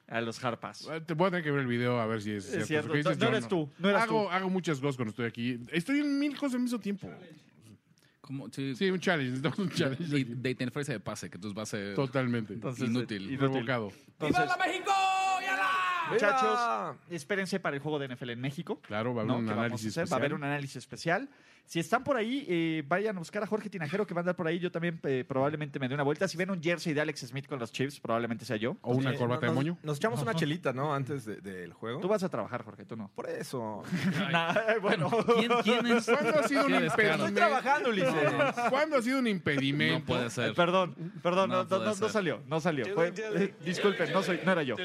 [SPEAKER 2] a los harpas?
[SPEAKER 4] Ah, Te voy a tener que ver el video a ver si es,
[SPEAKER 2] Es
[SPEAKER 4] cierto.
[SPEAKER 2] cierto,
[SPEAKER 4] eso que dices.
[SPEAKER 2] no, no
[SPEAKER 4] Yo
[SPEAKER 2] eres tú, no eras
[SPEAKER 4] hago,
[SPEAKER 2] tú.
[SPEAKER 4] hago muchas cosas cuando estoy aquí. Estoy en mil cosas al mismo tiempo.
[SPEAKER 6] Como, sí,
[SPEAKER 4] Sí, un challenge.
[SPEAKER 2] (laughs)
[SPEAKER 4] necesitamos un challenge.
[SPEAKER 6] y
[SPEAKER 4] aquí.
[SPEAKER 6] de interferencia de pase, que entonces va a ser
[SPEAKER 4] Totalmente.
[SPEAKER 2] Entonces,
[SPEAKER 6] Inútil.
[SPEAKER 2] eh,
[SPEAKER 4] Revocado.
[SPEAKER 2] Entonces,
[SPEAKER 10] ¡Viva!
[SPEAKER 2] muchachos, espérense para el juego de NFL en México.
[SPEAKER 4] Claro, va a haber
[SPEAKER 2] ¿no?
[SPEAKER 4] un
[SPEAKER 2] que vamos a
[SPEAKER 4] análisis.
[SPEAKER 2] hacer. Va a haber
[SPEAKER 4] especial.
[SPEAKER 2] un análisis especial. Si están por ahí, eh, vayan a buscar a Jorge Tinajero que va a andar por ahí. Yo también eh, probablemente me dé una vuelta. Si ven un jersey de Alex Smith con los Chiefs, probablemente sea yo.
[SPEAKER 4] O una
[SPEAKER 10] Eh,
[SPEAKER 4] corbata de
[SPEAKER 10] nos-
[SPEAKER 4] moño.
[SPEAKER 10] Nos echamos una chelita, ¿no? Antes de- del juego.
[SPEAKER 2] Tú vas a trabajar, Jorge, tú
[SPEAKER 4] (laughs)
[SPEAKER 2] no.
[SPEAKER 10] Por eso.
[SPEAKER 2] Nah, (laughs) bueno,
[SPEAKER 6] ¿Quién, quién es?
[SPEAKER 4] ¿Cuándo ha sido
[SPEAKER 6] Qué
[SPEAKER 4] un
[SPEAKER 6] descaro.
[SPEAKER 4] impedimento?
[SPEAKER 10] trabajando, Ulises.
[SPEAKER 4] (laughs) ¿Cuándo ha sido un impedimento?
[SPEAKER 6] No puede
[SPEAKER 2] Eh,
[SPEAKER 6] ser.
[SPEAKER 2] perdón, perdón,
[SPEAKER 6] No
[SPEAKER 2] no, no-
[SPEAKER 6] puede
[SPEAKER 2] no- no
[SPEAKER 6] ser.
[SPEAKER 2] salió, no salió. Fue- eh, disculpen, no, soy, no era yo.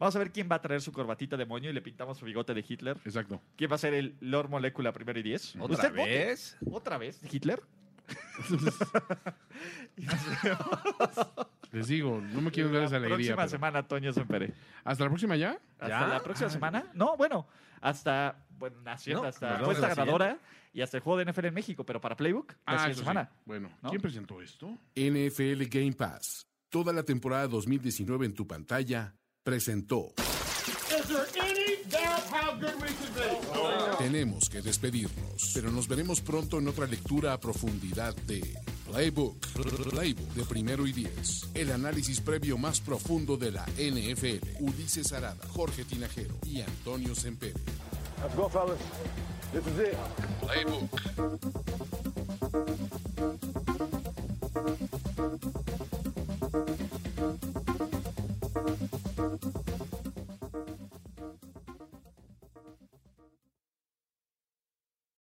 [SPEAKER 2] Vamos a ver quién va a traer su corbatita de moño y le pintamos su bigote de Hitler.
[SPEAKER 4] Exacto.
[SPEAKER 2] ¿Quién va a ser el Lord Molecula primero y diez?
[SPEAKER 10] ¿Otra
[SPEAKER 2] vote.
[SPEAKER 10] vez?
[SPEAKER 2] ¿Otra vez? ¿Hitler?
[SPEAKER 4] Les digo, no me quiero dar esa alegría.
[SPEAKER 2] próxima
[SPEAKER 4] pero-
[SPEAKER 2] semana, Toño Sempere.
[SPEAKER 4] ¿Hasta la próxima ya?
[SPEAKER 2] ¿Hasta
[SPEAKER 10] ¿Ya?
[SPEAKER 2] la próxima semana? No, bueno, hasta, bueno, naciendo,
[SPEAKER 10] No,
[SPEAKER 2] hasta
[SPEAKER 10] nos vemos
[SPEAKER 2] apuesta
[SPEAKER 10] la
[SPEAKER 2] ganadora y hasta el juego de NFL en México, pero para Playbook, la siguiente
[SPEAKER 4] Ah, eso sí.
[SPEAKER 2] semana.
[SPEAKER 4] Bueno,
[SPEAKER 2] ¿No?
[SPEAKER 4] ¿quién presentó esto?
[SPEAKER 1] NFL Game Pass, toda la temporada 2019 en tu pantalla, presentó. Tenemos que despedirnos, pero nos veremos pronto en otra lectura a profundidad de Playbook, Playbook de primero y diez, el análisis previo más profundo de la NFL. Ulises Arada, Jorge Tinajero y Antonio Sempere. Playbook.